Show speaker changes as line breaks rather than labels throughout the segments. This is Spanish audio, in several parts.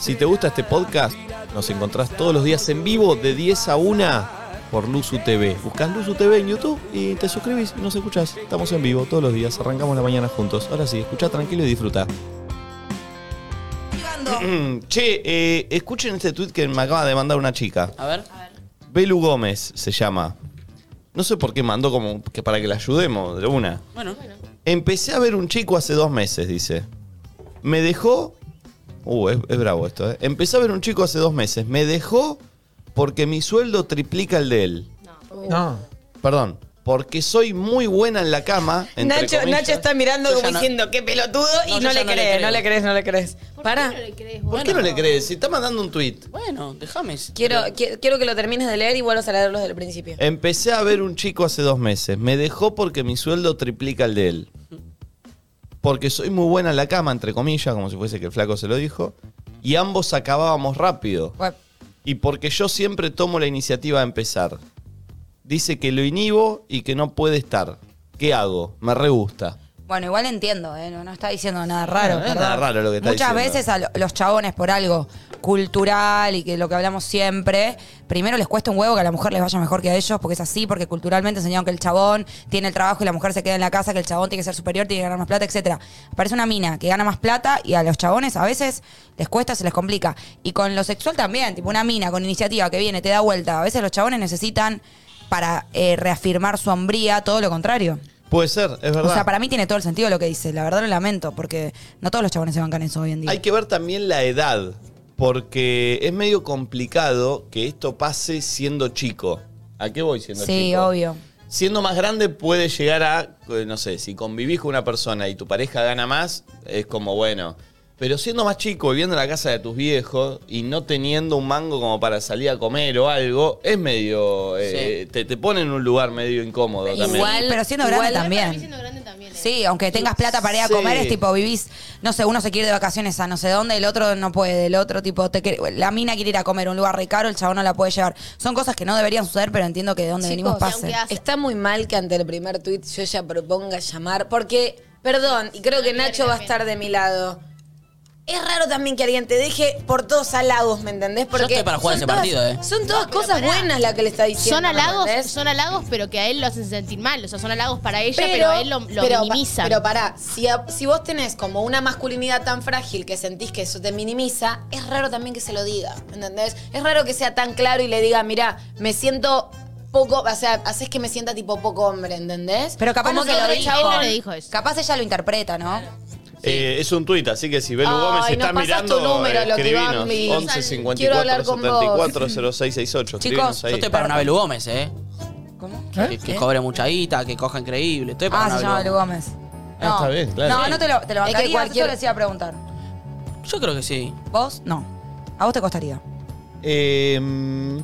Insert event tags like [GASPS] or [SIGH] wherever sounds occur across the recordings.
Si te gusta este podcast, nos encontrás todos los días en vivo de 10 a 1 por Luzu TV. Buscás Luzu TV en YouTube y te suscribís y nos escuchás. Estamos en vivo todos los días, arrancamos la mañana juntos. Ahora sí, escucha tranquilo y disfruta. che, eh, escuchen este tweet que me acaba de mandar una chica.
A ver.
Belu Gómez se llama. No sé por qué mandó como que para que la ayudemos de una.
Bueno.
Empecé a ver un chico hace dos meses, dice. Me dejó. Uh, es, es bravo esto, ¿eh? Empecé a ver un chico hace dos meses. Me dejó porque mi sueldo triplica el de él.
No.
Perdón. Porque soy muy buena en la cama. entre
Nacho,
comillas.
Nacho está mirando
Yo
como
ya no-
diciendo qué pelotudo
No,
y
yo
no
ya
le
no le
crees,
creo.
no le crees, no le crees.
¿Por
Pará.
qué no le crees,
¿Por
vos?
qué no le crees? Si está mandando un tweet.
Bueno, déjame.
Quiero, qui- quiero que lo termines de leer y vuelvas a leerlo desde el principio.
Empecé a ver un chico hace dos meses. Me dejó porque mi sueldo triplica el de él. Porque soy muy buena en la cama, entre comillas, como si fuese que el flaco se lo dijo. Y ambos acabábamos rápido.
Bueno,
Y porque yo siempre tomo la iniciativa a empezar. Dice que lo inhibo y que no puede estar. ¿Qué hago? Me re gusta.
Bueno, igual entiendo, ¿eh? no, no está diciendo nada raro.
No, no es
perdón.
nada raro lo que está
Muchas
diciendo.
veces a lo- los chabones por algo cultural y que lo que hablamos siempre, primero les cuesta un huevo que a la mujer les vaya mejor que a ellos, porque es así, porque culturalmente enseñaron que el chabón tiene el trabajo y la mujer se queda en la casa, que el chabón tiene que ser superior, tiene que ganar más plata, etcétera. Parece una mina que gana más plata y a los chabones a veces les cuesta, se les complica. Y con lo sexual también, tipo una mina con iniciativa que viene, te da vuelta. A veces los chabones necesitan para eh, reafirmar su hombría, todo lo contrario.
Puede ser, es verdad.
O sea, para mí tiene todo el sentido lo que dice. La verdad lo lamento, porque no todos los chabones se bancan eso hoy en día.
Hay que ver también la edad, porque es medio complicado que esto pase siendo chico. ¿A qué voy siendo chico?
sí, obvio.
Siendo más grande puede llegar a, eh, no sé, si convivís con una persona y tu pareja gana más, es como bueno. Pero siendo más chico, viviendo en la casa de tus viejos y no teniendo un mango como para salir a comer o algo, es medio... eh, te, te pone en un lugar medio incómodo también.
Igual-
Pero siendo grande
igual-
Para mí
también.
siendo grande también. ¿eh?
Sí, aunque tengas plata para ir a
Sí.
comer, es tipo, vivís, no sé, uno se quiere ir de vacaciones a no sé dónde, el otro no puede, el otro tipo, te quiere- la mina quiere ir a comer a un lugar re caro, el chabón no la puede llevar. Son cosas que no deberían suceder, pero entiendo que de donde venimos
Y
pase.
aunque hace-
Está muy mal que ante el primer tuit yo ya proponga llamar, porque, perdón, y creo que Nacho va a estar de mi lado. Es raro también que alguien te deje por todos halagos, ¿me entendés? Porque
estoy para jugar
son
ese
todas-
partido, ¿eh?
Son todas
No, pero
cosas
pará.
buenas las que le está diciendo.
Son
¿me
halagos,
entendés?
son halagos, pero que a él lo hacen sentir mal. O sea, son halagos para ella, pero, a él lo, lo
pero pa-
minimiza.
Pero pará, si, a- si vos tenés como una masculinidad tan frágil que sentís que eso te minimiza, es raro también que se lo diga, ¿entendés? Es raro que sea tan claro y le diga, mira, me siento poco, o sea, haces que me sienta tipo poco hombre, ¿entendés?
Pero capaz
Como
no se lo
otro
dijo.
chabón-
no le dijo eso.
Capaz ella lo interpreta, ¿no?
Eh, es un tuit, así que si Belu
Ay,
Gómez
nos
está
pasás
mirando,
tu número,
eh,
lo que va,
escribinos.
mi-
11
Quiero
54
hablar con vos. [LAUGHS]
74 0668. escribinos
Chicos,
Yo
ahí.
estoy para una Belu Gómez, ¿eh?
¿Cómo?
Que, que cobre mucha guita, que coja increíble. Estoy para
Ah,
una
se llama Lu
Belu
Gómez.
Ah, está bien, claro.
No, no te lo, te lo
Es que
bancarías,
cualquier-
yo les iba a preguntar.
Gómez. Yo creo que sí.
¿Vos? No. ¿A vos te costaría?
Eh, mm,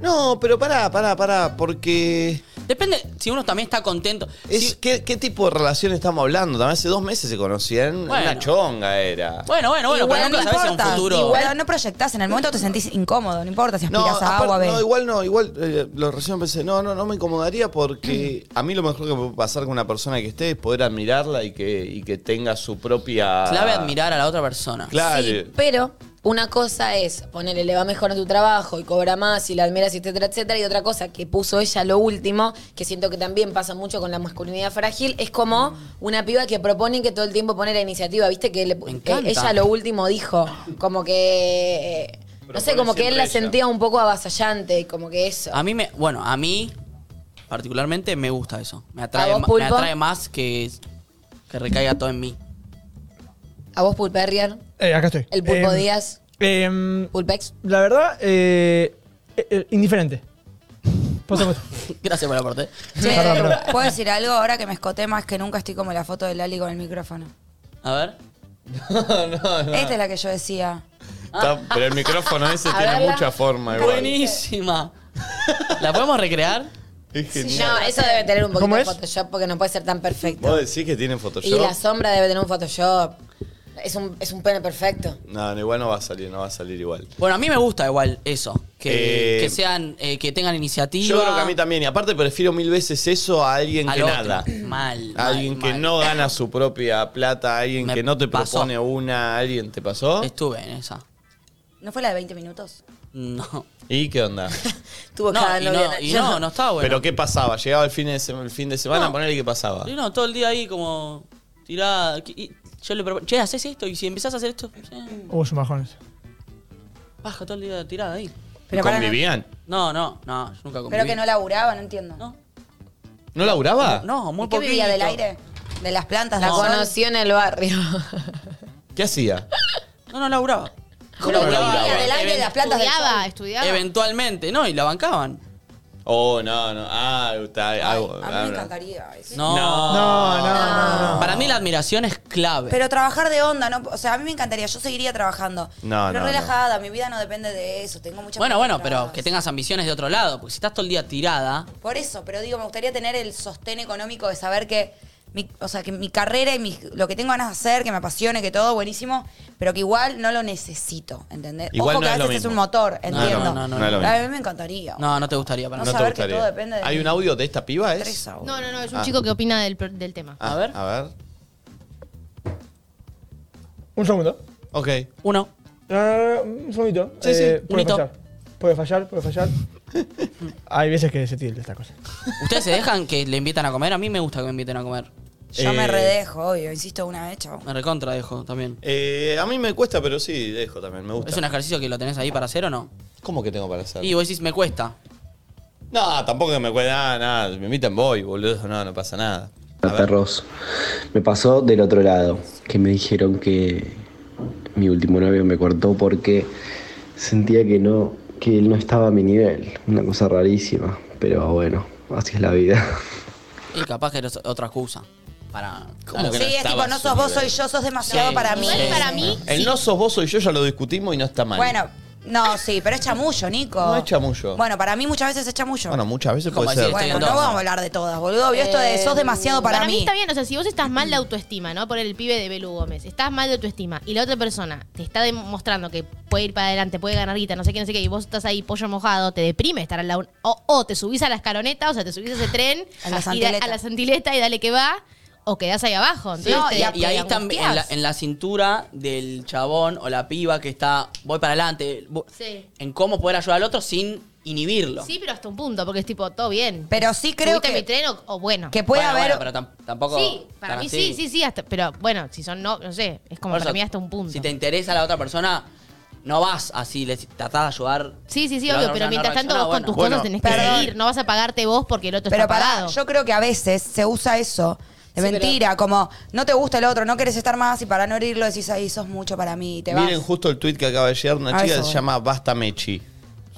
no, pero pará, pará, pará, porque...
Depende si uno también está contento.
es-
Si-
¿qué, qué tipo de relación estamos hablando? También hace dos meses se conocían, una
Bueno.
chonga era.
bueno, bueno, bueno,
Igual
pero nunca sabes si en un futuro.
Igual no proyectás, en el momento te sentís incómodo, no importa si
No,
aspirás a A o a
aparte-
B.
no, igual no, igual eh, lo recién pensé, no, no, no me incomodaría porque a mí lo mejor que me puede pasar con una persona que esté es poder admirarla y que, y que tenga su propia...
Clave admirar a la otra persona.
Claro.
Sí, pero una cosa es ponerle le va mejor en tu trabajo y cobra más y la admiras, etcétera, etcétera. Y otra cosa que puso ella lo último, que siento que también pasa mucho con la masculinidad frágil, es como una piba que propone que todo el tiempo pone la iniciativa. Viste que le-
Me encanta.
eh, ella lo último dijo, como que. eh, no sé,
Propone
como que él la
siempre ella.
sentía un poco avasallante, como que eso.
A mí me, bueno, a mí particularmente me gusta eso. Me atrae,
¿A vos,
ma- me
Pulpo?
atrae más que, que recaiga todo en mí.
A vos, Pulperrier,
Eh, acá estoy.
el Pulpo
Em,
Díaz,
em,
Pulpex.
la verdad, eh, eh, eh, indiferente. Por supuesto.
Gracias por el aporte.
Che,
Perdón, perdón.
¿Puedo decir algo? Ahora que me escoté más que nunca estoy como la foto de Lali con el micrófono.
[LAUGHS]
A ver.
Esta es la que yo decía.
Ah.
Ah.
Está- pero el
[LAUGHS]
micrófono ese
A
tiene
verla.
mucha forma igual.
Buenísima. ¿La podemos recrear?
Es genial.
No, eso debe tener un poquito
¿Cómo
de
es?
Photoshop porque no puede ser tan perfecto.
¿Vos decís que tiene Photoshop?
Y la sombra debe tener un Photoshop. Es un, es un pene perfecto.
No, no, igual no va a salir, no va a salir igual.
Bueno, a mí me gusta igual eso. Que,
Eh,
que sean, eh, que tengan iniciativa.
Yo creo que a mí también, y aparte prefiero mil veces eso a alguien
Al
que
otro.
nada.
Mal.
A alguien
mal,
que
mal.
no gana su propia plata, a alguien
Me
que no te
pasó.
propone una, ¿alguien te pasó?
Estuve en esa.
¿No fue la de 20 minutos?
No.
¿Y qué onda?
Tuvo
No,
cada
y
novia
[LAUGHS] no, y
[LAUGHS]
Nacho.
no, no estaba bueno.
¿Pero qué pasaba? ¿Llegaba el fin de, sema- el fin de semana?
No.
Ponele qué pasaba.
Y no, todo el día ahí como tirada. que- y yo le propongo, che, haces esto y si empezás a hacer esto, eh,
Hubo sus bajones.
baja todo el día tirada ahí.
¿Y
Pero para-
¿Convivían?
No, no, no, yo nunca conviví.
Pero que no laburaba, no entiendo.
No,
¿No laburaba?
no, muy
¿Y qué
poquito.
vivía del aire? ¿De las plantas?
La
del sol?
conoció en el barrio.
¿Qué hacía?
No, no laburaba.
¿Cómo no
Pero que
laburaba?
vivía del aire de las plantas del
Estudiaba,
sol.
estudiaba.
Eventualmente, no, y la bancaban.
Oh, no, no. Ah, está. ah,
Ay,
bueno,
a mí me
no.
encantaría eso.
No.
No.
No, no, no, no.
Para mí la admiración es clave.
Pero trabajar de onda, no, o sea, a mí me encantaría, yo seguiría trabajando.
No,
pero
Ah, no,
relajada, mi vida no depende de eso, tengo muchas
bueno,
cosas
bueno, pero
atrás.
que tengas ambiciones de otro lado, porque si estás todo el día tirada,
Por eso, pero digo, me gustaría tener el sostén económico de saber que mi, o sea, que mi carrera y mis- lo que tengo ganas de hacer, que me apasione, que todo buenísimo, pero que igual no lo necesito, ¿entendés?
Igual
Ojo
no
que a
es lo
veces es
mismo.
un motor,
no,
entiendo.
no, no,
no es lo
A mí me encantaría.
no, no te gustaría
No
para
No, te
nada.
saber que
gustaría.
todo depende de
¿Hay
mí.
un audio de esta piba? ¿Es?
Tres audios.
No, no, no, es un
Ah.
chico que opina del, per- del tema.
Ah,
A ver.
A ver.
Un segundo.
Ok.
Uno.
No, no, no, un segundito.
Sí, sí,
puede
unito.
fallar. Puede fallar, puede fallar. Hay veces que se tilde esta cosa.
¿Ustedes se dejan que le invitan a comer? A mí me gusta que me inviten a comer.
Yo
Eh,
me redejo, obvio, insisto una vez, chavo.
Me recontra dejo también.
Eh, a mí me cuesta, pero sí, dejo también. Me gusta.
¿Es un ejercicio que lo tenés ahí para hacer o no?
¿Cómo que tengo para hacer?
Y vos decís, me cuesta.
No, tampoco que me cuesta nada, nada. Me invitan, voy, boludo. No, no pasa nada. A
A
ver.
perros. Me pasó del otro lado, que me dijeron que mi último novio me cortó porque sentía que no, que él no estaba a mi nivel. Una cosa rarísima, pero bueno, así es la vida.
Y capaz que es otra excusa. Para.
¿Cómo que
Sí, es
estaba
tipo,
a
no
su
sos vos, soy
nivel?
yo, sos demasiado
Sí,
para mí.
Igual para mí,
El no sos vos, soy yo, ya lo discutimos y no está mal.
Bueno, no, sí, pero es chamullo, Nico.
No es chamullo.
Bueno, para mí muchas veces es chamullo.
Bueno, muchas veces
¿Cómo
puede ser.
decir? estoy
Bueno,
en
no
dos.
vamos a hablar de todas, boludo. obvio, Esto de sos demasiado para,
Eh, Para, mí. está bien, o sea, si vos estás mal de autoestima, ¿no? Por el pibe de Belu Gómez, estás mal de autoestima y la otra persona te está demostrando que puede ir para adelante, puede ganar guita, no sé qué, no sé qué, y vos estás ahí pollo mojado, te deprime estar al lado. O, o te subís a la escaloneta, o sea, te subís a ese tren,
A la
y da-
santileta.
a la santileta y dale que va, o quedás ahí abajo. Entonces,
No,
te-
y,
y a-
y ahí
te
están en la,
angustias.
en la cintura del chabón o la piba que está, voy para adelante, vo-
Sí.
en cómo poder ayudar al otro sin inhibirlo.
Sí, pero hasta un punto, porque es tipo, todo bien.
Pero sí creo
¿Subiste
que-
mi tren o, o bueno?
Que puede
Bueno,
haber.
bueno, pero tam- tampoco.
Sí, para
tan
mí sí,
así.
sí, sí, hasta, pero bueno, si son no, no sé, es como
Por
para
eso,
mí hasta un punto.
Si te interesa la otra persona, no vas así, le tratás de ayudar.
Sí, sí, sí,
La
obvio,
otra
pero
persona
mientras
no Ah,
tanto vos
reacciona,
con tus
bueno.
cosas tenés
Bueno,
que ir, no vas a pagarte vos porque el otro
Pero
está
pará,
pagado.
yo creo que a veces se usa eso. De
Sí,
mentira, como no te gusta el otro, no quieres estar más y para no herirlo decís ahí sos mucho para mí y te vas.
Miren justo el tweet que acaba de llegar una
A
chica
eso
que se
voy.
llama Basta Mechi.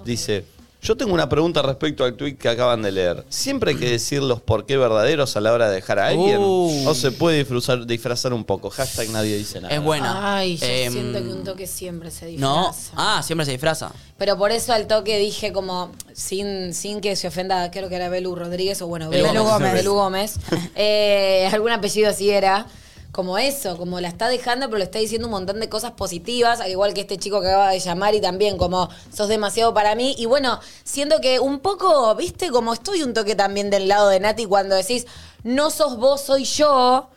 Dice, yo tengo una pregunta respecto al tweet que acaban de leer. ¿Siempre hay que decir los por qué verdaderos a la hora de dejar a alguien?
Uh.
¿O se puede disfrazar, disfrazar un poco? Hashtag nadie dice nada.
Es buena.
Ay, yo
Em,
siento que un toque siempre se
No.
disfraza.
Ah, siempre se disfraza.
Pero por eso al toque dije como, sin, sin que se ofenda, creo que era Belu Rodríguez o bueno,
Belu
Gómez.
Belu Gómez. Eh, algún apellido así era. Como eso, como la está dejando, pero le está diciendo un montón de cosas positivas, al igual que este chico que acaba de llamar y también como sos demasiado para mí. Y bueno, siento que un poco, viste, como estoy un toque también del lado de Nati cuando decís, no sos vos, soy yo.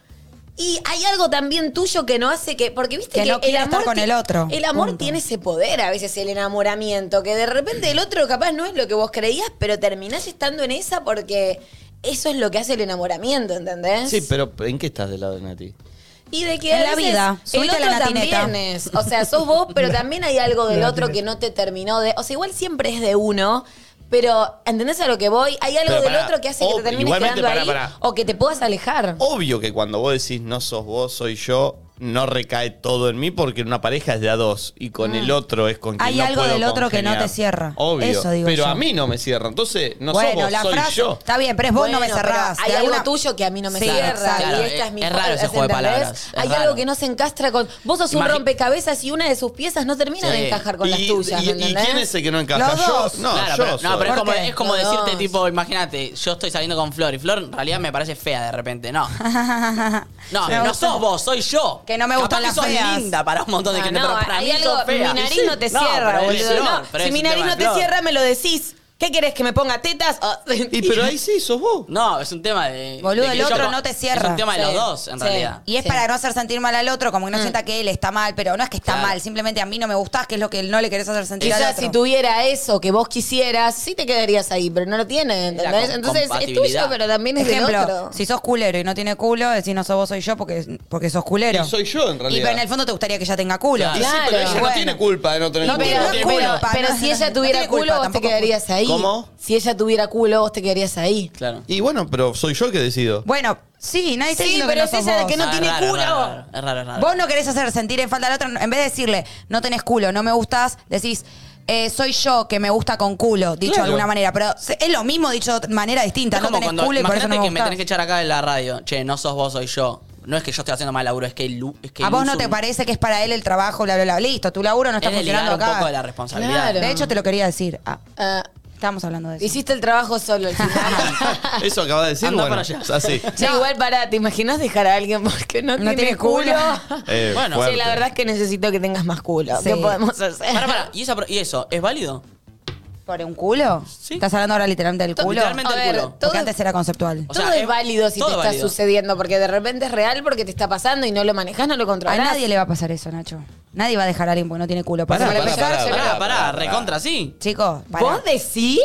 Y hay algo también tuyo que no hace que. Porque viste
Que
que,
no quiere
el
estar
amor.
con
ti-
el otro.
El amor
Punto.
tiene ese poder a veces, el enamoramiento, que de repente el otro capaz no es lo que vos creías, pero terminás estando en esa porque eso es lo que hace el enamoramiento, ¿entendés?
Sí, pero ¿en qué estás del lado de Nati?
Y de que
En
a
la
veces
vida,
el
subite a
otro
la natineta.
también es. O sea, sos vos,
[LAUGHS]
pero también hay algo del
La
otro que
natineta.
no te terminó de. O sea, igual siempre es de uno. Pero, ¿entendés a lo que voy? Hay algo
Pero
del
pará,
otro que hace que
ob-
te termines
igualmente,
quedando
pará,
ahí
pará.
o que te puedas alejar.
Obvio que cuando vos decís no sos vos, soy yo, no recae todo en mí porque en una pareja es de a dos y con el otro es con quien
Ah. Hay
no
algo
puedo
del otro que no
congeniar.
te cierra.
Obvio.
Eso digo
pero
yo. [LAUGHS]
a mí no me cierra. Entonces, no
bueno,
sos vos,
la
soy
frase.
yo.
Está bien, pero es vos
Bueno,
no me
pero
cerrás.
Hay
De
algo
alguna-
tuyo que a mí no me
Sí,
cierra.
exacto.
y esta es mi
Es raro ese
¿entendés?
juego de palabras, es
Hay
raro.
algo que no se encastra con. Vos sos un
Imagi-
rompecabezas y una de sus piezas no termina
Sí.
de encajar con las
Y-
tuyas.
y, y
¿me entendés?
quién es el que no encaja?
Los
Yo,
dos.
no,
Claro,
yo
pero, no,
soy.
pero es
¿Por
como,
qué?
es como
No,
decirte,
no.
tipo, imagínate, yo estoy saliendo con Flor y Flor en realidad me parece fea de
[LAUGHS]
repente. No. No,
Me
no
gusta-
sos vos, soy yo.
Que no me
Capaz
gustan
que
las
sos
feas.
linda para un montón de
Ah,
gente,
no,
pero para
hay
mí sos
algo-
fea.
Mi nariz
Sí,
no te
no,
cierra,
pero es
boludo.
Flor,
No,
pero
si
es
mi
un
nariz
tema
no
de
te
Flor.
cierra, me lo decís. ¿Qué querés que me ponga tetas? Ah,
[LAUGHS]
[LAUGHS]
Y
[LAUGHS]
pero ahí sí, sos vos.
No, es un tema de.
Boludo,
de que
el
yo
otro
como-
no te cierra.
Es un tema de los
Sí.
dos, en
Sí.
realidad.
Y es
Sí.
para no hacer sentir mal al otro, como que no sienta que él está mal, pero no es que está
Claro.
mal, simplemente a mí no me gustás, que es lo que no le querés hacer sentir al
Quizás
otro.
si tuviera eso que vos quisieras, sí te quedarías ahí, pero no lo tiene, ¿entendés?
com-
Entonces es tuyo,
compatibilidad.
pero también es del
Ejemplo,
otro.
si sos culero y no tiene culo, decís no sos vos, soy yo, porque, porque sos culero.
Y soy yo, en
Y
realidad.
pero en el fondo te gustaría que ella tenga culo.
Y sí, pero ella no
Bueno.
tiene culpa de no tener
No
culo.
tiene
Pero,
tiene
pero-
culpa,
pero
no,
si
no,
ella
no
tuviría
tiene
culo,
culpa,
vos te
tampoco
quedarías ahí.
¿Cómo?
Si ella tuviera culo, vos te quedarías ahí.
Claro.
Y bueno, pero soy yo el que decido.
Bueno, sí, nadie está
Sí,
diciendo que no
pero es
sos
ella la
vos.
que no
ah, es
tiene
raro, es
culo.
raro, es raro, es raro.
Vos no querés hacer sentir en falta al otro, en vez de decirle, no tenés culo, no me gustás, decís, eh, soy yo que me gusta con culo, dicho
Claro.
de alguna manera. Pero se- es lo mismo dicho de otra manera distinta,
Es
no
como
tenés
cuando.
culo y por eso
Imagínate
no me
que me
gustás.
tenés que echar acá de la radio. Che, no sos vos, soy yo. No es que yo estoy haciendo mal laburo, es que. el- Es que
¿A
el
vos no
uso-
te
[LAUGHS]
parece que es para él el trabajo, bla, bla, bla? Listo, tu laburo no está
Es delegar
funcionando
un poco de la
acá.
responsabilidad.
Claro.
De hecho, te lo quería decir. Ah,
Ah,
estábamos hablando de eso.
hiciste el trabajo solo al final.
Eso acabas de decir,
Andá
bueno, ah,
para allá.
es
[LAUGHS]
así.
Che, igual para, ¿te imaginas dejar a alguien porque no,
No tiene
tiene
culo?
culo?
[LAUGHS]
Eh,
Bueno,
fuerte.
Sí, la verdad es que necesito que tengas más culo.
Sí.
¿Qué podemos hacer?
Pará, pará. ¿Y, esa pro- ¿Y eso? ¿Es válido?
¿Por un culo?
Sí.
¿Estás hablando ahora literalmente del
To-
culo?
literalmente
A
del
ver,
culo.
todo-
Porque antes era conceptual.
O
todo
sea,
es
es-
válido si
todo
te
es
está
válido.
sucediendo, porque de repente es real porque te está pasando y no lo manejas, no lo
A
controlas.
nadie le va a pasar eso, Nacho. Nadie va a dejar a alguien porque no tiene culo. Por
Pará,
eso
pará,
para empezar,
pará,
yo-
pará,
Pará, pará,
pará.
recontra, sí.
Chicos, pará.
¿Vos decís?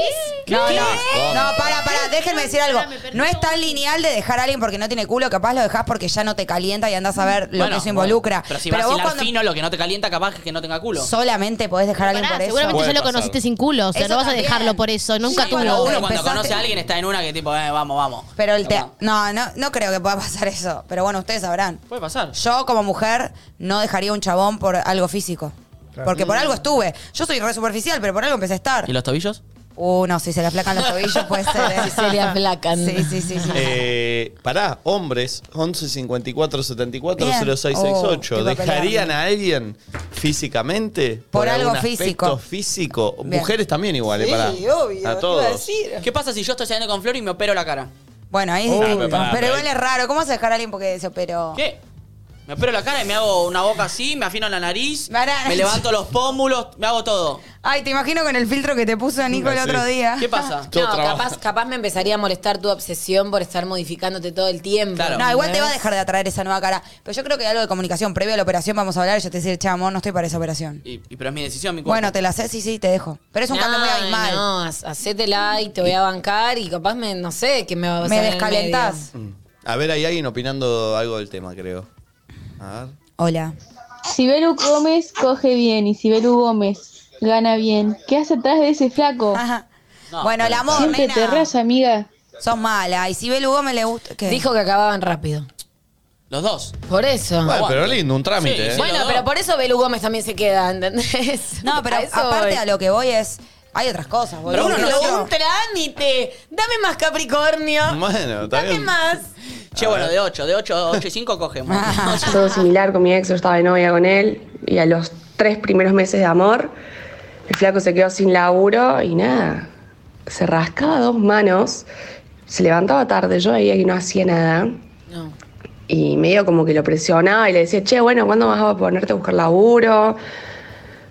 No,
¿Qué?
no,
¿Cómo?
no, para, para, déjenme decir algo. No es tan lineal de dejar a alguien porque no tiene culo, capaz lo dejás porque ya no te calienta y andás a ver lo
Bueno,
que eso involucra.
Pero si vas a hilar fino, lo que no te calienta capaz es que no tenga culo.
solamente podés dejar a alguien
Pará,
por eso.
seguramente
Puede
ya lo
pasar.
conociste sin culo, o sea,
Eso
no vas a
también.
dejarlo por eso, nunca
Sí,
tuvo.
Pero uno
Cuando
cuando
empezaste-
conoce a alguien está en una que tipo, eh, vamos, vamos.
Pero el te
Capaz.
no, no, no creo que pueda pasar eso. Pero bueno, ustedes sabrán.
Puede pasar.
Yo como mujer no dejaría un chabón por algo físico. Porque por algo estuve. Yo soy re superficial, pero por algo empecé a estar.
Mm. ¿Y los tobillos?
Uh, no, si se le aplacan los tobillos puede ser. ¿eh?
[LAUGHS] Si se le aplacan.
Sí, sí, sí. sí.
Eh, pará, hombres, 11 54 74
Bien.
06 68.
Oh, te iba a
¿Dejarían
pelear.
a alguien físicamente?
Por algo
algún
físico.
aspecto físico.
Bien.
Mujeres también igual, eh, pará. A todos.
¿Qué pasa si yo estoy saliendo con Flor y me opero la cara?
Bueno, ahí es
Uh,
distinto.
pero pará,
pero
pero
igual
ahí-
es raro. ¿Cómo vas a dejar a alguien porque se operó?
¿Qué? Me opero la cara y me hago una boca así, me afino la nariz,
Pará.
me levanto los pómulos, me hago todo.
Ay, te imagino con el filtro que te puso Nico el
Sí.
otro día.
¿Qué pasa?
Todo
No,
trabajo.
capaz, capaz me empezaría a molestar tu obsesión por estar modificándote todo el tiempo.
Claro.
No, igual te va a dejar de atraer esa nueva cara. Pero yo creo que hay algo de comunicación. Previo a la operación vamos a hablar y yo te voy a decir, chamo, no estoy para esa operación.
Y, y- pero es mi decisión, mi cuerpo.
Bueno, te la sé, sí, sí, te dejo. Pero es un cambio muy
Ay,
abismal.
No, ha- hacétela y te voy a bancar y capaz me, no sé, que me va a
Me
pasar en el
descalentás.
medio.
Mm. A ver, hay alguien opinando algo del tema, creo. A ver.
Hola.
Si Belu Gómez coge bien y si Belu Gómez gana bien, ¿qué hace atrás de ese flaco?
Ajá.
No,
bueno, el amor,
Siempre
nena.
te ras, amiga.
Sos mala. Y si Belu Gómez le gusta... ¿qué?
Dijo que acababan rápido.
Los dos.
Por eso.
Bueno,
aguante.
pero lindo, un trámite,
Sí,
¿eh?
sí.
Bueno,
los dos.
pero por eso Belu Gómez también se queda,
[LAUGHS]
¿entendés?
No, pero
[LAUGHS] eso
aparte
voy.
a lo que voy es... Hay otras cosas, boludo.
Pero uno
El
no-
otro-
Un trámite. Dame más Capricornio.
Bueno, está
Dame
bien.
más.
Che, bueno, de 8, de 8, 8 y
[LAUGHS]
5 cogemos.
Ah, Todo similar con mi ex, yo estaba de novia con él y a los tres primeros meses de amor, el flaco se quedó sin laburo y nada, se rascaba dos manos, se levantaba tarde, yo veía que no hacía nada
No.
y medio como que lo presionaba y le decía, che, bueno, ¿cuándo vas a ponerte a buscar laburo?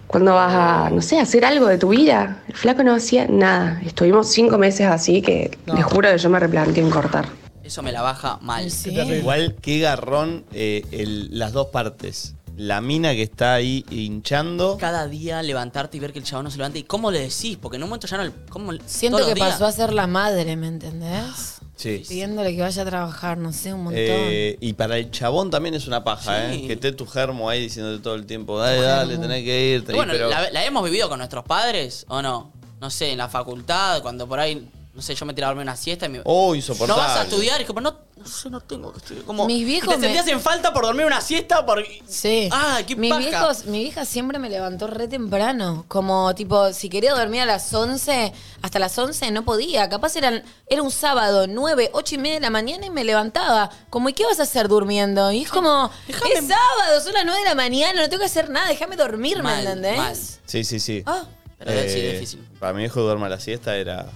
¿Cuándo vas a, no sé, hacer algo de tu vida? El flaco no hacía nada, estuvimos cinco meses así que les juro que yo me replanteé en cortar.
Eso me la baja mal.
Igual qué garrón eh, el- las dos partes. La mina que está ahí hinchando.
Cada día levantarte y ver que el chabón no se levanta. ¿Y cómo le decís? Porque en un momento ya no. le- ¿cómo le-
Siento
todos
que
los días?
pasó a ser la madre, ¿me entendés?
Sí.
Pidiéndole que vaya a trabajar, no sé, un montón.
Eh, y para el chabón también es una paja,
Sí.
¿eh? Que esté tu germo ahí diciéndote todo el tiempo, dale, dale, tenés que irte.
Y bueno,
pero-
la, la hemos vivido con nuestros padres o no? No sé, en la facultad, cuando por ahí, no sé, yo me tiré a dormir una siesta y me.
Oh, insoportable.
No vas a estudiar, y como no, no sé, no tengo que estudiar. Como,
Mis viejos
¿Te
me-
sentías en falta por dormir una siesta? Por...
Sí.
Ah, qué
mi,
paja.
viejos, mi vieja siempre me levantó re temprano. Como, tipo, si quería dormir a las 11, hasta las 11 no podía. Capaz eran, era un sábado, 9, 8 y media de la mañana y me levantaba. Como, ¿y qué vas a hacer durmiendo? Y es como,
Ah, Déjame-
es sábado, son las 9 de la mañana, no tengo que hacer nada, déjame dormir, ¿me
Mal,
entendés?
mal.
Sí, sí, sí. Eh,
Ah.
Pero sí, difícil.
Para mi hijo duerma la siesta era.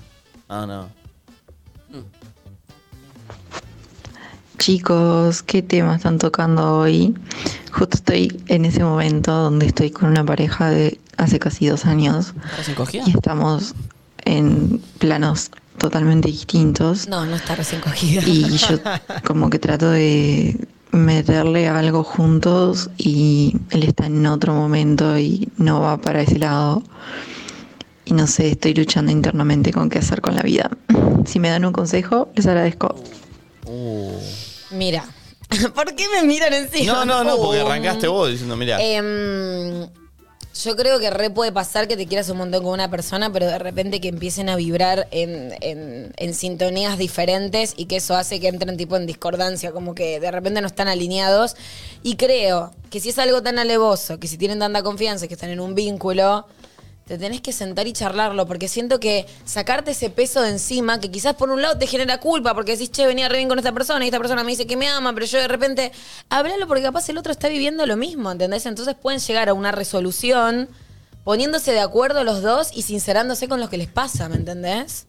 Ah, no.
Chicos, ¿qué tema están tocando hoy? Justo estoy en ese momento donde estoy con una pareja de hace casi dos años
¿Estás encogida?
y estamos en planos totalmente distintos.
No, no está recién cogida.
Y yo como que trato de meterle algo juntos y él está en otro momento y no va para ese lado. Y no sé, estoy luchando internamente con qué hacer con la vida. Si me dan un consejo, les agradezco.
Mira. [LAUGHS] ¿Por qué me miran encima?
No, no, no, porque
Um,
arrancaste vos diciendo, mirá.
Em, yo creo que re puede pasar que te quieras un montón con una persona, pero de repente que empiecen a vibrar en, en- en sintonías diferentes y que eso hace que entren tipo en discordancia, como que de repente no están alineados. Y creo que si es algo tan alevoso, que si tienen tanta confianza, y que están en un vínculo, te tenés que sentar y charlarlo, porque siento que sacarte ese peso de encima, que quizás por un lado te genera culpa, porque decís, che, venía re bien con esta persona y esta persona me dice que me ama, pero yo de repente, háblalo porque capaz el otro está viviendo lo mismo, ¿entendés? Entonces pueden llegar a una resolución poniéndose de acuerdo los dos y sincerándose con lo que les pasa, ¿me entendés?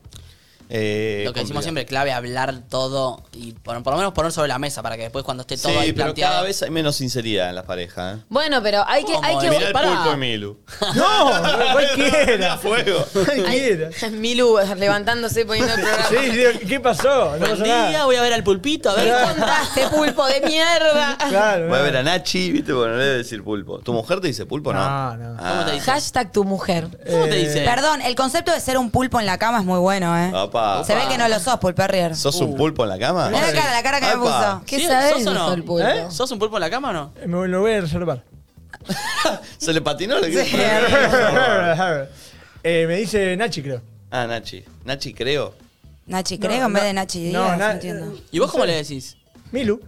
Eh,
Lo que
complicado.
decimos siempre, clave, hablar todo y por, por lo menos poner sobre la mesa para que después cuando esté todo
Sí,
ahí
pero
planteado.
cada vez hay menos sinceridad en las parejas. ¿eh?
Bueno, pero hay que... Hay que
Mirá el
Pará.
pulpo y Milu.
No, cualquiera.
A fuego.
Cualquiera.
[LAUGHS] Milu levantándose poniendo el programa.
Sí, sí, ¿qué pasó? No pasó
Buen día,
nada.
voy a ver al pulpito,
[LAUGHS]
a ver.
Contaste, pulpo de mierda.
Claro.
Va a ver a Nachi, viste, porque no le debe decir pulpo. ¿Tu mujer te dice pulpo o no?
No, no.
Ah.
¿Cómo te dice?
Hashtag tu mujer.
¿Cómo te dice?
Eh, Perdón, el concepto de ser un pulpo en la cama es muy bueno, ¿eh?
Apa.
Se ve que no lo sos, pulperrier.
¿Sos
Uh.
un pulpo en la cama?
Mirá la cara, la cara que me
Apa.
puso.
¿Qué
¿Sí?
sabes?
¿Sos o no?
dijo el pulpo.
¿Eh?
¿Sos un pulpo en la cama o no?
Me lo voy a reservar.
¿Se le patinó? ¿Le quedó-
Eh, me dice Nachi, creo.
ah, Nachi. Nachi, creo.
Nachi, creo,
No,
en vez
no,
de Nachi Díaz,
no,
no,
na-
entiendo.
¿Y vos cómo le decís?
Milu.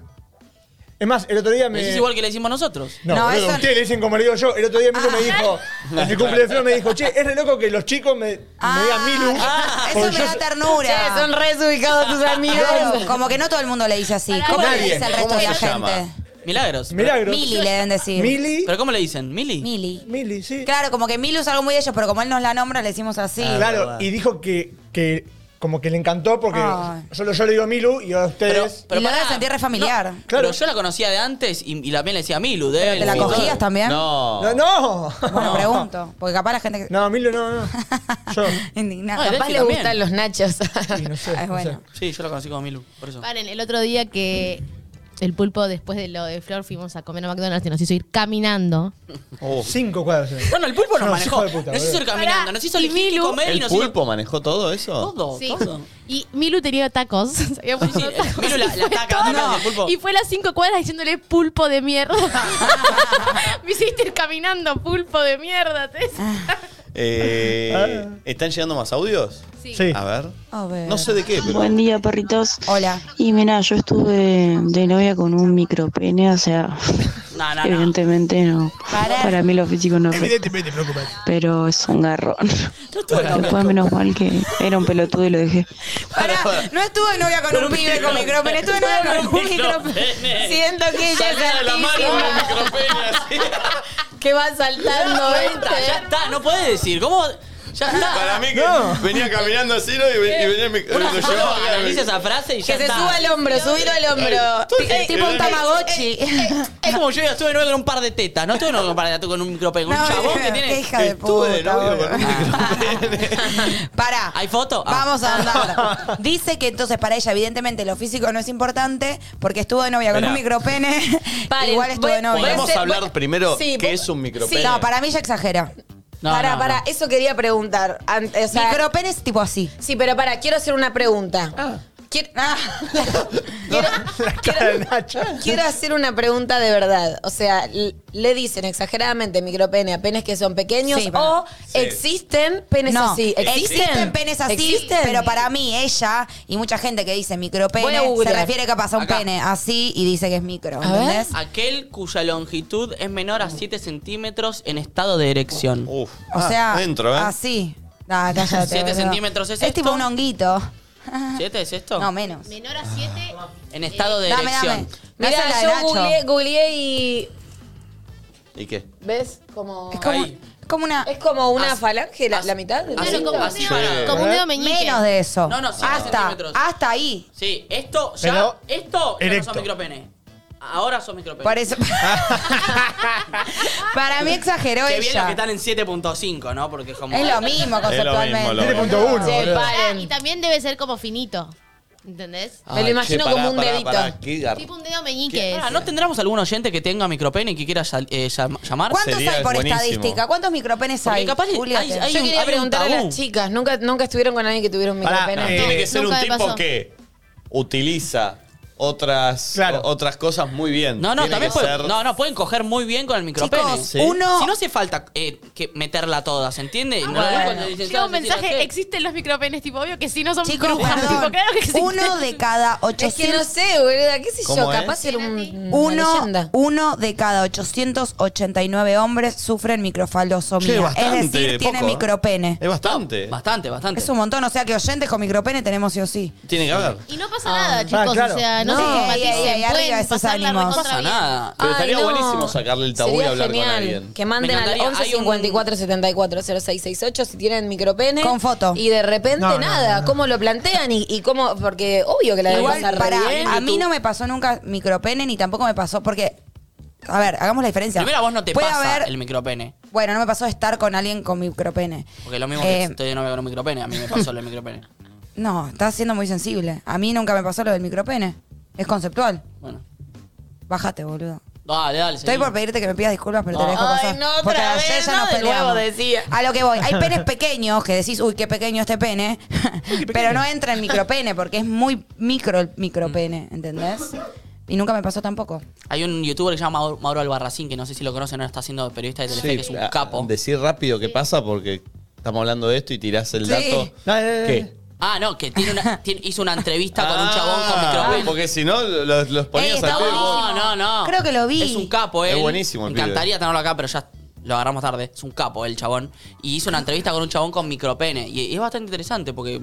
Es más, el otro día me.
¿Le decís igual que le decimos nosotros?
No,
No,
boludo,
eso- Ah.
ustedes le dicen como le digo yo. El otro día Milu me
[LAUGHS]
dijo, en el cumpleaños de Flor me dijo, che, es re loco que los chicos me, me digan [LAUGHS] Milu.
Ah, eso
porque
me
yo
da
so-
ternura.
Che, son re desubicados tus amigos.
Claro, como que no todo el mundo le dice así.
Para
¿Cómo le
nadie.
dice el resto
¿Cómo
de la
se llama?
gente?
Milagros.
Milagros.
Mili le deben decir.
Mili.
¿Pero cómo le dicen? ¿Mili?
Mili.
Mili, sí.
Claro, como que Mili es algo muy de ellos, pero como él nos la nombra, le decimos así.
Ah, Claro, y dijo que, que como que le encantó porque
Ay.
solo yo le digo Milu y a
Pero,
ustedes.
pero
Ah. y lo
pará.
debe sentir re familiar.
Claro.
Pero yo la conocía de antes y, y la bien le decía Milu. De él,
¿Te la
y todo.
cogías también?
No.
No, no.
Bueno, pregunto. Porque capaz la gente.
No, Milu no,
[LAUGHS]
no. Yo.
Indignada.
Ay,
Capaz-
Capaz
Delphi
le
también.
gustan los nachos.
Y no sé.
Ah, es
no
bueno.
sé.
Sí, yo la conocí como Milu, por eso.
Paren, el otro día que el pulpo, después de lo de Flor, fuimos a comer a McDonald's y nos hizo ir caminando.
Cinco cuadros. eh.
Bueno, el pulpo nos
No,
manejó.
hijo
[LAUGHS]
de puta,
nos hizo ir
boludo.
caminando,
Pará,
nos hizo
y
elegir qué
Milu-
comer y
¿El
nos hizo
pulpo manejó todo eso?
todo,
Sí.
todo.
Y Milu tenía tacos. [LAUGHS] Se había puesto
Sí,
tacos
Milu la-
y [LAUGHS]
la
fue
taca,
toda-
no, el pulpo.
Y fue las cinco cuadras diciéndole pulpo de mierda. [LAUGHS] Me hiciste ir caminando, pulpo de mierda. te-
[LAUGHS]
Eh, ¿Están llegando más audios?
Ah. Sí.
A ver.
A ver.
No sé de qué, pero.
Buen día, perritos.
Hola.
Y mira, yo estuve de novia con un micropene, o sea,
No, no, no.
evidentemente no.
Para.
Para mí lo físico no,
Evidentemente, preocupate.
pero es un garrón.
Yo estuve
Después menos mal que era un pelotudo y lo dejé.
Pará, no estuve de novia con un pibe con micrófono, estuve de novia con un micrófono. Siento que ella es altísima,
que va saltando,
Ya está, ya
¿viste?
está, no puedes decir. ¿Cómo? Ya está.
Para mí que
No.
venía caminando así, ¿no? Y, ven- y venía mi.
Una
lo llevaba
psicóloga
acá,
analiza esa frase y ya
Que se
está.
suba al hombro, subir al hombro.
Ey,
Ti-
eh,
Tipo un
ey,
tamagotchi.
Es como yo ya estuve de novio con un par de tetas. No estuve de novio con un par de tetas, con un micropene. Con un
No,
chabón
[LAUGHS]
que
qué
tiene...
hija de
Estuve de
puta.
novio
boludo.
con un micropene.
[LAUGHS] Pará.
¿Hay foto? Ah.
Vamos
[LAUGHS]
a andar. Dice que entonces para ella, evidentemente, lo físico no es importante porque estuvo de novia con
Esperá.
un micropene.
[LAUGHS] Paren,
Igual estuvo de
voy- voy
novia.
a
Podemos
hacer-
hablar
voy-
primero
Sí,
qué
vos-
es un micropene.
No, para mí ya exagera.
No,
para,
no,
para,
no.
eso quería preguntar. An- o sea,
micropene es tipo así.
Sí, pero para, quiero hacer una pregunta. Quiero, quiero-
La cara de Nacha.
quiero hacer una pregunta de verdad. O sea, l- le dicen exageradamente micropene a penes que son pequeños
Sí, para-
o existen penes
No,
así. ¿Existen?
penes así,
¿Existen?
pero para mí, ella y mucha gente que dice
Voy a
micropene se
googlear.
refiere capaz a un
Acá.
pene así y dice que es micro,
ver.
¿entendés?
Aquel cuya longitud es menor a 7 centímetros en estado de erección.
Uf.
O
Ah,
sea,
Dentro, ¿eh?
así. Nah, cállate,
Siete
boludo.
centímetros es esto.
tipo un
[LAUGHS]
honguito.
¿7 es esto?
No, menos.
Menor a siete.
En estado de
Dame, dame.
erección.
Mirá,
Mira, yo googleé, googleé y.
¿Y qué?
¿Ves? Como.
Es como,
Ahí.
como una...
Es como una
As-
falange, la,
as-
la mitad de la
así
cinta.
como,
así
un
para-
dedo, como un dedo meñique.
Menos de eso.
No, no, siete
hasta,
centímetros.
hasta ahí.
Sí, esto ya.
Pero-
esto ya no
Erecto.
son micropenes.
Ahora sos micropene.
Por eso- [LAUGHS] Para
[LAUGHS]
mí exageró
Qué bien los
ella.
que están en 7.5, ¿no? Porque es como...
Es lo mismo conceptualmente.
Es lo mismo, lo mismo.
Ah, Y también debe ser como finito. ¿Entendés?
Me lo imagino como un dedito.
qué gar-
Tipo un dedo meñique.
¿Qué?
ese.
Ahora, ¿No tendremos algún oyente que tenga micropene y que quiera llam- eh, llam- llamar?
¿Cuántos hay por estadística? ¿Cuántos micropenes
Porque
hay?
capaz hay-
Julieta?
hay- hay
Yo
un-
quería
abre un
preguntar a
tabú. eh,
las chicas, ¿nunca, nunca estuvieron con alguien que tuvieron
Pará,
micropene?
tiene que ser un tipo que utiliza otras, o- otras cosas muy bien.
No, no,
Tiene
también
que
pueden,
ser-
no, no, pueden coger muy bien con el micropene.
Chicos, Sí. uno-
Si no hace falta eh, que meterla todas, ¿entiende? No,
Bueno,
no, cuando dicen,
Llega un
"Ah, Cecilia,
mensaje, existen los micropenes, tipo, obvio que sí, no son
Chicos,
micropenes.
perdón.
tipo, claro que existen.
Uno de cada
Es que no
800...
sé, boluda, qué sé yo,
¿Cómo es?
capaz era un, una
Uno,
leyenda.
uno de cada 889 hombres sufren microfalosomía.
Che, bastante,
es decir, tiene
poco, ¿eh?
micropene.
Es bastante.
Bastante, bastante.
Es un montón, o sea que oyentes con micropene tenemos sí o sí.
Tiene que haber.
Y no pasa nada,
Ah,
chicos.
claro.
O sea, no,
No,
se
ey, ey, ey,
simpaticen.
arriba
Pueden
esos
pasar la
ánimos.
recontra
No pasa
bien.
nada. Pero
Ay,
estaría
no.
buenísimo sacarle el tabú y
Sería
hablar con
genial.
alguien.
Que manden
Me
al
encantaría.
11
Hay un-
54 74 0668 si tienen micropene.
Con foto.
Y de repente
No, no,
nada,
no, no.
cómo lo plantean y, y cómo, porque obvio que la deben
Igual,
pasar re
para,
bien.
a mí no me pasó nunca micropene ni tampoco me pasó porque... A ver, hagamos la diferencia.
Primero a vos no te
Puede
pasa
haber-
el micropene.
Bueno, no me pasó estar con alguien con micropene.
Porque lo mismo
Eh,
que estoy de novia con un micropene, a mí me pasó el micropene.
No, estás siendo muy sensible. A mí nunca me pasó lo del micropene. Es conceptual.
Bueno.
Bájate, boludo.
Dale, dale.
Estoy por pedirte que me pidas disculpas, pero te
No.
dejo
Ay,
pasar.
no,
porque
otra
ayer
vez,
ya nos
no, de nuevo
peleamos.
decía.
A lo que voy.
[LAUGHS]
Hay penes pequeños que decís, uy, qué pequeño este pene. pero no entra en micropene porque es muy micro el micropene, ¿entendés? Y nunca me pasó tampoco.
Hay un youtuber que se llama Mauro- Mauro Albarracín, que no sé si lo conocen, ahora está siendo periodista de Telefe, que es un
a-
capo.
Decir ah, rápido qué pasa porque estamos hablando de esto y tirás el
Sí.
dato. ¿Qué?
Ah, no, que
[LAUGHS]
tiene una- tiene- hizo una entrevista con un chabón con
Ah,
micropene.
Porque si no, los, los
Eh,
ponías al pedo.
Eh, No, no, no.
Creo que lo vi.
Es un capo, eh. él.
Es buenísimo el
Me encantaría tenerlo acá, pero ya lo agarramos tarde. Es un capo el chabón. Y hizo una entrevista con un chabón con micropene. Y es bastante interesante porque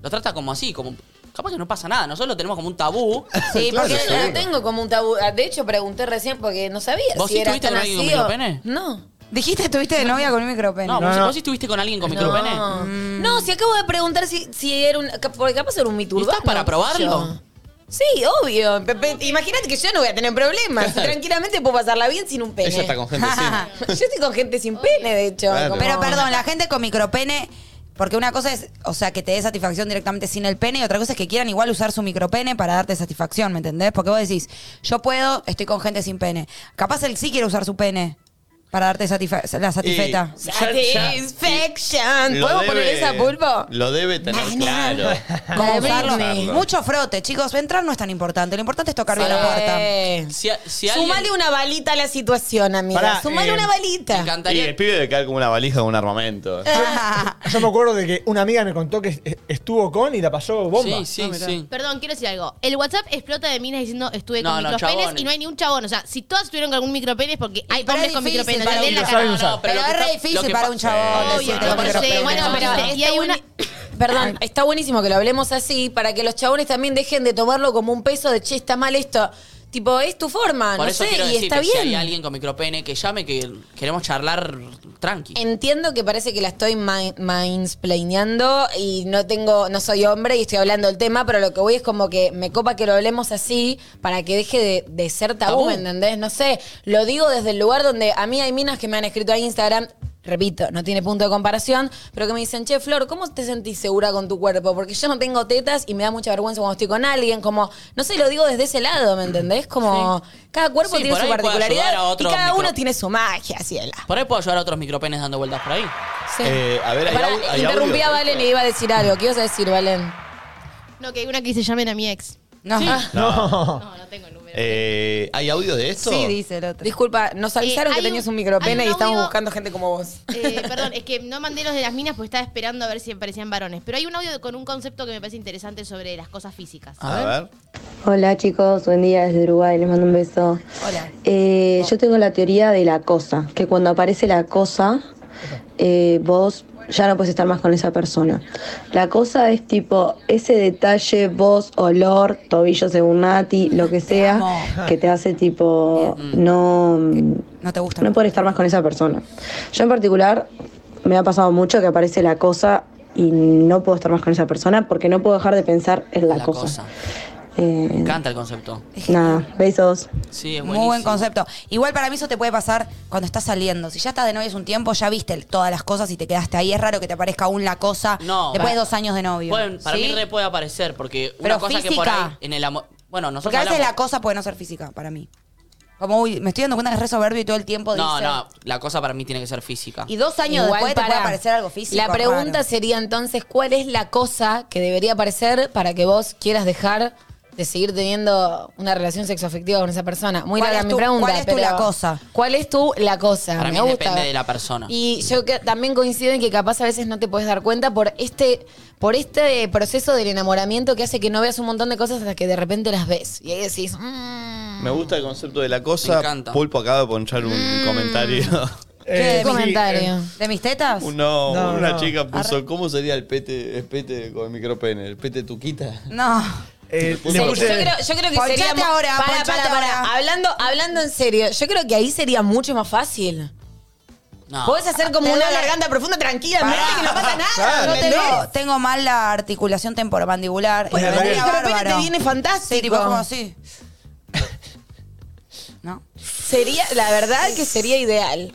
lo trata como así, como. Capaz que no pasa nada. Nosotros lo tenemos como un tabú.
Sí, porque lo tengo como un tabú. Ah, De hecho, pregunté recién porque no sabía
¿Vos
si
sí
era
estuviste
tan
con alguien con
así o-
micropene?
No.
¿Dijiste estuviste de novia con un micropene?
No, vos, vos sí estuviste con alguien con micropene.
No. Mm. No, si acabo de preguntar si, si era un. Porque capaz era un miturbano.
¿Estás para probarlo?
Yo. Sí, obvio. Pe- pe- Imagínate que yo no voy a tener problemas. Tranquilamente puedo pasarla bien sin un pene.
Ella está con gente
[LAUGHS]
sin.
[LAUGHS]
yo estoy con gente sin pene, de hecho.
Claro.
como-
Pero perdón, la gente con micropene, porque una cosa es, o sea, que te dé satisfacción directamente sin el pene y otra cosa es que quieran igual usar su micropene para darte satisfacción, ¿me entendés? Porque vos decís, yo puedo, estoy con gente sin pene. Capaz él sí quiere usar su pene para darte satisfa- la satisfeta.
Y ya- ya-
Satisfaction.
Lo
¿Podemos
debe-
poner esa pulpo?
Lo debe tener claro.
[LAUGHS]
¿Cómo
La
usarlo?
Britney.
Mucho frote, chicos. Entrar no es tan importante. Lo importante es tocar bien la puerta.
Eh,
Si, a- si alguien-
Sumale una balita a la situación, amiga.
Pará,
Sumale
eh,
una
Me
balita.
Y
encantaría.
el pibe debe caer como una valija con un armamento.
Yo me acuerdo de que una amiga me contó que est- estuvo con y la pasó bomba.
Sí, sí,
Ah,
Ah,
sí.
Perdón, quiero decir algo. El WhatsApp explota de minas diciendo estuve
No,
con
no,
micropenes
chabones.
y no hay ni un chabón. O sea, si todas estuvieron con algún micropenes porque hay
pero
hombres
es
con
difícil
micropenes.
para
Leen
un
la
que sabe
cara.
usar.
No,
Pero
lo que
es
pa-
re
lo
difícil
que
para
pa-
un chabón
Sí,
decirte
bueno,
con
pero-
micropene.
bueno, pero
Pero
Y
está
hay una-
bueni- Perdón, está buenísimo que lo hablemos así para que los chabones también dejen de tomarlo como un peso de che, está mal esto. Tipo, es tu forma,
Por
Ah, no
eso
sé,
quiero
y
decirte,
está bien.
si hay alguien con micropene, que llame, que queremos charlar tranqui.
Entiendo que parece que la estoy mansplaineando y no tengo, no soy hombre y estoy hablando del tema, pero lo que voy es como que me copa que lo hablemos así para que deje de, de ser tabú,
Tabú.
¿entendés? No sé, lo digo desde el lugar donde a mí hay minas que me han escrito a Instagram, repito, no tiene punto de comparación, pero que me dicen, che, Flor, ¿cómo te sentís segura con tu cuerpo? Porque yo no tengo tetas y me da mucha vergüenza cuando estoy con alguien, como, no sé, lo digo desde ese lado, ¿me entendés? Como, cada cuerpo
Sí,
tiene
por
su
ahí puede
particularidad
ayudar a
y
otros
cada uno
micro-
tiene su magia, Ciela.
Por ahí puedo ayudar a otros micropenes dando vueltas por ahí.
Sí.
Eh, a ver, hay
Pará,
au- hay
interrumpí
audio.
a Valen y iba a decir algo. ¿Qué ibas a decir, Valen?
No, que hay una que dice llamen a mi ex.
[LAUGHS]
No.
No.
[LAUGHS]
No, no tengo el número.
Eh, ¿Hay audio de esto?
Sí, dice el otro.
Disculpa, nos avisaron
Eh,
que
hay un-
tenías un,
hay un
micropene y estamos
audio-
buscando gente como vos.
Eh, perdón, es que no mandé los de las minas porque estaba esperando a ver si parecían varones. Pero hay un audio con un concepto que me parece interesante sobre las cosas físicas.
A ver.
Hola chicos, buen día desde Uruguay, les mando un beso.
Hola.
Eh, yo tengo la teoría de la cosa, que cuando aparece la cosa, eh, vos ya no puedes estar más con esa persona. La cosa es tipo ese detalle, voz, olor, tobillo según Nati, lo que sea, que te hace tipo no,
Mm. No te gusta.
no poder estar más con esa persona. Yo en particular me ha pasado mucho que aparece la cosa y no puedo estar más con esa persona porque no puedo dejar de pensar en la,
La
cosa.
cosa.
Eh,
Me encanta el concepto.
Nada, besos.
Sí, es
Muy buen
buenísimo.
concepto. Igual para mí eso te puede pasar cuando estás saliendo. Si ya estás de novio es un tiempo, ya viste el- todas las cosas y te quedaste ahí. Es raro que te aparezca aún la cosa
No,
después de
para-
dos años de novio.
Pueden- para
¿Sí?
mí re puede aparecer, porque una
Pero
cosa que por
física.
ahí en el amor. Bueno, nosotros
Porque a veces
hablamos-
la cosa puede no ser física para mí. Como, uy, me estoy dando cuenta que es re soberbio y todo el tiempo
No,
dice...
no, la cosa para mí tiene que ser física.
Y dos años
Igual,
después te
pará.
puede aparecer algo físico.
La pregunta
raro.
sería entonces, ¿cuál es la cosa que debería aparecer para que vos quieras dejar de seguir teniendo una relación sexoafectiva con esa persona? Muy
¿Cuál
rara
es
mi
tu-
pregunta.
cuál es tu
pero-
la cosa?
¿Cuál es tu la cosa?
para mí
Me gusta.
depende de la persona.
Y yo que- también coincido en que capaz a veces no te puedes dar cuenta por este, por este proceso del enamoramiento que hace que no veas un montón de cosas hasta que de repente las ves. Y ahí decís, "Mm,
Me gusta el concepto de la
Me
cosa.
encanta.
Pulpo acaba de ponchar un comentario. [LAUGHS]
Eh,
¿qué
sí,
comentario?
eh,
¿De mis tetas?
Uno,
No,
una
no.
chica puso, ¿cómo sería el pete, el pete con el micropene? ¿El pete tuquita?
No.
eh, le
Sí, yo,
puse-
creo, yo creo que
Ponchate
sería. mu-
ahora,
Pará,
ponchate
pará, pará.
ahora.
Hablando, hablando en serio, yo creo que ahí sería mucho más fácil.
No.
Podés hacer como
Te
una
duele.
garganta profunda tranquilamente
Pará.
que no pasa nada.
Claro.
Ah, Yo tengo, tengo mal la articulación temporomandibular.
Bueno,
y me
Daniel.
vendría
Pero apenas
bárbaro.
te viene fantástico.
Sí, tipo como así. ¿No?
Sería, la verdad que sería ideal.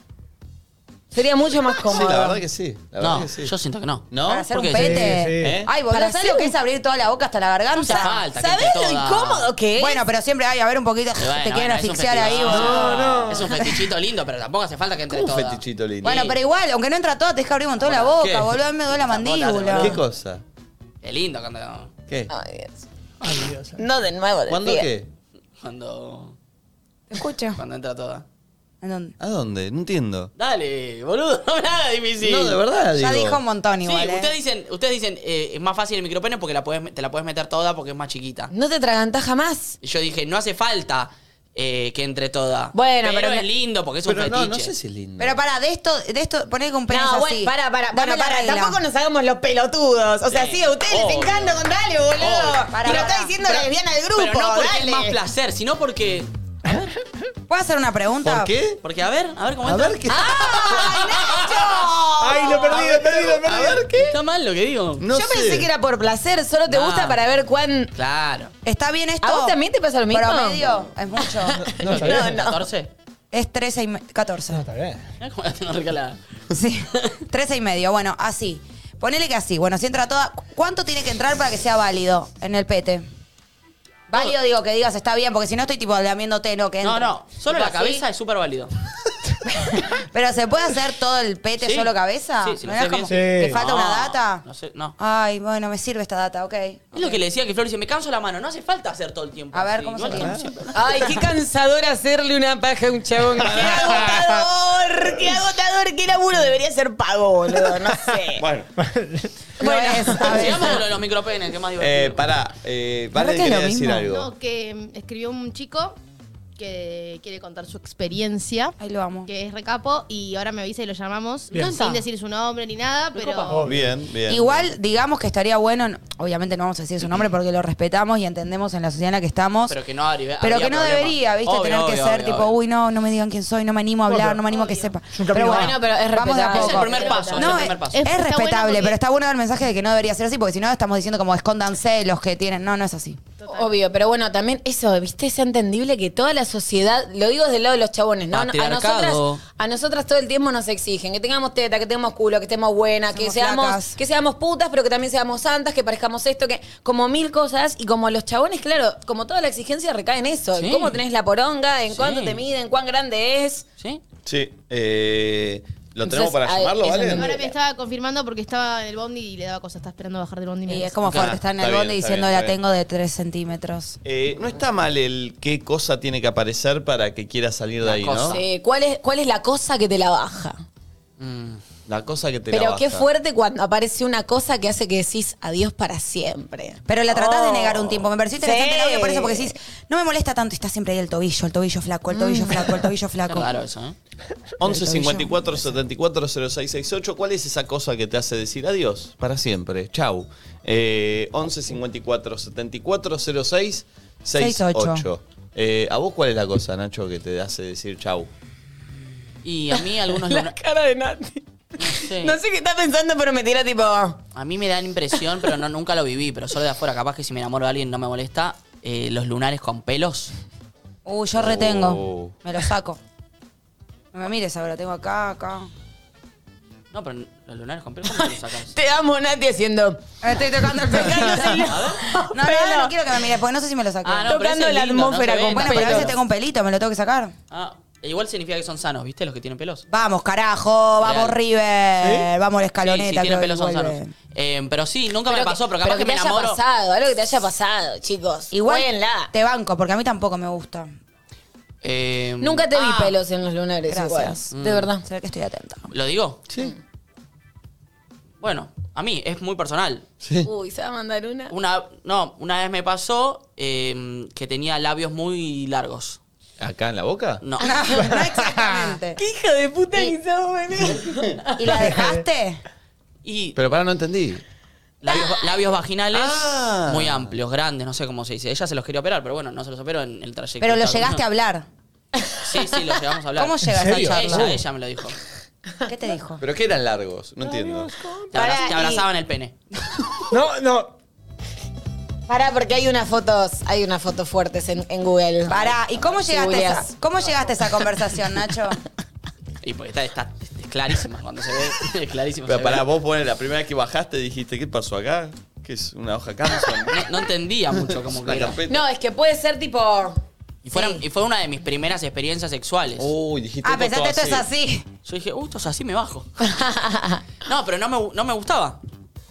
Sería mucho más
Sí, la
cómodo.
verdad que sí. La verdad
No,
que sí.
yo siento que no.
¿No?
Para hacer un
porque-
Sí,
pete.
sí.
¿Eh?
Ay, boludo,
Para
¿sabes
hacer
lo que
un-
es abrir toda la boca hasta la garganta?
falta que
¿Sabés
te
lo
toda.
incómodo que es?
Bueno, pero siempre, ay, a ver un poquito,
Y bueno,
te quieren
bueno, es un
asfixiar ahí,
fetichito.
boludo.
Es un fetichito lindo, pero tampoco hace falta que entre
¿Cómo
toda.
un fetichito lindo?
Bueno, pero igual, aunque no entra todo, te deja abrir con toda la boca,
¿Qué?
boludo, a mí me duele la
Esa bola,
mandíbula.
¿Qué cosa?
Es lindo cuando...
¿Qué?
Ay, Dios.
Ay, Dios.
No de nuevo. de
¿Cuándo
pie.
qué?
Cuando,
¿Te escucho?
cuando entra toda.
¿En dónde?
¿A dónde? No entiendo.
Dale, boludo, [LAUGHS] no me hagas difícil.
No, de verdad,
Ya
digo.
dijo un montón
Sí,
igual, ¿eh?
ustedes dicen, ustedes dicen eh, es más fácil el micropene porque la podés- te la puedes meter toda porque es más chiquita.
No te atragantás jamás.
Y yo dije, no hace falta eh, que entre toda.
Bueno, pero
es
no-
lindo porque es un
Pero
fetiche.
no, no sé si es lindo.
Pero pará, de esto, de esto, poné que un pene
No,
así.
bueno, para, para,
Dame
bueno,
la
para,
regla.
tampoco nos hagamos los pelotudos. O sea,
Sí,
sí, a ustedes les
obvio.
encanta con dale, boludo.
Obvio.
Para,
y lo
para.
está diciendo la lesbiana del grupo,
Pero no porque
dale.
es más placer, sino porque...
¿Puedo hacer una pregunta?
¿Por qué?
Porque, a ver, a ver cómo
A
entra.
ver qué.
¡Ay,
[LAUGHS]
Nacho!
Ay, lo perdí, lo perdí, lo perdí.
A ver qué.
Está mal lo que digo.
No
Yo
sé.
pensé que era por placer, solo te
No.
gusta para ver cuán.
Claro.
¿Está bien esto?
¿A vos también te pasa lo mismo?
Promedio, es mucho.
No, está bien.
no.
14.
es 13 y me- 14.
No, está
[LAUGHS]
bien.
Mirá cómo la tengo recalada.
Sí. 13 y medio. Bueno, así. Ponele que así. Bueno, si entra toda. ¿cu- ¿Cuánto tiene que entrar para que sea válido en el pete? Válido, digo, que digas está bien, porque si no estoy tipo lamiéndote, no, que
No,
entre.
no. Solo
Tipo
la
así.
cabeza es súper válido.
Pero ¿se puede hacer todo el pete
Sí.
solo cabeza?
Sí, si lo
¿No era
haces bien.
¿Te
Sí.
falta
No,
una data?
No sé, no.
Ay, bueno, me sirve esta data, ok.
Es lo que le decía que Flor dice, me canso la mano, no hace falta hacer todo el tiempo.
A ver,
así.
¿cómo
Igual
se
como
llama? [LAUGHS]
siempre.
Ay, qué cansador hacerle una paja a un chabón. ¡Qué agotador! ¡Qué agotador! ¡Qué laburo debería ser pago, boludo! No sé.
Bueno,
Bueno, a ver.
Sigamos con lo de los micropenes, que es más divertido.
eh, pará. Eh,
¿Verdad
vale,
que es
quería
lo
decir
mismo?
algo.
No, que mm, escribió un chico que quiere contar su experiencia,
Ahí lo amo.
que es recapo, y ahora me avisa y lo llamamos,
Bien.
sin decir su nombre ni nada, pero...
copa.
Bien, bien.
Igual, digamos que estaría bueno, n- obviamente no vamos a decir su nombre porque lo respetamos y entendemos en la sociedad en la que estamos.
Pero que no habría-
Pero
habría
que no
problema.
debería, ¿viste?
Obvio,
Tener que
obvio,
ser
obvio,
tipo,
obvio.
uy, no, no me digan quién soy, no me animo a hablar,
Obvio.
no me animo a que
Obvio.
sepa.
Es un camino
Bueno, pero es
vamos de a
respetable.
poco.
Es el primer paso, es
No,
el
es,
primer paso.
es
Está bueno
respetable,
porque-
pero está bueno dar el mensaje de que no debería ser así, porque si no estamos diciendo como escóndanse los que tienen. No, no es así.
Obvio, pero bueno, también eso, ¿viste? Es entendible que toda la sociedad, lo digo desde el lado de los chabones, ¿no? A nosotras,
Patriarcado.
a nosotras todo el tiempo nos exigen que tengamos teta, que tengamos culo, que estemos buenas, que
Seamos
seamos,
flacas.
que seamos putas, pero que también seamos santas, que parezcamos esto, que como mil cosas. Y como los chabones, claro, como toda la exigencia recae en eso, en
Sí.
cómo tenés la poronga, en
Sí.
cuánto te miden, cuán grande es.
¿Sí?
Sí. Eh, ¿Lo
Entonces,
tenemos para
ay,
llamarlo,
es
vale?
Ahora me
entendible.
estaba confirmando porque estaba en el bondi y le daba cosa, está esperando bajar del bondi. me
Y
avisa.
es como
Claro,
fuerte estar en
está
el
bien,
bondi
está
diciendo
bien,
la
está
tengo de 3 centímetros.
Eh, no está mal el qué cosa tiene que aparecer para que quiera salir de
La
ahí,
cosa.
¿no?
Eh, ¿cuál, es, ¿Cuál es la cosa que te la baja?
Mm.
La cosa que te la
pero qué
baja.
fuerte cuando aparece una cosa que hace que decís adiós para siempre.
Pero la tratás de
Oh.
negar un tiempo. Me pareció interesante
Sí.
el audio por eso, porque decís, no me molesta tanto, está siempre ahí el tobillo, el tobillo flaco, el tobillo flaco, el tobillo
Qué
flaco.
raro eso, ¿eh?
11 54 74 06 68. ¿Cuál es esa cosa que te hace decir adiós para siempre? Chau. Eh, 11 54 74 06 68.
68.
Eh, ¿A vos cuál es la cosa, Nacho, que te hace decir chau?
Y a mí algunos...
La
lunar-
cara de Nati.
no sé.
No sé qué está pensando, pero me tira tipo.
A mí me da la impresión, pero no, nunca lo viví, pero solo de afuera. Capaz que si me enamoro de alguien no me molesta. eh, los lunares con pelos?
Uy, yo retengo.
Oh.
Me lo saco. No me mires ahora, tengo acá, acá.
No, pero los lunares con pelos, ¿cómo te
[LAUGHS]
los sacas?
Te amo, Nati, haciendo.
Ah, Estoy tocando el
[LAUGHS]
pelo. No, no, no,
Pelo.
quiero que me mires, porque no sé si me lo saco.
Ah, no, pero ese es lindo, no se ve,
Bueno,
no
pero a
se ve.
veces tengo un pelito, me lo tengo que sacar.
Ah, igual significa que son sanos, ¿viste? Los que tienen pelos.
Vamos, carajo, vamos
Real.
River, vamos la
sí, sí,
escaloneta.
tienen
que
pelos son
vuelve.
sanos. Eh, pero sí, nunca
Pero
me pasó, pero
pero
capaz que, me
te haya
enamoro.
pasado, algo que te haya pasado, chicos.
Igual
Jueguenla.
te banco, porque a mí tampoco me gusta.
Eh,
Nunca te vi
ah,
pelos en los lunares,
Gracias.
igual.
Mm.
De verdad.
Se ve que estoy atenta.
¿Lo digo?
Sí.
Bueno, a mí es muy personal.
Sí.
Uy, ¿se va a mandar una?
Una, no, una vez me pasó eh, que tenía labios muy largos.
¿Acá en la boca?
No.
[LAUGHS] No
[LAUGHS]
exactamente.
¿Qué hija de puta que sos,
¿Y la dejaste?
Y
Pero para no entendí.
labios, labios vaginales
Ah.
muy amplios, grandes, no sé cómo se dice. Ella se los quería operar, pero bueno, no se los operó en el
[LAUGHS]
trayecto.
Pero lo
Estaba con
llegaste a
una-
hablar.
Sí, sí, lo llegamos a hablar.
¿Cómo llegas a
serio?
charla?
Ella, ella me lo dijo.
¿Qué te dijo?
¿Pero qué eran largos? No entiendo.
Te, abra-
Pará, y-
te abrazaban el pene.
No, no.
Pará, porque hay unas fotos, hay unas fotos fuertes en, en Google.
Pará, ¿y cómo
Si
llegaste, a
googleás.
esa, cómo llegaste a esa conversación, Nacho?
Y porque está, está- es clarísima cuando se ve. [LAUGHS] Es clarísimo. se
Pero
ve.
pará, vos pones la primera vez que bajaste dijiste, ¿qué pasó acá? ¿Qué es una hoja Canson?
No, no entendía mucho cómo
una
que era.
carpeta.
No, es que puede ser tipo.
Y, fueron-
Sí.
y fue una de mis primeras experiencias sexuales.
Uy, dijiste
Ah,
todo
pensaste esto es así.
Yo dije, uy, esto es así,
[LAUGHS]
me bajo. no, pero no me, no me gustaba.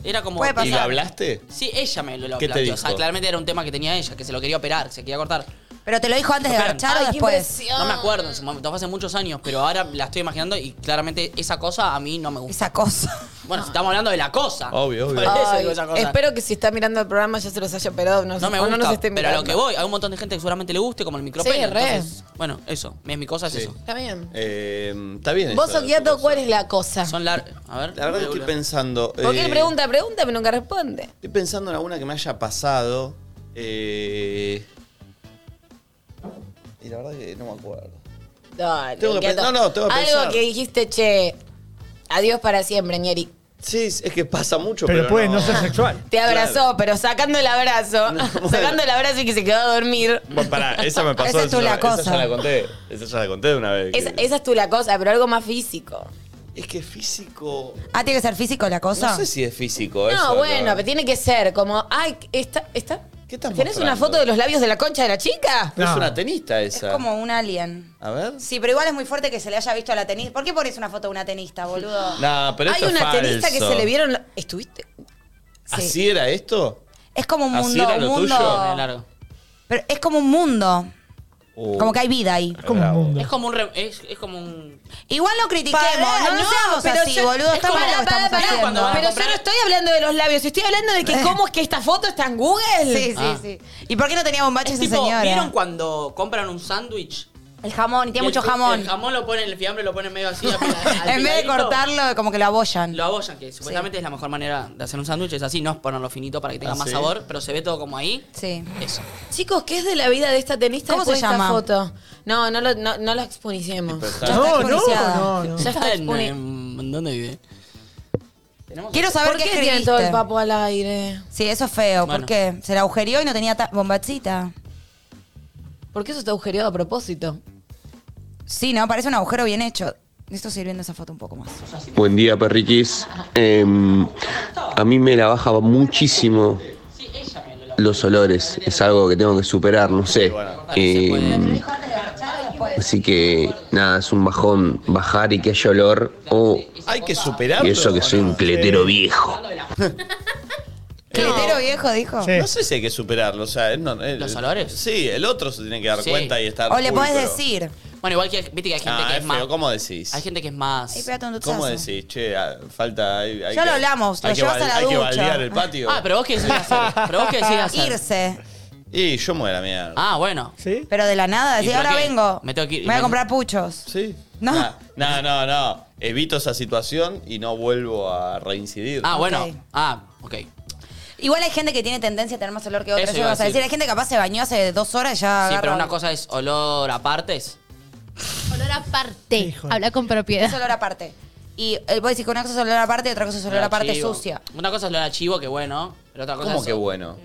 Era como.
Puede
¿Y
pasar.
lo hablaste?
Sí, ella me lo, lo
¿Qué te
planteó. O sea,
dijo?
claramente era un tema que tenía ella, que se lo quería operar, se quería cortar.
Pero te lo dijo antes de
Operan.
marchar o
Ay, qué
después.
impresión.
No me acuerdo en su momento, fue hace muchos años, pero ahora la estoy imaginando y claramente esa cosa a mí no me gusta.
Esa cosa.
Bueno, si estamos hablando de la cosa.
Obvio, obvio.
Por eso
Ay,
digo esa cosa.
espero que si está mirando el programa ya se los haya operado. No,
No me
o
gusta,
no nos esté
pero a lo
mirando.
que voy, hay un montón de gente que seguramente le guste, como el
Sí,
micropene.
re.
entonces, bueno, eso, es mi cosa, es
Sí.
eso.
Está bien.
Eh, está bien.
Vos,
eso,
Okiato,
eso.
¿cuál es la cosa?
Son lar... A ver.
La verdad que estoy pensando.
Porque
eh,
él pregunta, pregunta, pero nunca responde.
Estoy pensando en alguna que me haya pasado. eh, y la verdad que no me acuerdo.
Dale,
Tengo que
Okiato.
pensar- no, no, tengo que
Algo
pensar.
que dijiste, che, adiós para siempre, ñeri.
Sí, es que pasa mucho, pero.
Pero puede no ser sexual.
Te abrazó,
Claro.
pero sacando el abrazo, [LAUGHS]
No, bueno.
sacando el abrazo y que se quedó a dormir.
Bueno, pará, esa me pasó.
Esa es tu la
ya- esa
cosa.
ya la conté. Esa ya la conté de una vez.
Esa,
que-
esa es tú la cosa, pero algo más físico.
Es que físico.
Ah, tiene que ser físico la cosa.
No sé si es físico eso.
No, bueno,
la-
pero tiene que ser como, ay, esta, esta.
¿Qué estás
¿Tenés una
mostrando?
foto de los labios de la concha de la chica?
Pero Es
No.
una tenista
Es
esa.
como un alien.
A ver.
Sí, pero igual es muy fuerte que se le haya visto a la tenista. ¿Por qué pones una foto de una tenista, boludo?
No, pero
Hay
esto es
una tenista que
falso.
se le vieron. la- ¿Estuviste?
Sí.
¿Así era esto?
Es como un
¿Así
mundo,
era
un
lo
De
mundo.
largo.
Pero es como un mundo.
Oh.
Como que hay vida ahí.
Es como un mundo.
Es como un... re- Es, es como un...
Igual lo critiquemos,
Pará,
no, no seamos
pero
así,
yo-
boludo.
es
Está
como-
mal lo que
pará,
estamos
pará,
haciendo.
cuando
Eh.
van a
Pero
comprar-
yo no estoy hablando de los labios, estoy hablando de que cómo es que esta foto está en Google.
Sí, sí,
Ah.
sí. ¿Y por qué no tenía bombacha
Es
esa
tipo,
señora?
¿vieron cuando compran un sándwich?
El jamón, y tiene
Y el-
mucho jamón.
El jamón lo ponen, el fiambre lo ponen medio
[LAUGHS]
así. al- al
en vez de
picadito,
cortarlo, como que lo abollan.
Lo abollan, que supuestamente es la mejor manera de hacer un sándwich. Es así, no es ponerlo finito para que tenga
Ah,
más
sí.
sabor, pero se ve todo como ahí.
Sí.
Eso.
Chicos, ¿qué es de la vida de esta tenista
¿Cómo
después
se
de esta
llama?
foto? No, no lo, no, no lo exponicemos.
Pero está-
está
No, no,
exponiciada.
no, no.
Ya está en,
expone-
en- ¿Dónde vive? Tenemos-
Quiero saber
¿Por qué
escribiste.
tienen todo el papo al aire?
Sí, eso es feo.
Bueno.
¿Por qué? Se la agujereó y no tenía ta- bombachita.
¿Por qué eso está agujereado a propósito?
Sí, ¿no? Parece un agujero bien hecho. Esto sirviendo esa foto un poco más.
Buen día, perriquis. Em, a mí me la baja muchísimo los olores. Es algo que tengo que superar, no sé. Em, así que nada, es un bajón bajar y que haya olor. o
Hay que superarlo.
y eso que soy un cletero
[LAUGHS]
viejo.
Cletero viejo dijo.
Sí.
No sé si hay que superarlo, o sea, es no- es-
¿Los olores?
Sí, el otro se tiene que dar
Sí.
cuenta y estar.
O le
cool,
podés
pero-
decir.
Bueno, igual que viste que hay gente
Ah,
que es,
es
más.
feo, ¿cómo decís?
Hay gente que es más.
Ahí pegate un duchazo.
¿Cómo decís? Che, ah, falta. hay- hay
Ya
que-
lo hablamos, lo
hay que
llevas
bal-
a la
Hay que
ducha.
baldear el patio.
Ah, pero vos qué decís
[LAUGHS]
hacer. Pero vos qué decís hacer.
Irse.
Y yo muero la mierda.
Ah, bueno.
¿Sí?
Pero de la nada,
¿Y
decir,
pero
Ah, ahora
qué?
vengo.
Me tengo que ir.
voy a comprar puchos.
Sí.
No.
Nah, No, no, no. Evito esa situación y no vuelvo a reincidir.
Ah, bueno.
Ok.
Ah, ok.
Igual hay gente que tiene tendencia a tener más olor que otra.
Eso
Eso
iba a
ibas a
decir.
decir. Hay gente que capaz se bañó hace dos horas y ya.
Sí, pero
agarra-
una cosa es olor a partes.
Olor aparte.
Hijo de-
Habla con
Es
propiedad.
olor aparte. Y eh, vos decís que una cosa es olor aparte y otra cosa es olor
a
aparte
chivo.
sucia. Mm.
Una cosa es olor a chivo, que bueno. Pero otra cosa
¿Cómo
es-
que bueno?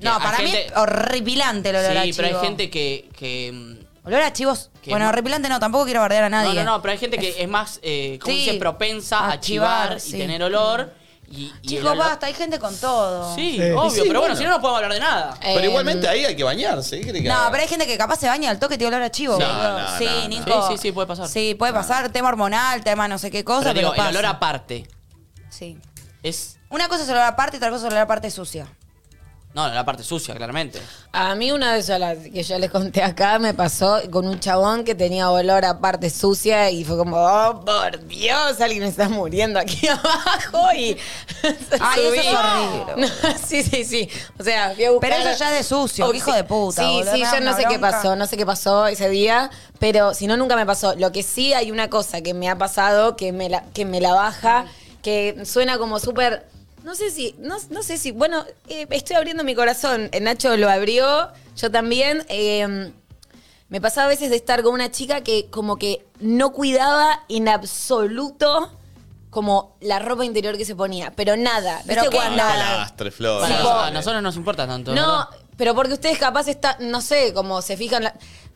No,
hay
para mí
gente-
es horripilante el olor a
Sí,
chivo.
pero hay gente que. que, mm,
Olor a chivos.
que-
Bueno, horripilante no, tampoco quiero bardear a nadie.
No, no, no, pero hay gente que es más, eh, ¿cómo
Sí.
se dice? Propensa a,
A chivar,
chivar,
sí. Mm.
y tener olor. Y, y el
Chicos,
olor-
basta, hay gente con todo. Eh,
Sí,
Sí.
obvio,
Sí,
pero bueno,
bueno.
si no, no podemos hablar de nada.
Pero
em,
igualmente ahí hay que bañarse. ¿qué crees que
No,
haga?
pero hay gente que capaz se baña al toque y tiene olor a chivo.
No,
boludo.
no,
sí,
no, no.
Nico.
Sí, sí, sí, puede pasar.
Sí, puede pasar. Tema hormonal, tema no sé qué cosa,
Pero
pero,
digo, el
pasa.
olor aparte
Sí.
es.
Una cosa es olor aparte y otra cosa es olor aparte sucia.
No, la parte sucia, claramente.
A mí una vez a la- que yo les conté acá me pasó con un chabón que tenía olor a parte sucia y fue como, oh, por Dios, alguien está muriendo aquí [LAUGHS] abajo y...
Ay,
[LAUGHS]
eso es
subí.
horrible.
No, sí, sí, sí. O sea, fui a buscar...
Pero eso ya es de sucio,
Oh,
qué hijo
sí.
de puta.
Sí,
boludo,
sí,
me da
yo no
una
sé qué
bronca.
pasó, no sé qué pasó ese día, pero si no, nunca me pasó. Lo que sí hay una cosa que me ha pasado, que me la, que me la baja, que suena como súper... No sé si, no, no sé si, bueno, eh, estoy abriendo mi corazón. Eh, Nacho lo abrió, yo también. eh, me pasaba a veces de estar con una chica que como que no cuidaba en absoluto como la ropa interior que se ponía, pero nada.
Pero
¿Viste
qué
cuando-
Ah, lastre, Flor.
Para-
dale.
a nosotros nos importa tanto.
no,
¿verdad?
pero porque ustedes capaz están, no sé, como se fijan, la-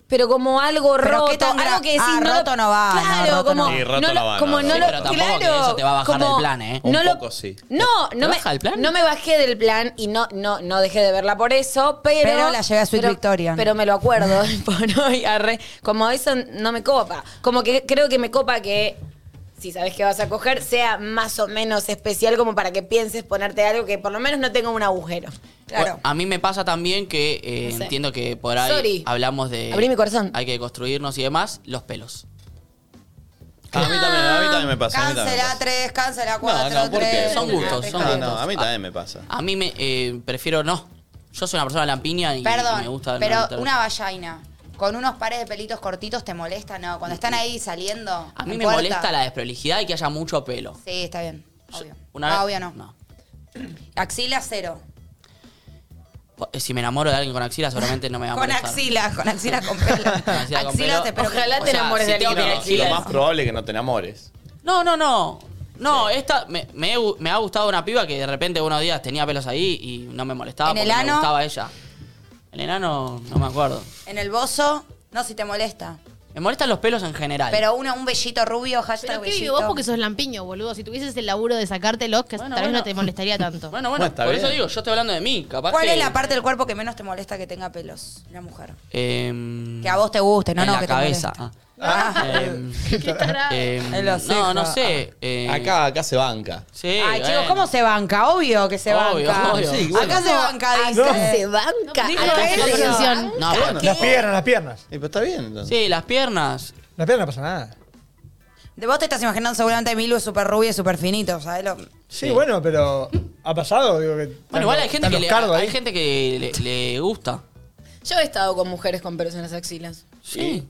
pero como algo
Pero
roto,
qué tan gra-
algo que decís,
Ah,
lo-
roto no va, no,
claro,
roto
como,
no.
Sí, roto
lo-
no va,
como
no,
no
sí,
lo,
pero tampoco que
claro,
eso te va a bajar
como
del plan, ¿eh?
Un
no lo-
poco sí.
No,
¿Te
no me,
baja del plan?
no me bajé del plan y no, no, no dejé de verla por eso, pero
Pero la llevé a Sweet
pero-
Victorian.
Pero me lo acuerdo [LAUGHS] por hoy, arre. como eso no me copa, como que creo que me copa que si sabes que vas a coger, sea más o menos especial como para que pienses ponerte algo que por lo menos no tenga un agujero.
Claro.
A mí me pasa también que eh,
No sé.
entiendo que por ahí
Sorry.
hablamos de.
Abrí mi corazón.
Hay que construirnos y demás, los pelos.
Ah.
A mí también, a mí también me pasa. a mí también me
Cancela
pasa.
tres, cancela
No,
cuatro,
no, ¿por qué?
tres.
Son gustos, son
No,
gustos.
no, a mí también me pasa.
A mí me eh, prefiero no. Yo soy una persona lampiña y, y
Perdón,
me gusta. me
pero
gusta-
una vallaina con unos pares de pelitos cortitos te molesta, ¿no? Cuando están ahí saliendo.
A
en
mí me
puerta.
molesta la desprolijidad y que haya mucho pelo.
Sí, está bien. Obvio.
Una
Ah,
vez-
obvio no. Axila cero.
Eh, Si me enamoro de alguien con axila, seguramente no me va
[LAUGHS]
a
Con
molestar.
axila, con axila con pelo.
[LAUGHS] Con axila con
axila
pelo.
te pero
Ojalá
O
te
sea,
enamores
si
de alguien
tengo
con
que
Lo
elegir-
axilas.
más probable es que no te enamores.
No, no, no. No, esta me, me he gu- me ha gustado una piba que de repente unos días tenía pelos ahí y no me molestaba
¿En
porque
el
me
ano?
gustaba ella. El enano, no me acuerdo.
En el bozo, no si te molesta.
Me molestan los pelos en general.
Pero una, un vellito rubio, hashtag
Pero qué
vellito.
vivo vos porque sos lampiño, boludo. Si tuvieses el laburo de sacártelos, que
Bueno,
tal vez
bueno.
no te
[LAUGHS]
molestaría tanto.
bueno, bueno,
Bueno, está
por
bien.
eso digo, yo estoy hablando de mí, capaz
¿Cuál
que-
es la parte del cuerpo que menos te molesta que tenga pelos? La mujer.
Em,
Que a vos te guste, no,
en
no,
la
que te
cabeza.
Ah.
Ah.
[LAUGHS]
Em, em,
En la ceja.
no, no sé. eh,
Ah, Acá, acá se banca.
Sí. eh.
Ay, chicos,
bueno.
¿cómo se banca? Obvio que se
Obvio,
banca.
obvio. Sí,
bueno.
Acá se banca, dice.
Acá se banca.
Dijo
acá
eso,
se
pero-
banca.
No,
Ah,
pero-
Las piernas, las piernas.
Eh, pero está bien entonces.
Sí, las piernas.
Las piernas no pasa nada.
De vos te estás imaginando seguramente a Milu es súper rubio y súper finito, ¿sabes? Lo-
Sí, bueno, pero ha pasado. Digo que
Bueno, igual hay gente que le,
cargo
hay gente que le, le gusta.
Yo he estado con mujeres con pelos en las axilas.
Sí.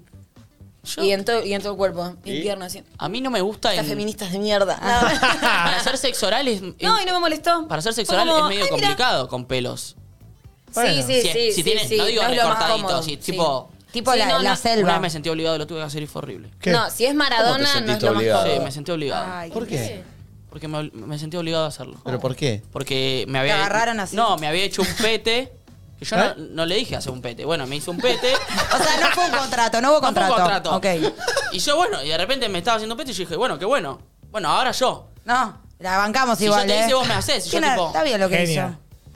Yo-
Y en, todo, y en todo el cuerpo. Y en
¿Y?
piernas. y en-
a mí no me gusta
Estas
en,
feministas de mierda. No.
para hacer sexo oral
[LAUGHS]
es,
No, y no me molestó.
para hacer sexo
Fue
oral
como,
es medio
"Ay, mira".
complicado con pelos.
Sí,
Bueno.
sí,
Si-
sí.
si
sí,
tiene-
sí,
no digo
es lo más
recortadito,
cómodo,
sí,
sí.
tipo-
Tipo
Sí,
la,
no,
la
no.
Una
selva.
vez me sentí obligado, lo tuve que hacer y fue horrible.
¿Qué?
No, si es
¿Cómo te
Maradona, no es
sentiste
lo más
obligado?
Sí,
Claro.
me sentí obligado.
Ay,
¿Por qué?
Porque me, me sentí obligado a hacerlo.
¿Pero por qué?
Porque me había.
Te agarraron así.
No, me había hecho un pete. Que yo no, no le dije hacer un pete. Bueno, me hizo un
[LAUGHS]
pete.
O sea, no fue un contrato, no hubo
No fue un
contrato.
contrato.
Ok.
Y yo, bueno, y de repente me estaba haciendo pete y yo dije, bueno, qué bueno. Bueno, ahora yo.
No, la bancamos
Si
igual.
yo te
¿eh?
hice, vos me hacés, y yo
Tiene-
tipo-
Está bien lo que
Genia.
hizo.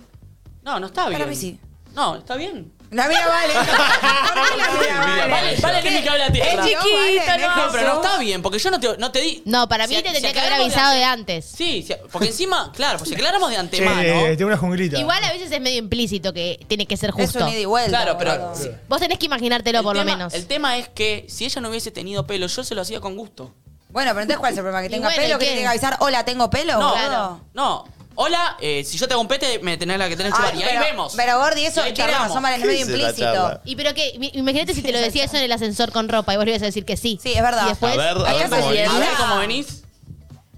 No, no está bien.
Para mí sí.
No, está bien.
La mía
[LAUGHS]
vale. ¿Por qué la mía
Mira,
vale?
Vale, vale que me cabe la tierra.
Es chiquita, no,
No, pero no
Jesús.
está bien, porque yo no te, no te di.
No, para mí
Si-
te
si
tenía que haber
aclaramos
avisado
de-
de antes.
Sí, sí, porque encima, claro, pues si aclaramos de
Che,
antemano.
eh, tengo una junglita.
Igual a veces es medio implícito que tiene que ser
Es
justo.
un ida y vuelta.
Claro, pero-
boludo.
sí.
Vos tenés que imaginártelo
el
por lo
tema-
menos.
El tema es que si ella no hubiese tenido pelo, yo se lo hacía con gusto.
Bueno, pero entonces, ¿cuál es el problema? ¿Que
Y
tenga
bueno,
pelo?
¿y
¿Que
qué?
tenga que avisar? Hola, ¿tengo pelo?
No,
boludo?
no. Hola, eh, si yo te hago un pete, me tenés la que tenés
Ay,
chupar. y ahí
pero-
vemos.
Pero Gordi, eso
Y ahí
tiene
charlamos.
razón, vale, es
¿Qué
medio
dice la
implícito.
charla?
Y pero que, mi- imagínate si te lo decía eso en el ascensor con ropa y vos le ibas a decir que sí.
Sí, es verdad.
Y después,
a ver, a
Hay
ver
que
cómo
hacer
viene.
A ver
Ah.
cómo venís.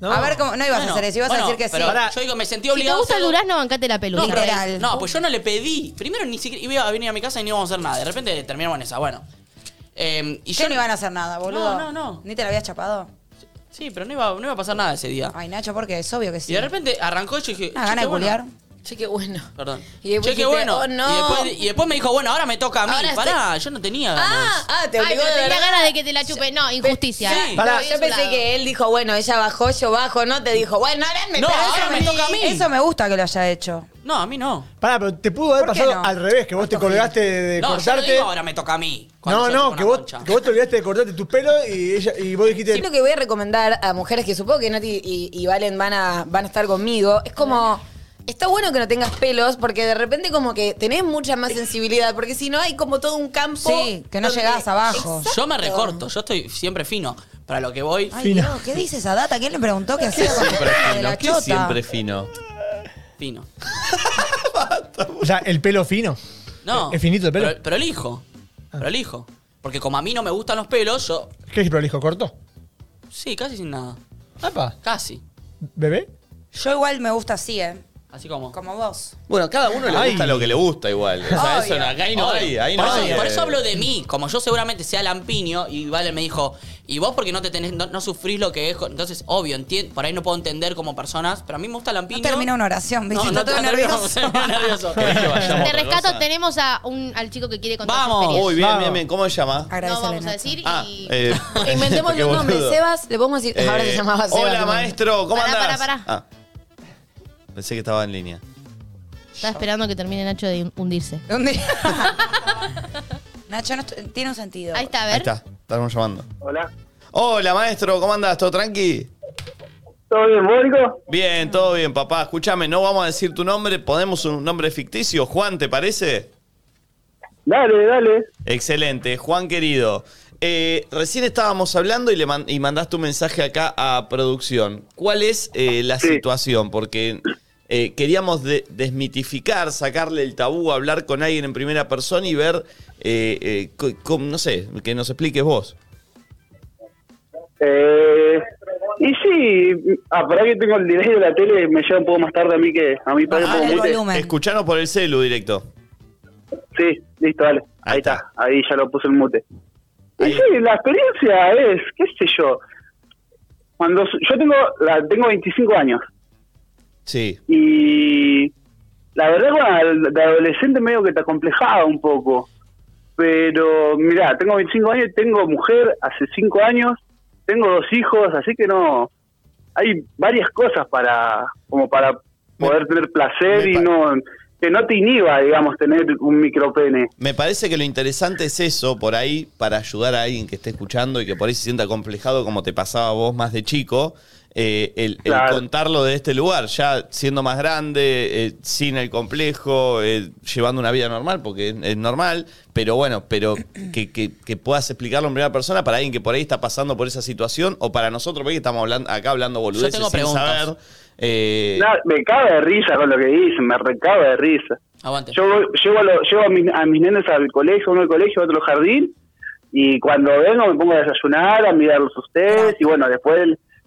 No.
A ver cómo. No ibas
Bueno,
a hacer eso, ibas
bueno,
a decir que sí.
pero Yo digo, me
si
sentí
te
obligado.
gusta
a
el
hacerlo.
durazno, bancate la peluca.
No, pero-
Literal.
no, pues yo no le pedí. Primero ni siquiera iba a venir a mi casa y no íbamos a hacer nada. De repente terminamos en esa. Bueno. Eh, y
Y
yo
yo no iban a hacer nada, boludo.
No, no, no.
Ni te la habías chapado.
Sí, pero no iba, no iba a pasar nada ese día.
Ay, Nacho, porque es obvio que sí.
Y de repente arrancó y yo dije.
Una
"Che,
gana de
bueno".
culiar.
Che, qué bueno.
Perdón.
Y después
che,
dijiste,
qué bueno.
"Oh, no".
y, después, y después me dijo, bueno, ahora me toca a mí.
Ahora
Pará, yo no tenía
Ah,
ganas.
ah, te
Ay,
obligó
pero
de
tenía
verdad.
ganas de que te la chupe. No, injusticia.
Sí.
Pará.
Yo pensé que él dijo, bueno, ella bajó, yo bajo, no te dijo, bueno, ahora me
No,
toca.
ahora me toca a mí.
Eso me gusta que lo haya hecho.
No, a mí no.
Pará, pero te pudo haber
¿Por qué
pasado
no?
al revés, que vos te colgaste de, de
No, yo no
cortarte.
digo ahora me toca a mí. cuando
No,
yo toco
no,
una
que vos,
concha.
que vos te olvidaste de cortarte tu pelo y ella y vos dijiste.
Sí, lo que voy a recomendar a mujeres que supongo que Nati y, y Valen van a, van a estar conmigo, es como. Está bueno que no tengas pelos porque de repente como que tenés mucha más sensibilidad, porque si no hay como todo un campo.
Sí, que no
donde-
llegás abajo.
Yo me recorto, yo estoy siempre fino. Para lo que voy.
Ay,
Fina.
no, ¿qué dice esa data? ¿Quién le preguntó qué
[LAUGHS]
hacía con el
Siempre
pelo de
fino.
la
¿Qué
chota?
siempre fino?
Fino.
O sea, el pelo fino.
No.
¿Es finito el pelo?
Pero, elijo.
Ah.
Pero elijo. Porque como a mí no me gustan los pelos, yo.
¿Qué es prolijo? ¿Corto?
Sí, casi sin nada.
Apa.
Casi.
¿Bebé?
Yo igual me gusta así, ¿eh?
Así como.
Como vos.
Bueno, a cada uno le
Ay.
gusta lo que le gusta igual. [LAUGHS] O sea,
Obvio.
eso no- acá ahí no hay, ahí no
por,
hay,
eso, por
eh.
eso hablo de mí. Como yo seguramente sea lampiño, y Vale me dijo, y vos porque no te tenés, no, no sufrís lo que es. con-". Entonces, obvio, entien- por ahí no puedo entender como personas, pero a mí me gusta
No
lampiño.
termina una oración, [LAUGHS] ¿viste?
No,
Está
no,
todo
[LAUGHS] no,
nervioso.
termino nervioso.
¿Querés que vayamos a
Te
otra
rescato,
cosa?
tenemos a un, al chico que quiere contar
Vamos.
su
Uy,
experiencia.
bien,
Vamos.
bien, bien. ¿Cómo se llama?
Agradecele,
No vamos a
Nacho.
decir [LAUGHS]
Ah,
y...
eh,
Inventémosle
qué
un nombre,
boludo.
Sebas, le podemos decir. Ahora
Eh,
se llamaba Sebas.
Hola,
¿no?
maestro, ¿cómo
Pará,
andás?
pará, pará.
Ah. Pensé que estaba en línea.
Estaba esperando que termine Nacho de hundirse.
¿Dónde? Nacho, no est- tiene un sentido.
Ahí está, a
Ahí
ver.
está, estamos llamando.
Hola.
Hola, maestro, ¿cómo andás? ¿Todo tranqui?
¿Todo bien, Mónico?
Bien, todo bien, papá. Escúchame, no vamos a decir tu nombre, ponemos un nombre ficticio. Juan, ¿te parece?
Dale, dale.
Excelente, Juan querido. eh, recién estábamos hablando y le man- y mandaste un mensaje acá a producción. ¿Cuál es eh, la
Sí.
situación? Porque eh, queríamos de- desmitificar, sacarle el tabú, hablar con alguien en primera persona y ver, eh, eh, co- com- no sé, que nos expliques vos.
Eh, y sí, ah, para que tengo el delay de la tele, me llega un poco más tarde a mí que a mí para un
Bajale
poco
el
muy te-
volumen.
Escuchanos por el celu directo.
Sí, listo, dale. Ahí,
Ahí
está.
está.
ahí ya lo puse en mute.
Ahí.
Y sí, la experiencia es, qué sé yo. Cuando s- yo tengo la tengo 25 años
Sí.
y la verdad cuando de adolescente medio que te acomplejaba un poco. Pero mirá, tengo 25 años, tengo mujer hace 5 años, tengo dos hijos, así que no hay varias cosas para como para poder tener placer
me
y
pa-
no que no te inhiba, digamos, tener un micropene.
Me parece que lo interesante es eso, por ahí, para ayudar a alguien que esté escuchando y que por ahí se sienta complejado como te pasaba a vos más de chico, eh, el, el
Claro.
contarlo de este lugar, ya siendo más grande, eh, sin el complejo, eh, llevando una vida normal, porque es, es normal, pero bueno, pero que, que- que puedas explicarlo en primera persona para alguien que por ahí está pasando por esa situación o para nosotros, porque estamos hablando, acá hablando boludeces
tengo
sin
preguntas.
saber. eh,
Nah, me cago de risa con lo que dicen, me recago de risa.
Aguante.
Yo voy- llevo, a, lo- llevo a, mis, a mis nenes al colegio, uno al colegio, otro al jardín, y cuando vengo me pongo a desayunar, a mirarlos a ustedes, y bueno, después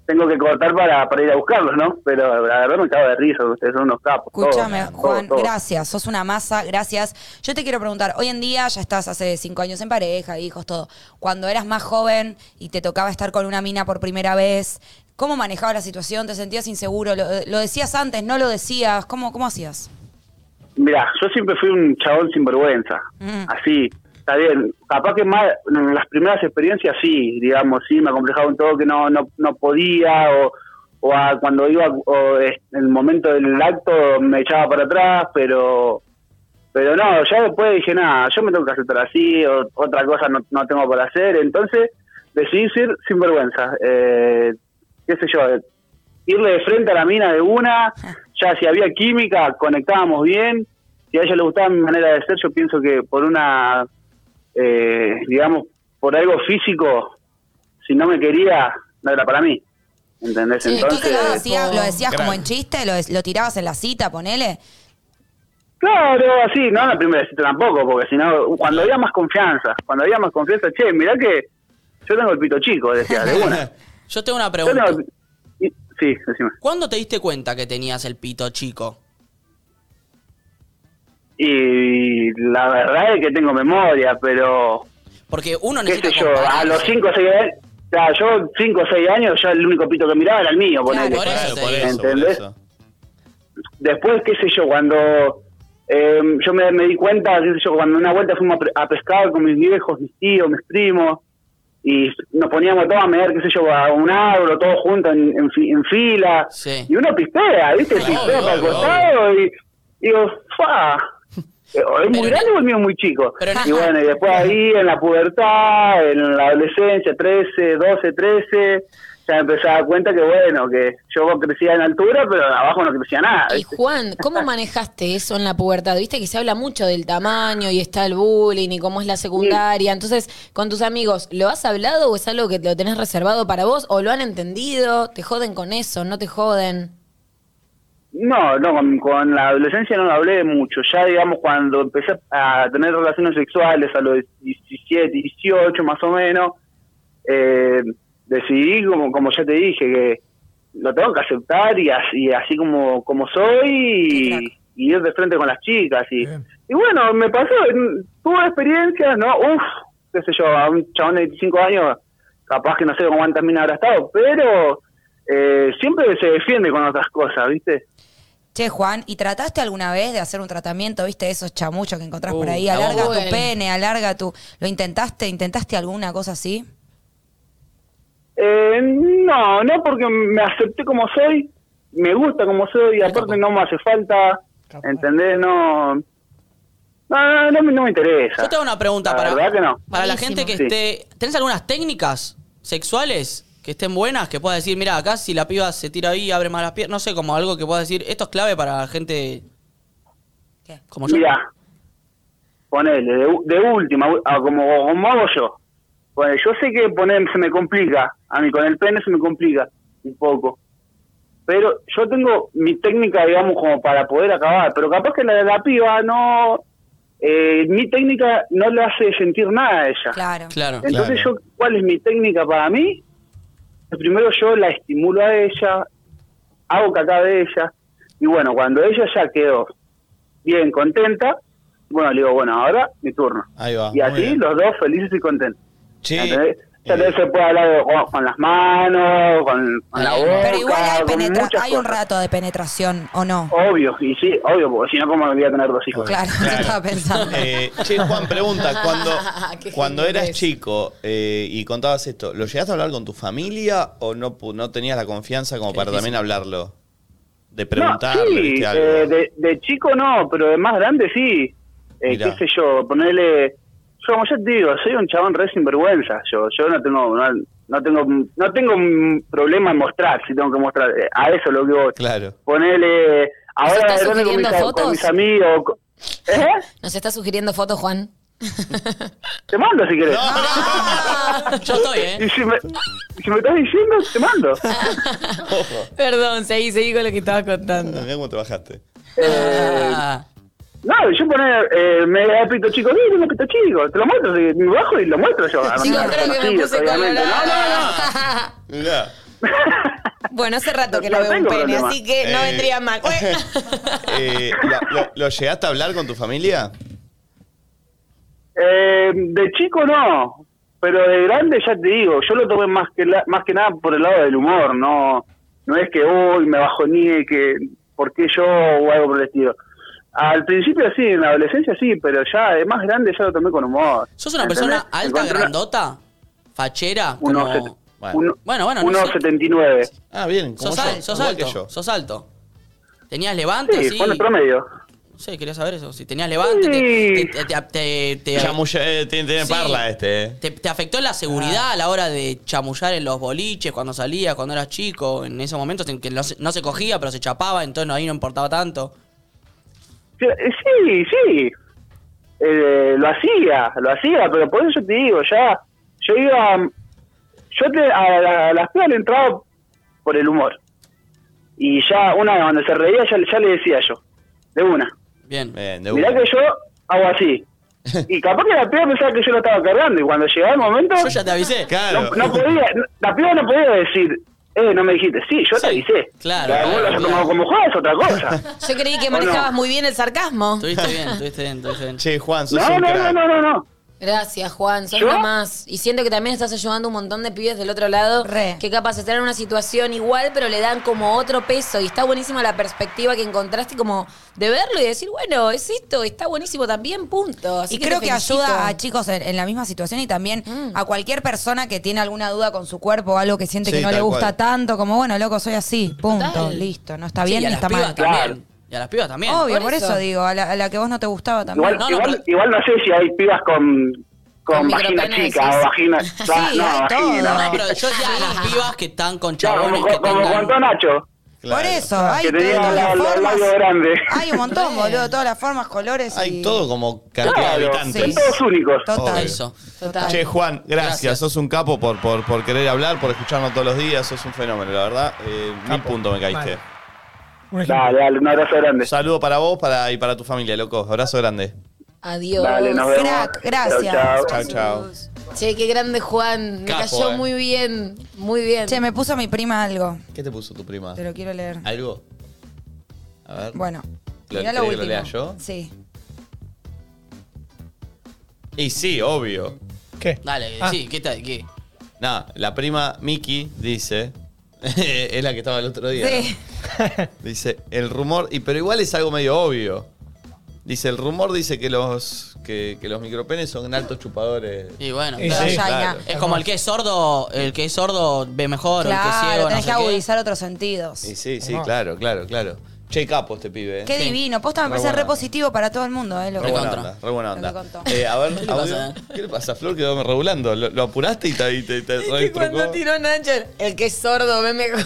tengo que cortar para, para ir a buscarlos, ¿no? Pero la verdad me cago de risa, ustedes son unos capos. todos,
Escúchame,
todos,
Juan,
todos.
gracias. Sos una masa, gracias. Yo te quiero preguntar, hoy en día ya estás hace cinco años en pareja, hijos, todo. Cuando eras más joven y te tocaba estar con una mina por primera vez, ¿cómo manejabas la situación? ¿Te sentías inseguro? ¿Lo, eh, lo decías antes? ¿No lo decías? ¿Cómo, cómo hacías?
Mirá, yo siempre fui un chabón sin vergüenza.
Mm.
Así, está bien. Capaz que más en las primeras experiencias sí, digamos, sí, me acomplejaba un todo que no, no, no podía o, o a- cuando iba o es- en el momento del acto me echaba para atrás, pero pero no, ya después dije, nada, yo me tengo que aceptar así, o- otra cosa no, no tengo para hacer, entonces decidí ir sin vergüenza. Eh, qué sé yo, eh, irle de frente a la mina de una, ya si había química, conectábamos bien, si a ella le gustaba mi manera de ser, yo pienso que por una, eh, digamos, por algo físico, si no me quería, no era para mí. ¿Entendés?
Sí,
Entonces,
Entonces,
lo decías, lo decías
Gran.
como en chiste? ¿Lo, des- lo tirabas en la cita, ponele?
Claro, así, no en la primera cita tampoco, porque si no, cuando había más confianza, cuando había más confianza, che, mirá que yo tengo el pito chico, decía, de una.
Yo tengo una
Yo tengo
pregunta.
el pi- y- Sí, decime.
¿Cuándo te diste cuenta que tenías el pito chico?
Y la verdad es que tengo memoria, pero,
Porque uno
qué
necesita.
sé yo, a
compararse.
los 5 o 6 años, claro, yo 5 o 6 años, ya el único pito que miraba era el mío, ponele.
por eso te
por
digo.
eso, por
¿Entendés?
eso.
después, qué sé yo, cuando eh, yo me, me di cuenta, qué sé yo, cuando una vuelta fuimos a pre- a pescar con mis viejos, mis tíos, mis primos, y nos poníamos todos a medir, qué sé yo, a un árbol, todos juntos en, en fi- en fila, y uno pistea, ¿viste?
Claro,
pistea para el
obvio,
costado y y digo, fa.
[LAUGHS]
¿Es muy grande o el mío es muy chico? Y bueno, y después ahí en la pubertad, en la adolescencia, 13, 12, 13, ya me empecé a dar cuenta que bueno, que yo crecía en altura, pero abajo no crecía nada.
Y Juan, ¿cómo manejaste eso en la pubertad? Viste que se habla mucho del tamaño y está el bullying y cómo es la secundaria. Entonces, con tus amigos, ¿lo has hablado o es algo que lo tenés reservado para vos? ¿O lo han entendido? ¿Te joden con eso? ¿No te joden?
No, no, con, con la adolescencia no lo hablé mucho. Ya, digamos, cuando empecé a tener relaciones sexuales a los 17, 18 más o menos, eh, decidí, como, como ya te dije, que lo tengo que aceptar y así, así como, como soy y, y ir de frente con las chicas. Y, y bueno, me pasó, mm, tuve experiencias, ¿no? Uf, qué sé yo, a un chabón de 25 años, capaz que no sé cuántas minas habrá estado, pero eh, siempre se defiende con otras cosas, ¿viste?
Che, Juan, ¿y trataste alguna vez de hacer un tratamiento, viste, esos chamuchos que encontrás por
Uh,
ahí?
la
Alarga
boca.
tu pene, alarga tu... ¿Lo intentaste? ¿Intentaste alguna cosa así?
Eh, no, no porque me acepté como soy, me gusta como soy y aparte no me hace falta, ¿entendés? No, no, no, no me- no me interesa.
Yo tengo una pregunta
La
para,
verdad que no.
para la gente que esté. ¿Tenés algunas técnicas sexuales que estén buenas? Que puedas decir, mira, acá si la piba se tira ahí, abre más las piernas. No sé, como algo que puedas decir, esto es clave para la gente. Como yo.
Mira, ponele, de, u- de última, u- ah, como, como hago yo. Ponele, yo sé que poner se me complica, a mí con el pene se me complica un poco. Pero yo tengo mi técnica, digamos, como para poder acabar. Pero capaz que la de la piba no. eh, mi técnica no le hace sentir nada a ella.
Claro.
Claro.
Entonces yo, ¿cuál es mi técnica para mí? Primero yo la estimulo a ella, hago caca de ella, y bueno, cuando ella ya quedó bien contenta, bueno, le digo, bueno, ahora mi turno.
Ahí va.
Y
Ah, muy
así
bien.
los dos felices y contentos.
Sí. eh,
¿Entendés? Ya te- se puede hablar de- con, con las manos, con, con la boca,
Pero igual hay,
con
penetra-
muchas
hay un
cosas.
rato de penetración, ¿o no?
Obvio, y sí, obvio, porque si no, ¿cómo voy a tener dos hijos?
Claro, yo [LAUGHS] estaba pensando.
Eh, che, Juan, pregunta, cuando,
[LAUGHS] Ah, Qué
cuando
genial
eras
es.
chico eh, y contabas esto, ¿lo llegaste a hablar con tu familia o no, pu- no tenías la confianza como para también hablarlo? De preguntarle,
No, sí,
¿viste algo?
eh, de, de chico no, pero de más grande sí. Eh,
Mirá.
qué sé yo, ponerle... Yo, como ya te digo, soy un chabón re sinvergüenza. Yo yo no tengo no, no tengo no tengo mm, problema en mostrar, si tengo que mostrar. Eh, A eso es lo que voy.
Claro.
Ponerle... Ahora
estás
de grande con mis,
sugiriendo
con mis
fotos?
amigos... con- ¿Eh?
¿Nos está sugiriendo fotos, Juan?
Te mando si querés.
Yo estoy, ¿eh?
Y si me, si me estás diciendo, te mando.
Perdón, seguí, seguí con lo que estabas contando.
Mirá cómo te bajaste.
Eh, No, yo poner, eh, me da pito chico, sí, tengo pito chico, te lo muestro, sí, me bajo y lo muestro yo. a
Chicos,
los
creo que me
conocidos,
puse
obviamente. No, no, no.
Bueno, hace rato que
No
no, veo un
tengo
pene,
problema.
así que no
Eh.
vendría mal.
Eh, la- lo, lo llegaste a hablar con tu familia?
Eh, de chico no, pero de grande ya te digo, yo lo tomé más que la- más que nada por el lado del humor, no no es que hoy me bajoneé, que por qué yo o algo por el estilo. Al principio sí, en la adolescencia sí, pero ya de más grande ya lo tomé con humor.
¿Sos una
¿Entendés?
persona alta,
Encontré-
grandota? ¿Fachera?
Uno
como-
set-
bueno.
uno-
bueno, bueno, no sé.
1,79.
Ah, bien.
Sos, al- sos alto, sos alto. ¿Tenías levante?
Sí,
así?
pone promedio.
No sé, quería saber eso. Si tenías levante, te, te- te- te- te-
Chamulle- eh, tiene, tiene
Sí.
parla este, eh.
te- te afectó la
Ah.
seguridad a la hora de chamullar en los boliches, cuando salías, cuando eras chico, en esos momentos en que no se, no se cogía, pero se chapaba, entonces no- ahí no importaba tanto.
Sí, eh, Sí, sí. Eh, lo hacía, lo hacía, pero por eso yo te digo, ya. Yo iba. Yo te, a, la- a las pibas le entraba por el humor. Y ya, una cuando se reía, ya, ya le decía yo. De una.
Bien.
Bien,
Mirá que yo hago
[LAUGHS]
así. Y capaz que la piba pensaba que yo lo estaba cargando. Y cuando llegaba el momento. Yo
ya te avisé.
Claro.
No, podía, no- la piba no podía decir. Eh, no me dijiste, sí, yo te avisé.
Claro.
Pero vos lo has tomado como joda, es otra
[LAUGHS]
cosa.
Yo creí que
¿O no?
manejabas muy bien el sarcasmo.
Estuviste bien, estuviste bien, estuviste bien.
Che, Juan,
No, no, no, no, no, no.
[LAUGHS] Gracias, Juan, sos
¿Yo?
lo más. Y siento que también estás ayudando a un montón de pibes del otro lado que capaz están en una situación igual, pero le dan como otro peso. Y está buenísima la perspectiva que encontraste como de verlo y decir, bueno, es esto, está buenísimo también, punto. Así
y creo
te
que
felicito.
ayuda a chicos en, en la misma situación y también a cualquier persona que tiene alguna duda con su cuerpo o algo que siente
Sí,
que no le
tal
gusta
cual.
tanto, como bueno, loco, soy así, punto,
Total.
listo, no está
Sí,
bien
y a
ni
las
está
pibas
mal.
también. Y a las pibas también.
Obvio, por eso, digo, a la, a la que vos no te gustaba también.
Igual, igual, igual no sé si hay pibas con, con,
Con
vagina
micropenes,
chica o
sí, sí.
[LAUGHS]
vagina.
Sí,
ah, no,
hay
vagina.
todo.
No, pero yo decía a las pibas que están con
Claro,
chabones
como,
que
como
tengan...
contó Nacho. Ah,
Por eso, hay
que tenía la-
todas las
la- la-
formas.
labio grande.
Hay un montón, boludo, todas las formas, colores.
Hay
y-
todo como cantidad de
Claro,
habitantes.
son todos
únicos.
Total.
Eso.
Total.
Che, Juan, gracias. Sos un capo por, por, por querer hablar, por escucharnos todos los días. Sos un fenómeno, la verdad. Eh, mil puntos me caíste.
Dale, dale, un abrazo grande.
Saludo para vos para, y para tu familia, loco. Abrazo grande.
Adiós. Crack, gracias.
Chao, chao. chao.
Che, qué grande Juan. Me
Capo,
cayó
eh.
muy bien, muy bien.
Che, me puso mi prima algo.
¿Qué te puso tu prima?
Te lo quiero leer.
¿Algo? A ver.
Bueno,
¿Lo,
mirá
¿querés que
lo último.
lo lea yo?
Sí.
Y sí, obvio.
¿Qué?
Dale,
Ah.
sí, ¿qué tal? ¿Qué?
Nada, la prima Miki dice. [LAUGHS] es la que estaba el otro día.
Sí.
¿no? [LAUGHS] Dice, el rumor. Y, pero igual es algo medio obvio. Dice, el rumor dice que los, que, que los micropenes son altos chupadores.
Y bueno,
Y
claro.
sí, claro.
es como el que es sordo, el que es sordo ve mejor, el que es
Claro,
ciego, no
tenés
sé
que
qué.
agudizar otros sentidos.
Y sí, sí,
Hermoso.
claro, claro, claro. Che, capo este pibe. ¿eh?
Qué divino. Posta me
Re
parece
buena
re positivo para todo el mundo, eh, loco.
Re buena onda, re buena onda.
contó.
Eh, a ver, ¿Qué
¿Qué le
le,
pasa?
pasa? ¿qué le pasa? Flor quedó regulando. Lo, lo apuraste y te, y te, te
Que cuando
retrucó.
tiró Nacho, el que es sordo ve mejor.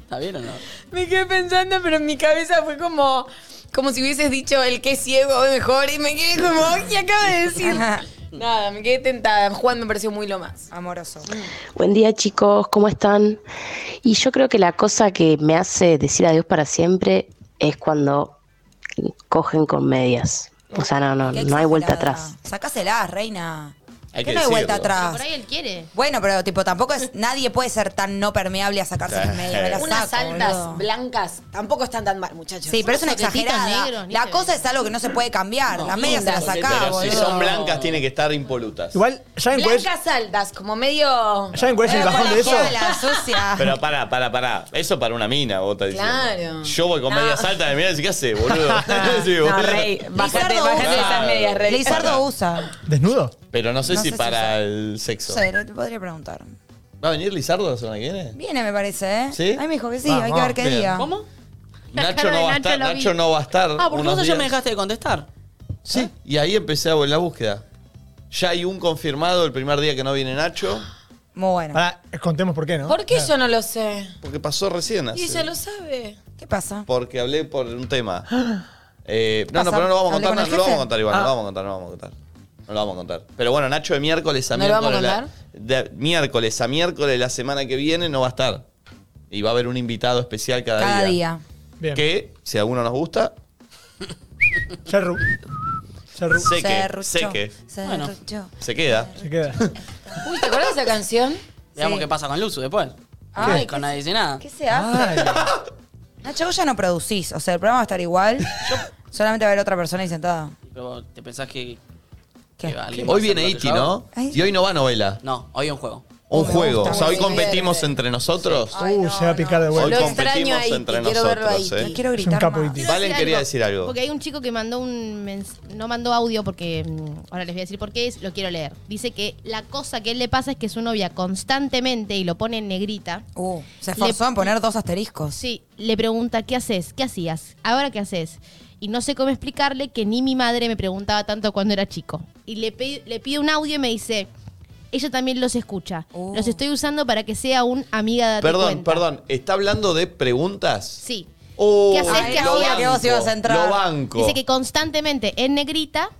¿Está bien o no?
Me quedé pensando, pero en mi cabeza fue como, como si hubieses dicho el que es ciego ve mejor. Y me quedé como, ¿qué acaba de decir? Nada, me quedé tentada. Juan me pareció muy lo más.
Amoroso.
[LAUGHS]
Mm.
Buen día chicos, ¿cómo están? Y yo creo que la cosa que me hace decir adiós para siempre es cuando cogen con medias. O sea, no, no,
Qué
no hay vuelta
exagerada.
atrás.
Sacáselas, reina.
Hay
que
que
no hay vuelta
decirlo.
atrás.
Por ahí él quiere.
Bueno, pero tipo, tampoco es. Nadie puede ser tan no permeable a sacarse
Sí.
las medias. me las
Unas
saco,
altas
boludo.
blancas tampoco están tan mal, muchachos.
Sí, pero es una
Unos soquetitos
exagerada.
negros, ni
la
se
cosa es algo que no se puede cambiar. las medias se las sacás,
Pero
boludo.
si son blancas, tienen que estar impolutas.
Igual, ¿saben cuál es?
Blancas altas, como medio.
¿Saben cuál es el
medio
bajón de eso?
colegiala,
sucia.
Pero pará, pará, pará. Eso para una mina, vos estás diciendo.
Claro.
Yo voy con
No.
medias altas de mira, ¿qué hace, boludo? [LAUGHS] Sí,
No,
boludo.
rey, bájate,
Lizardo
bájate de
usa.
esas medias, rey.
Lizardo usa.
¿Desnudo?
Pero no sé
No
si
sé si
para el sexo.
No sé, no te podría preguntar.
¿Va a venir Lizardo la semana que viene?
Viene, me parece, ¿eh?
¿Sí?
Ay, me dijo que sí,
Vamos.
hay que ver qué
Bien.
día.
¿Cómo?
Nacho no va a estar, Nacho no va a estar.
Ah, porque
unos
vos ayer me
días.
dejaste de contestar.
Sí, y ahí empecé a la búsqueda. Ya hay un confirmado el primer día que no viene Nacho,
Muy bueno.
Pará, contemos por qué, ¿no?
¿Por qué yo no lo sé?
porque pasó recién
Y
así.
ella
[GASPS]
lo sabe. [GASPS]
¿Qué pasa?
Porque hablé por un tema. Eh, no,
pasa?
no, pero no lo vamos a
¿Hablé
contar, no,
con el
no lo vamos
jefe?
a contar igual,
Ah.
no lo vamos a contar, no lo vamos a contar. No lo vamos a contar. Pero bueno, Nacho de miércoles a
¿No lo vamos
miércoles.
a
la- de miércoles a miércoles la semana que viene no va a estar. Y va a haber un invitado especial cada,
Cada día.
Que, si a alguno nos gusta,
Cerru. Cerru.
Se que-
Serrucho,
se que.
serrucho.
se queda.
Se queda.
Uy, ¿te acuerdas de esa canción?
Veamos
Sí.
qué pasa con Luzu después.
Ay,
Ay, con nadie dice nada.
¿Qué se hace? Nacho, vos ya no producís. O sea, el programa va a estar igual. Solamente va a haber otra persona ahí sentada.
Pero vos te pensás que.
que
alguien va a
Hoy
hacer
viene
lo que
Iti,
yo hago.
¿no? Y hoy no va novela.
No, hoy es un juego.
Un
Me
juego.
gusta,
O sea, hoy
me divierte.
competimos entre nosotros.
Uh, se va a picar de
Hoy
vuelta.
competimos
a Iti,
entre
quiero verlo a
nosotros.
Iti.
¿eh?
No quiero
Es un
gritar
capo
más.
Iti.
Quiero
Valen quería decir algo.
Porque hay un chico que mandó un mens- no mandó audio porque mm, ahora les voy a decir por qué es, lo quiero leer. Dice que la cosa que él le pasa es que su novia constantemente y lo pone en negrita.
Uh, se esforzó
Le-
en poner dos asteriscos.
Sí, le pregunta, ¿qué haces? ¿Qué hacías? ¿Ahora qué haces? Y no sé cómo explicarle que ni mi madre me preguntaba tanto cuando era chico. Y le, pe- le pide un audio y me dice, ella también los escucha. Los
Uh.
estoy usando para que sea un amiga de
Perdón, perdón. ¿Está hablando de preguntas?
Sí.
Oh,
¿Qué haces? ¿Qué
lo
hacías?
banco,
Que vos ibas
a entrar.
Lo banco.
Dice que constantemente en negrita.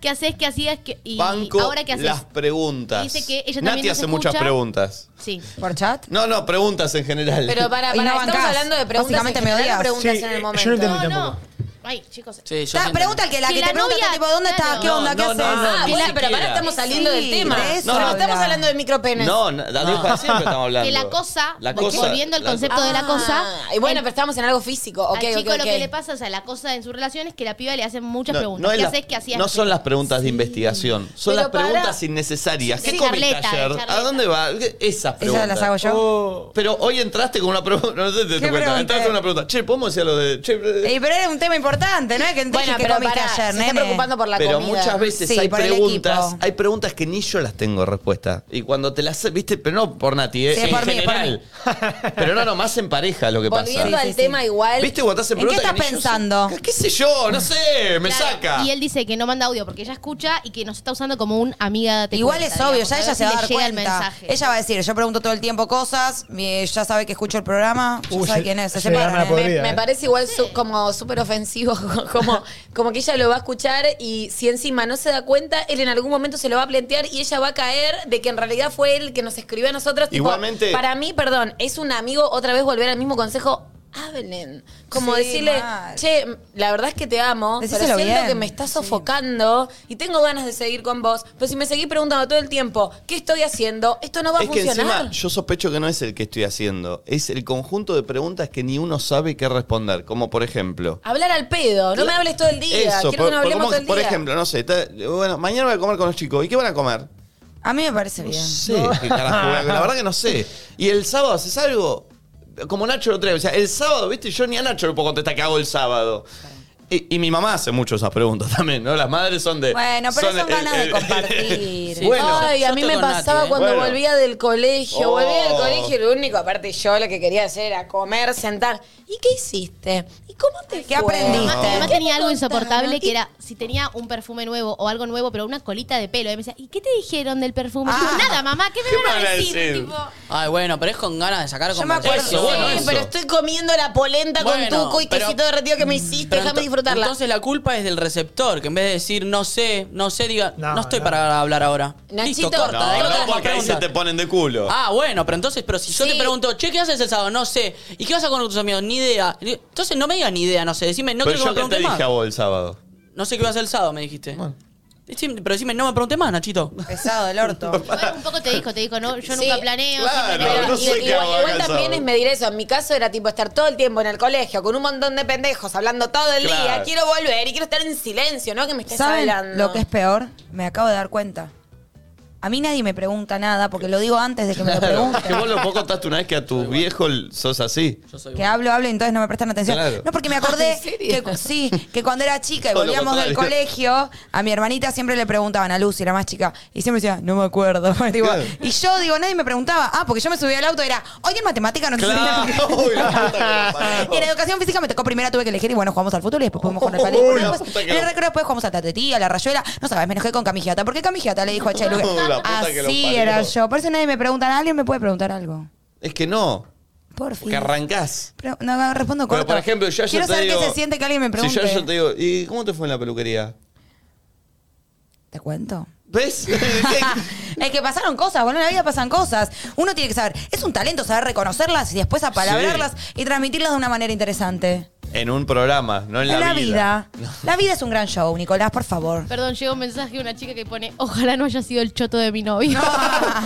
¿Qué haces? ¿Qué hacías? ¿Qué- y
banco
ahora qué haces?
las preguntas.
Dice que ella
Nati
también nos
hace
escucha.
muchas preguntas.
Sí.
¿Por chat?
No, no, preguntas en general.
Pero para,
Y
[LAUGHS]
no
para, estamos
bancás.
hablando de preguntas.
Básicamente
en
me
general,
odias.
preguntas
Sí,
en el
yo no
momento.
entendí tampoco.
Ay, chicos.
Sí, yo
Ta-
siento-
pregunta al que la
Si
que
la
te pregunta
novia-
tipo, ¿dónde estás? ¿Qué
No,
onda? ¿Qué
no,
haces?
no, no,
Ah,
ni
bueno, pero
siquiera.
pará, estamos saliendo
Sí,
del tema.
de eso
No, no
habla.
estamos hablando de micropenes.
No, no, la vieja de siempre estamos hablando.
Que la cosa,
La
vol-
cosa,
volviendo al
la-
concepto de la cosa,
Ah, y bueno, pero estamos en algo físico. Ok,
al
ok,
chico
ok.
lo que le pasa, o sea, la cosa en su relación es que la piba le hace muchas preguntas.
es
¿Qué
la-
haces? ¿Qué hacías?
no
¿Qué
son
sé?
las preguntas de investigación, son
Pero
las preguntas
pará.
innecesarias.
Sí,
¿Qué
de
comiste
charleta, de
ayer?
charleta.
¿A dónde va? Esas preguntas.
¿Esas las hago yo?
Oh. Pero hoy entraste con una pregunta, no sé si te
¿Qué
cuenta,
pregunté?
entraste con una pregunta. Che, ¿podemos decir lo de...? Che, eh?
Ey, pero era un tema importante, ¿no? Es que
Bueno,
dije que
pero
comiste
pará,
ayer,
se
nene.
está preocupando por la
pero
comida.
muchas veces
Sí,
hay
por el
preguntas,
equipo.
hay preguntas que ni yo las tengo respuesta. Y cuando te las viste, pero no por Nati, eh,
Sí,
en
por mí, por
general. Pero no, no, más en pareja lo que pasa.
Volviendo al tema igual.
¿Viste cuando te hacen
¿En qué
preguntas?
estás
que ni yo sé?
pensando?
¿Qué sé yo? No sé, me
Claro,
saca.
Y él dice que no manda audio porque ella escucha y que nos está usando como un amiga te
Igual
cuenta,
es obvio,
digamos,
ya
ver
ella
si
se va a
le
dar
llega el
cuenta.
mensaje.
Ella va a decir, yo pregunto todo el tiempo cosas, mi- ya sabe que escucho el programa, ya
Uy,
sabe
se-
quién es, se
se gana
separan.
la
¿eh?
podrida.
Me
¿eh?
parece igual su- como súper ofensivo, [LAUGHS] como, como que ella lo va a escuchar y si encima no se da cuenta, él en algún momento se lo va a plantear y ella va a caer de que en realidad fue él que nos escribió a nosotros. tipo,
Igualmente-
Para mí, perdón, es un amigo, otra vez volver al mismo consejo. Hablen. Como
Sí,
decirle,
mal.
che, la verdad es que te amo,
Decíselo
pero siento
bien.
que me estás sofocando y tengo ganas de seguir con vos. Pero si me seguís preguntando todo el tiempo, ¿qué estoy haciendo? Esto no va
es
a
que
funcionar.
encima yo sospecho que no es el que estoy haciendo, es el conjunto de preguntas que ni uno sabe qué responder, como por ejemplo.
Hablar al pedo, no me hables todo el día.
Eso,
Quiero
por,
que no hablemos
por-
todo el día.
por ejemplo, no sé, está- bueno, mañana voy a comer con los chicos, ¿y qué van a comer?
A mí me parece
No
bien.
sé, qué carajo, voy a- la verdad que no sé. Y el sábado haces algo, como Nacho lo trae, o sea, el sábado, ¿viste? Yo ni a Nacho le puedo contestar qué hago el sábado. Y, y mi mamá hace mucho esas preguntas [LAUGHS] también, ¿no? Las madres son de...
Bueno, pero son
el-
ganas de
el-
compartir.
Sí. [LAUGHS] Bueno.
Ay,
Yo-
a
yo
mí
estoy
me
con Nati,
pasaba
¿eh?
cuando
Bueno.
volvía del colegio.
Oh.
Volvía del colegio y lo único, aparte yo lo que quería hacer era comer, sentar. ¿Y qué hiciste? ¿Y cómo te
¿Qué
fue?
aprendiste?
Además, además
¿Qué
tenía
te
algo
contaron?
insoportable que
Y-
era si tenía un perfume nuevo o algo nuevo, pero una colita de pelo. Y me decía, ¿y qué te dijeron del perfume?
Ah.
Yo, Nada, mamá, ¿qué me
¿Qué
van
me
a decir? Tipo,
Ay, bueno, pero es con ganas de sacar
Yo me acuerdo-
conversación.
Eso, bueno,
Sí,
eso.
pero estoy comiendo la polenta
Bueno,
con tuco y
pero-
quesito derretido que me hiciste.
Pero
Déjame
ento-
disfrutarla.
Entonces la culpa es del receptor, que en vez de decir no sé, no sé, diga no,
No,
estoy
no.
para hablar ahora.
Nachito,
Listo, corta.
No,
¿de qué
no,
otra más
porque ahí se
preguntas?
te ponen de culo.
Ah, bueno, pero entonces, pero si yo te
Sí.
pregunto, che, ¿qué haces el sábado? No sé. ¿Y qué vas a comer con tus amigos? Ni idea. Entonces no me digas ni idea, no sé. Decime, no
pero
quiero que
yo
me
que te
preguntes más.
dije a vos el sábado.
No sé qué vas a hacer el sábado, me dijiste. Decime- pero decime, no me preguntes más, Nachito.
Pesado
[LAUGHS]
el orto.
igual un poco te dijo, te dijo, no, yo
Sí,
nunca planeo.
claro,
siempre
no,
planeo.
no
Y-
sé qué
igual,
hago
igual
acá el
también
sábado.
es medir eso. En mi caso era tipo estar todo el tiempo en el colegio con un montón de pendejos hablando todo el día.
Claro.
Quiero volver y quiero estar en silencio, ¿no? Que me estés
¿Saben
hablando.
lo que es peor? Me acabo de dar cuenta. A mí nadie me pregunta nada porque lo digo antes de
[LAUGHS]
que me lo
Es que vos
pregunten.
lo poco contaste una vez que a tus viejos sos así.
Yo soy
Que hablo, hablo y entonces no me prestan atención.
Claro. Ah,
No,
[LAUGHS]
porque me
¿En
acordé
serio?
que, sí, que cuando era chica y
Todo lo
volvíamos del
contrario.
colegio, a mi hermanita siempre le preguntaban, a Lucy, la más chica, y siempre decía, no me acuerdo. [LAUGHS] Tipo,
Claro.
y yo digo, nadie me preguntaba. Ah, porque yo me subía al auto y era, hoy en matemática no te
Claro.
[LAUGHS]
Uy, la puta que lo
Y
parió.
en educación física me tocó primero, tuve que elegir y bueno, jugamos al fútbol y después pudimos jugar al
Uy,
palito.
la
Después,
puta que
en el
lo-
recreo después jugamos a tatetía, a la rayuela. No sabes, me enojé con Camigiata. ¿Por qué Camigiata? Le dijo a
[LAUGHS]
Chelu.
Uy, la puta que lo
Así
parió.
era yo. Por eso nadie me pregunta nada. ¿Alguien me puede preguntar algo?
Es que no,
Por fin.
porque arrancás.
Pero, no, respondo corto.
Pero por ejemplo, yo ayer
Quiero
te
saber
digo-
qué se siente que alguien me pregunte.
Si yo ayer te digo, ¿y cómo te fue en la peluquería? [LAUGHS]
¿Te cuento?
¿Ves?
es que pasaron cosas, bueno, en la vida pasan cosas. Uno tiene que saber, es un talento saber reconocerlas y después apalabrarlas y transmitirlas de una manera interesante.
en un programa, no en la,
En la vida. La vida es un gran show, Nicolás, por favor.
Perdón, llegó un mensaje de una chica que pone, ojalá no haya sido el choto de mi novio. [LAUGHS]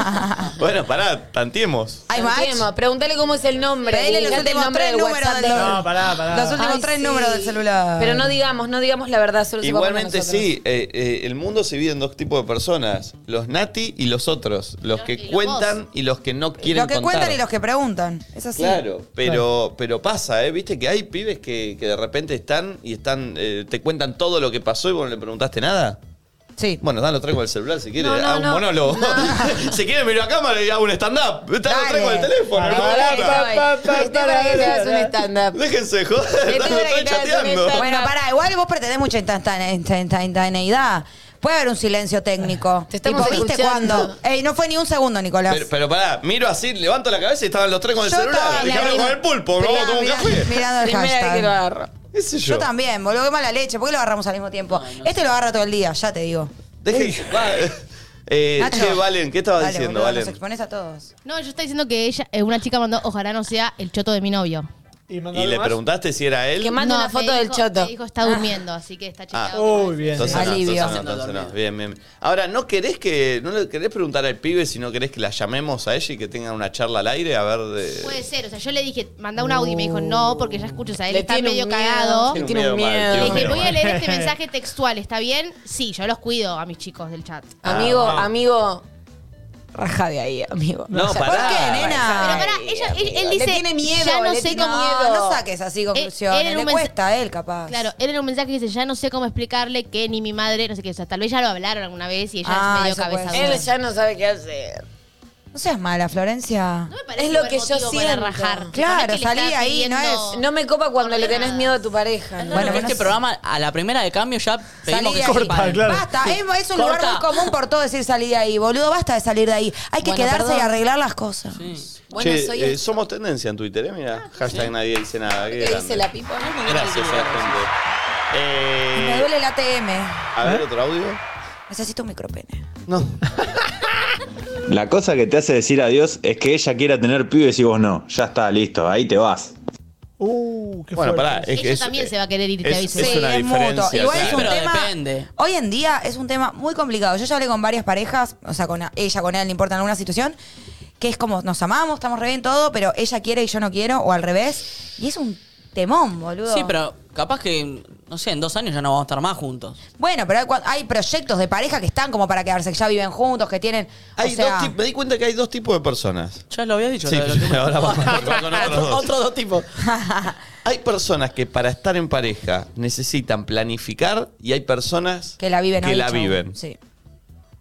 Bueno, pará, tantiemos.
¿Hay match?
Entiendo, Preguntale cómo es el nombre.
Pedile
y
los
dale el
últimos
nombre
tres
del
números
WhatsApp
del
de-
celular.
No, pará, pará.
Los últimos
Ay,
tres
sí.
números del celular.
Pero no digamos, no digamos la verdad. Solo se pone
Igualmente
nosotros.
sí, eh, eh, el mundo se divide en dos tipos de personas, los nati y los otros, los
Y
que
los
cuentan y los que no quieren
Los que
contar.
cuentan y los que preguntan. Es así.
Claro, pero, pero pasa, ¿eh? Viste que hay pibes que, que de repente están y están eh, te cuentan todo lo que pasó y vos no le preguntaste nada.
Sí.
Bueno, dan lo traigo al celular si quiere,
No, no,
hago un
no.
monólogo. [LAUGHS] si quiere, miro a cámara y hago un stand-up. Dan lo
Dale.
traigo al teléfono.
Pará,
no me
Pará,
importa.
pará, pará, pará, Estoy Este para que te hagas un stand-up.
Déjense, joder,
Estoy
no, lo
para que
estoy
te hagas un
chateando.
stand-up.
Bueno, pará, igual vos pretendés mucha instantane- insta- insta- instantaneidad. Puede haber un silencio técnico.
Te estamos
Tipo, ¿Viste
escuchando.
cuándo? Ey, no fue ni un segundo, Nicolás.
Pero, pero pará, miro así, levanto la cabeza y estaban los tres con el
Yo
celular.
estaba en la
Dejame con
misma-
el pulpo, ¿no?
Mirá,
Tomo un
mirá,
café.
Mirando el
Primera vez que
hashtag.
lo agarro.
¿Qué sé yo?
Yo también, boludo, qué mala leche. ¿Por qué lo agarramos al mismo tiempo? este lo agarra todo el día, ya te digo.
Dejen va, [LAUGHS] eh,
Nacho.
che, Valen, ¿qué estabas
Dale,
diciendo,
boludo,
Valen?
Nos exponés a todos.
No, yo estoy diciendo que ella, eh, una chica mandó, ojalá no sea el choto de mi novio.
Y,
¿Y le preguntaste si era él?
Que mande
No,
una
me
foto del
dijo-
choto.
me dijo, está durmiendo, así que está
Ah,
chequeado.
Uy, bien.
Entonces no,
Alivio.
entonces no, entonces no. Bien, bien. Ahora, ¿no querés que no le querés preguntar al pibe si no querés que la llamemos a ella y que tengan una charla al aire? A ver de...
Puede ser, o sea, yo le dije, manda un audio y me dijo, no, porque ya escucho, o sea, él
Uh. Le
está
tiene
medio
un miedo,
cagado.
Tiene un Tiene un miedo mal, miedo.
Le
tiene un
dije,
miedo
voy a
mal.
leer
[LAUGHS]
este mensaje textual, ¿está bien? Sí, yo los cuido a mis chicos del chat.
Amigo,
Ah, vamos.
amigo. Raja de ahí, amigo.
No, pará.
¿Por qué, nena?
Pero pará, ella- él, él dice,
le tiene miedo,
ya no
le
sé
tiene-
cómo... Eh,
No, no saques así conclusiones,
él en
le
un mensa-
cuesta a él, capaz.
Claro, él en un mensaje dice, ya no sé cómo explicarle que ni mi madre, no sé qué, o sea, tal vez ya lo hablaron alguna vez y ella
Ah,
es medio
eso puede
cabeza
ser.
dura.
Él ya no sabe qué hacer.
No seas mala, Florencia.
No me parece
Es lo
buen
que yo
motivo para
siento.
rajar.
Claro,
Capaz que le
salí
está
ahí, no
pidiendo-
es.
No me copa cuando le tenés miedo a tu pareja. ¿no?
Bueno,
que
este
no-
programa, a la primera de cambio ya pedimos
Salí
que
de
se
ahí.
separen.
Basta, es, es
Corta.
un lugar muy común por todo decir salir de ahí, boludo. Basta de salir de ahí. Hay que
Bueno,
quedarse
perdón.
y arreglar las cosas.
Bueno,
Che,
soy
eh,
el- Ah,
somos tendencia en Twitter, ¿eh? Mira, hashtag nadie dice nada. qué
¿Qué
grande.
dice la pipa?
Gracias a la gente.
Me
Eh,
duele la TM.
a ver, otro audio.
Necesito un micropene.
La cosa que te hace decir adiós es que ella quiera tener pibes y vos no. Ya está, listo, ahí te vas.
Uh, qué
Bueno,
fuerte.
pará, es que
Ella
es- eh,
también se va a querer ir, te
es-
aviso.
es una
es mutuo.
diferencia,
Igual
sí.
es un
Pero
tema.
depende.
Hoy en día es un tema muy complicado. Yo ya hablé con varias parejas, o sea, con a- ella, con él, no importa en alguna situación, que es como nos amamos, estamos re bien todo, pero ella quiere y yo no quiero, o al revés. Y es un temón, boludo.
Sí, pero capaz que, no sé, en dos años ya no vamos a estar más juntos.
Bueno, pero hay, cua- hay proyectos de pareja que están como para quedarse, que ya viven juntos, que tienen. o
Hay
sea,
dos tip- me di cuenta que hay dos tipos de personas.
Ya lo habías dicho.
Sí,
lo de los tipos.
[LAUGHS] ahora vamos a con otros
[LAUGHS]
dos.
Otros dos tipos.
Hay personas que para estar en pareja necesitan planificar y hay personas
que la viven
que
hoy,
la
chabón.
viven.
Sí.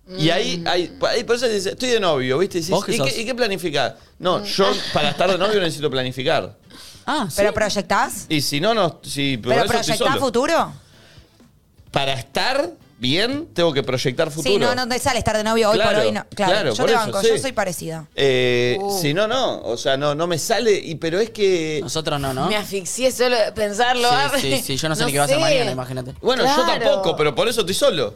Y ahí
Mm.
hay, hay personas que dicen, estoy de novio, ¿viste? Y, decís,
¿Vos qué
¿y,
sos?
qué, y qué planificás?
Mm.
No, yo para estar de novio necesito planificar.
Ah, sí.
¿Pero proyectás?
Y si no, no, si por
¿Pero
eso estoy
proyectás
solo.
futuro?
Para estar bien, tengo que proyectar futuro.
Sí, no, no te sale estar de novio hoy
Claro,
por hoy. No. Claro,
claro,
yo
por
te
eso,
banco,
sí.
yo soy parecida.
Eh,
Uh.
Si no, no. O sea, no, no me sale. Y, pero es que.
Nosotros no, ¿no?
Me asfixié solo de pensarlo. arre.
Sí, sí, sí. Yo no sé ni qué va a hacer
sé.
mañana, imagínate.
Bueno, yo
Claro.
tampoco, pero por eso estoy solo.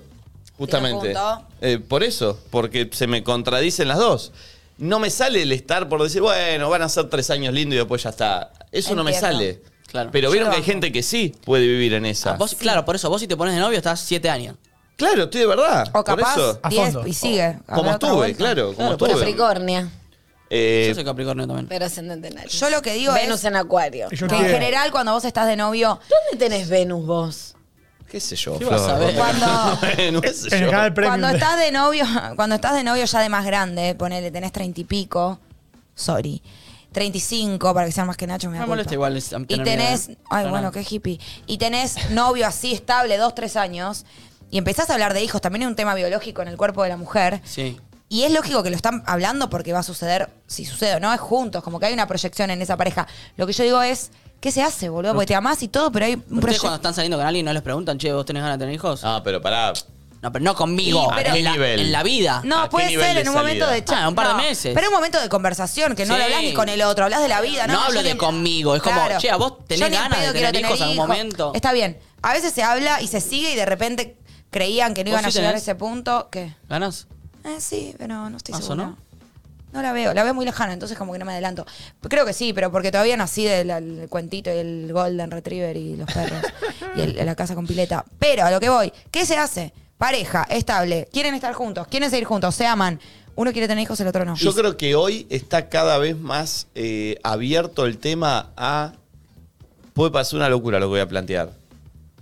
Justamente.
punto.
Eh, por eso, porque se me contradicen las dos. No me sale el estar por decir, bueno, van a ser tres años lindo y después ya está. Eso no me
Entiendo.
sale.
Claro. Ah,
Pero vieron
lo
que hay
banco.
gente que sí puede vivir en esa.
Vos, Claro, por eso, vos si te pones de novio estás siete años.
Claro, estoy de verdad.
O capaz
por eso.
A
10
fondo.
y sigue. Ah.
Como
Habrá otra
estuve,
vuelta.
claro, como
Claro,
estuve.
Capricornia,
Eh,
Yo soy Capricornio también.
pero ascendente en Aries.
Yo lo que digo
Venus
es
en Acuario.
Y yo
que
no
en
veo.
general cuando vos estás de novio,
¿Dónde tenés Venus vos?
¿Qué sé yo,
¿Qué vas a
[LAUGHS]
ver?
cuando,
Bueno, qué sé
En el
yo.
canal premium.
cuando estás de novio, [LAUGHS] cuando estás de novio ya de más grande, ponele, tenés treinta y pico, sorry, 35 para que sea más que Nacho, me, da
Me molesta
culpa.
igual es- tener
Y
miedo,
tenés,
¿eh?
ay
Pero
bueno,
no.
qué hippie. Y tenés novio así estable, dos, tres años, y empezás a hablar de hijos, también es un tema biológico en el cuerpo de la mujer.
Sí.
Y es lógico que lo están hablando porque va a suceder, si sucede o no, es juntos, como que hay una proyección en esa pareja. Lo que yo digo es, ¿qué se hace, boludo? Porque te amás y todo, pero hay un
Ustedes cuando
proyecto.
están saliendo con alguien no les preguntan, che, ¿vos tenés ganas de tener hijos?
Ah, pero pará.
No, pero no conmigo.
Y, pero-
en, la,
¿A qué nivel?
en la vida.
¿a
No,
qué
puede
nivel
ser
de
en un
salida?
momento de chat.
Ah, un par de
no.
meses.
Pero un momento de conversación, que no
Sí.
lo hablas ni con el otro, hablas de la vida. No,
No
Yo
hablo de
ni-
conmigo, es como, che, ¿a vos tenés
Yo ni en
ganas de
pedo
tener
quiero
hijos en algún
hijos.
momento?
Está bien. A veces se habla y se sigue y de repente creían que no
¿Vos
iban a
sí
llegar a
tenés?
ese punto. ¿Qué?
¿Ganas?
Eh, sí, pero no estoy
¿Más o
segura.
no?
No? la veo, la veo muy lejana, entonces como que no me adelanto. Creo que sí, pero porque todavía nací del al- cuentito y el Golden Retriever y los perros y el- la casa con pileta. Pero a lo que voy, ¿qué se hace? Pareja, estable, quieren estar juntos, quieren seguir juntos, se aman. Uno quiere tener hijos, el otro no.
Yo creo que hoy está cada vez más eh, abierto el tema a. Puede pasar una locura lo que voy a plantear.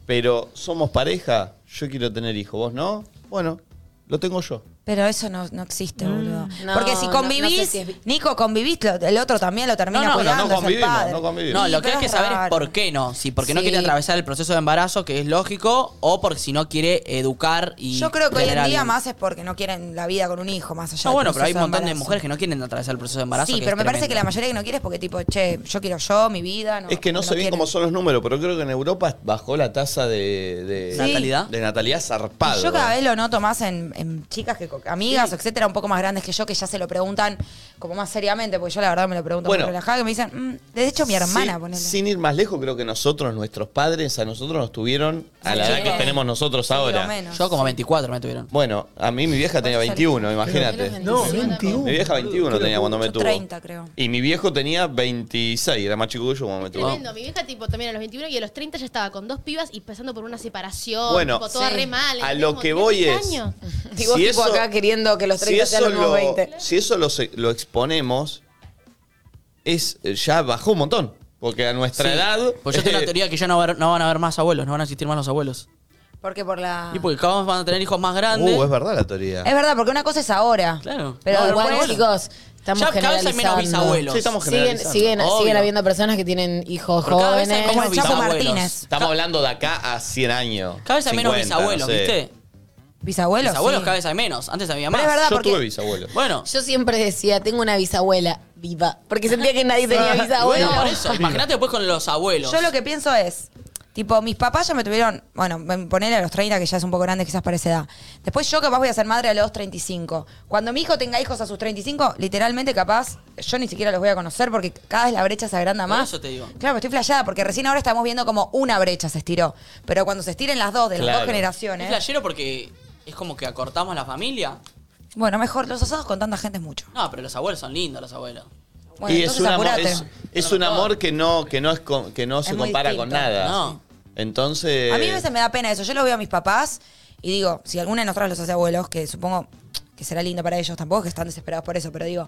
Pero somos pareja, yo quiero tener hijos, vos no. Bueno, lo tengo yo.
Pero eso no, no existe, boludo.
Mm. no,
Porque si
no- no
convivís,
sé si es vi-
Nico, convivís, lo- el otro también lo termina
No, no, no,
cuidando,
no
es el
convivimos,
padre.
no convivimos.
No,
Sí,
lo que hay
pero
que saber es
raro.
por qué no. Si porque no
Sí.
quiere atravesar el proceso de embarazo, que es lógico, o porque si no quiere educar y.
Yo creo que hoy
tener
en
a
día
alguien.
más es porque no quieren la vida con un hijo, más allá
No,
del
bueno, pero hay un
proceso
montón de
embarazo.
mujeres que no quieren atravesar el proceso de embarazo.
Sí,
que
pero
es
me parece que la
tremendo.
mayoría que no quiere es porque tipo, che, yo quiero yo, mi vida. No,
es que no, sé bien
quieren.
cómo son los números, pero creo que en Europa bajó la tasa de, de-
Sí. ¿Natalidad?
de natalidad zarpado.
Y Yo cada vez lo noto más en, en chicas que o amigas, o etcétera, un poco más grandes que yo, que ya se lo preguntan como más seriamente, porque yo la verdad me lo pregunto
Bueno.
muy relajada, que me dicen, mm, de hecho mi hermana,
Sin-
ponele.
Sin ir más lejos, creo que nosotros, nuestros padres, a nosotros nos tuvieron a la
Sí.
edad que tenemos nosotros ahora.
menos.
Yo como 24 me tuvieron.
Bueno, a mí mi vieja tenía 21, imagínate.
No,
Mi vieja 21 tenía cuando me tuvo.
30, creo.
Y mi viejo tenía 26, era más chico que yo cuando me tuvo.
Tremendo, mi vieja tipo también a los 21 y a los 30 ya estaba con dos pibas y pasando por una separación,
Bueno,
tipo, toda
Sí.
re mal.
a
¿entendés?
lo
Como
que
tenía
voy
30
es,
años.
Y vos tipo acá queriendo que los 30 sean los nuevos 20.
si eso lo, se- lo exponemos, es eh, ya bajó un montón. Porque a nuestra
Sí.
edad.
Pues yo
[LAUGHS]
tengo la teoría que ya no, va a haber- no van a haber más abuelos, no van a existir más los abuelos.
Porque por la...
Y porque cada vez van a tener hijos más grandes.
Uh, es verdad la teoría.
Es verdad, porque una cosa es ahora.
Claro.
Pero
No,
igual,
bueno, bueno.
chicos, estamos
Ya cada vez hay
generalizando.
menos bisabuelos. Sí,
estamos
siguen,
generalizando.
siguen,
Obvio.
siguen habiendo personas que tienen hijos
Pero cada vez hay
jóvenes.
menos Como el Chapo bisabuelos. Martínez.
Estamos hablando de acá a 100 años.
Cada vez hay menos
50,
bisabuelos,
no sé.
¿viste?
Bisabuelos,
Bisabuelos
sí.
cada vez hay menos. Antes había más.
Pero es verdad,
Yo tuve bisabuelos.
Bueno.
Yo siempre decía, tengo una bisabuela viva. Porque sentía que nadie
[LAUGHS]
tenía
[LAUGHS]
bisabuela.
Bueno, por eso. Imagínate después con los abuelos.
Yo lo que pienso es, tipo, mis papás ya me tuvieron, bueno, me- ponele a los 30, que ya es un poco grande quizás para esa edad. Después yo capaz voy a ser madre a los 35. Cuando mi hijo tenga hijos a sus 35, literalmente capaz, yo ni siquiera los voy a conocer porque cada vez la brecha se agranda
Por
más.
eso te digo.
Claro, pero estoy flasheada porque recién ahora estamos viendo como una brecha se estiró. Pero cuando se estiren las dos, de las
Claro.
dos generaciones.
Es flashero porque es como que acortamos la familia.
Bueno, mejor, los asados con tanta gente es mucho.
No, pero los abuelos son lindos, los abuelos.
Bueno,
y es
entonces
un amor,
apurate.
es, es un amor que no, que no, es con- que no se
muy
compara con
distinto.
nada.
No.
Entonces.
A mí a veces me da pena eso. Yo lo veo a mis papás y digo, si alguna de nosotras los hace abuelos, que supongo que será lindo para ellos tampoco, que están desesperados por eso, pero digo,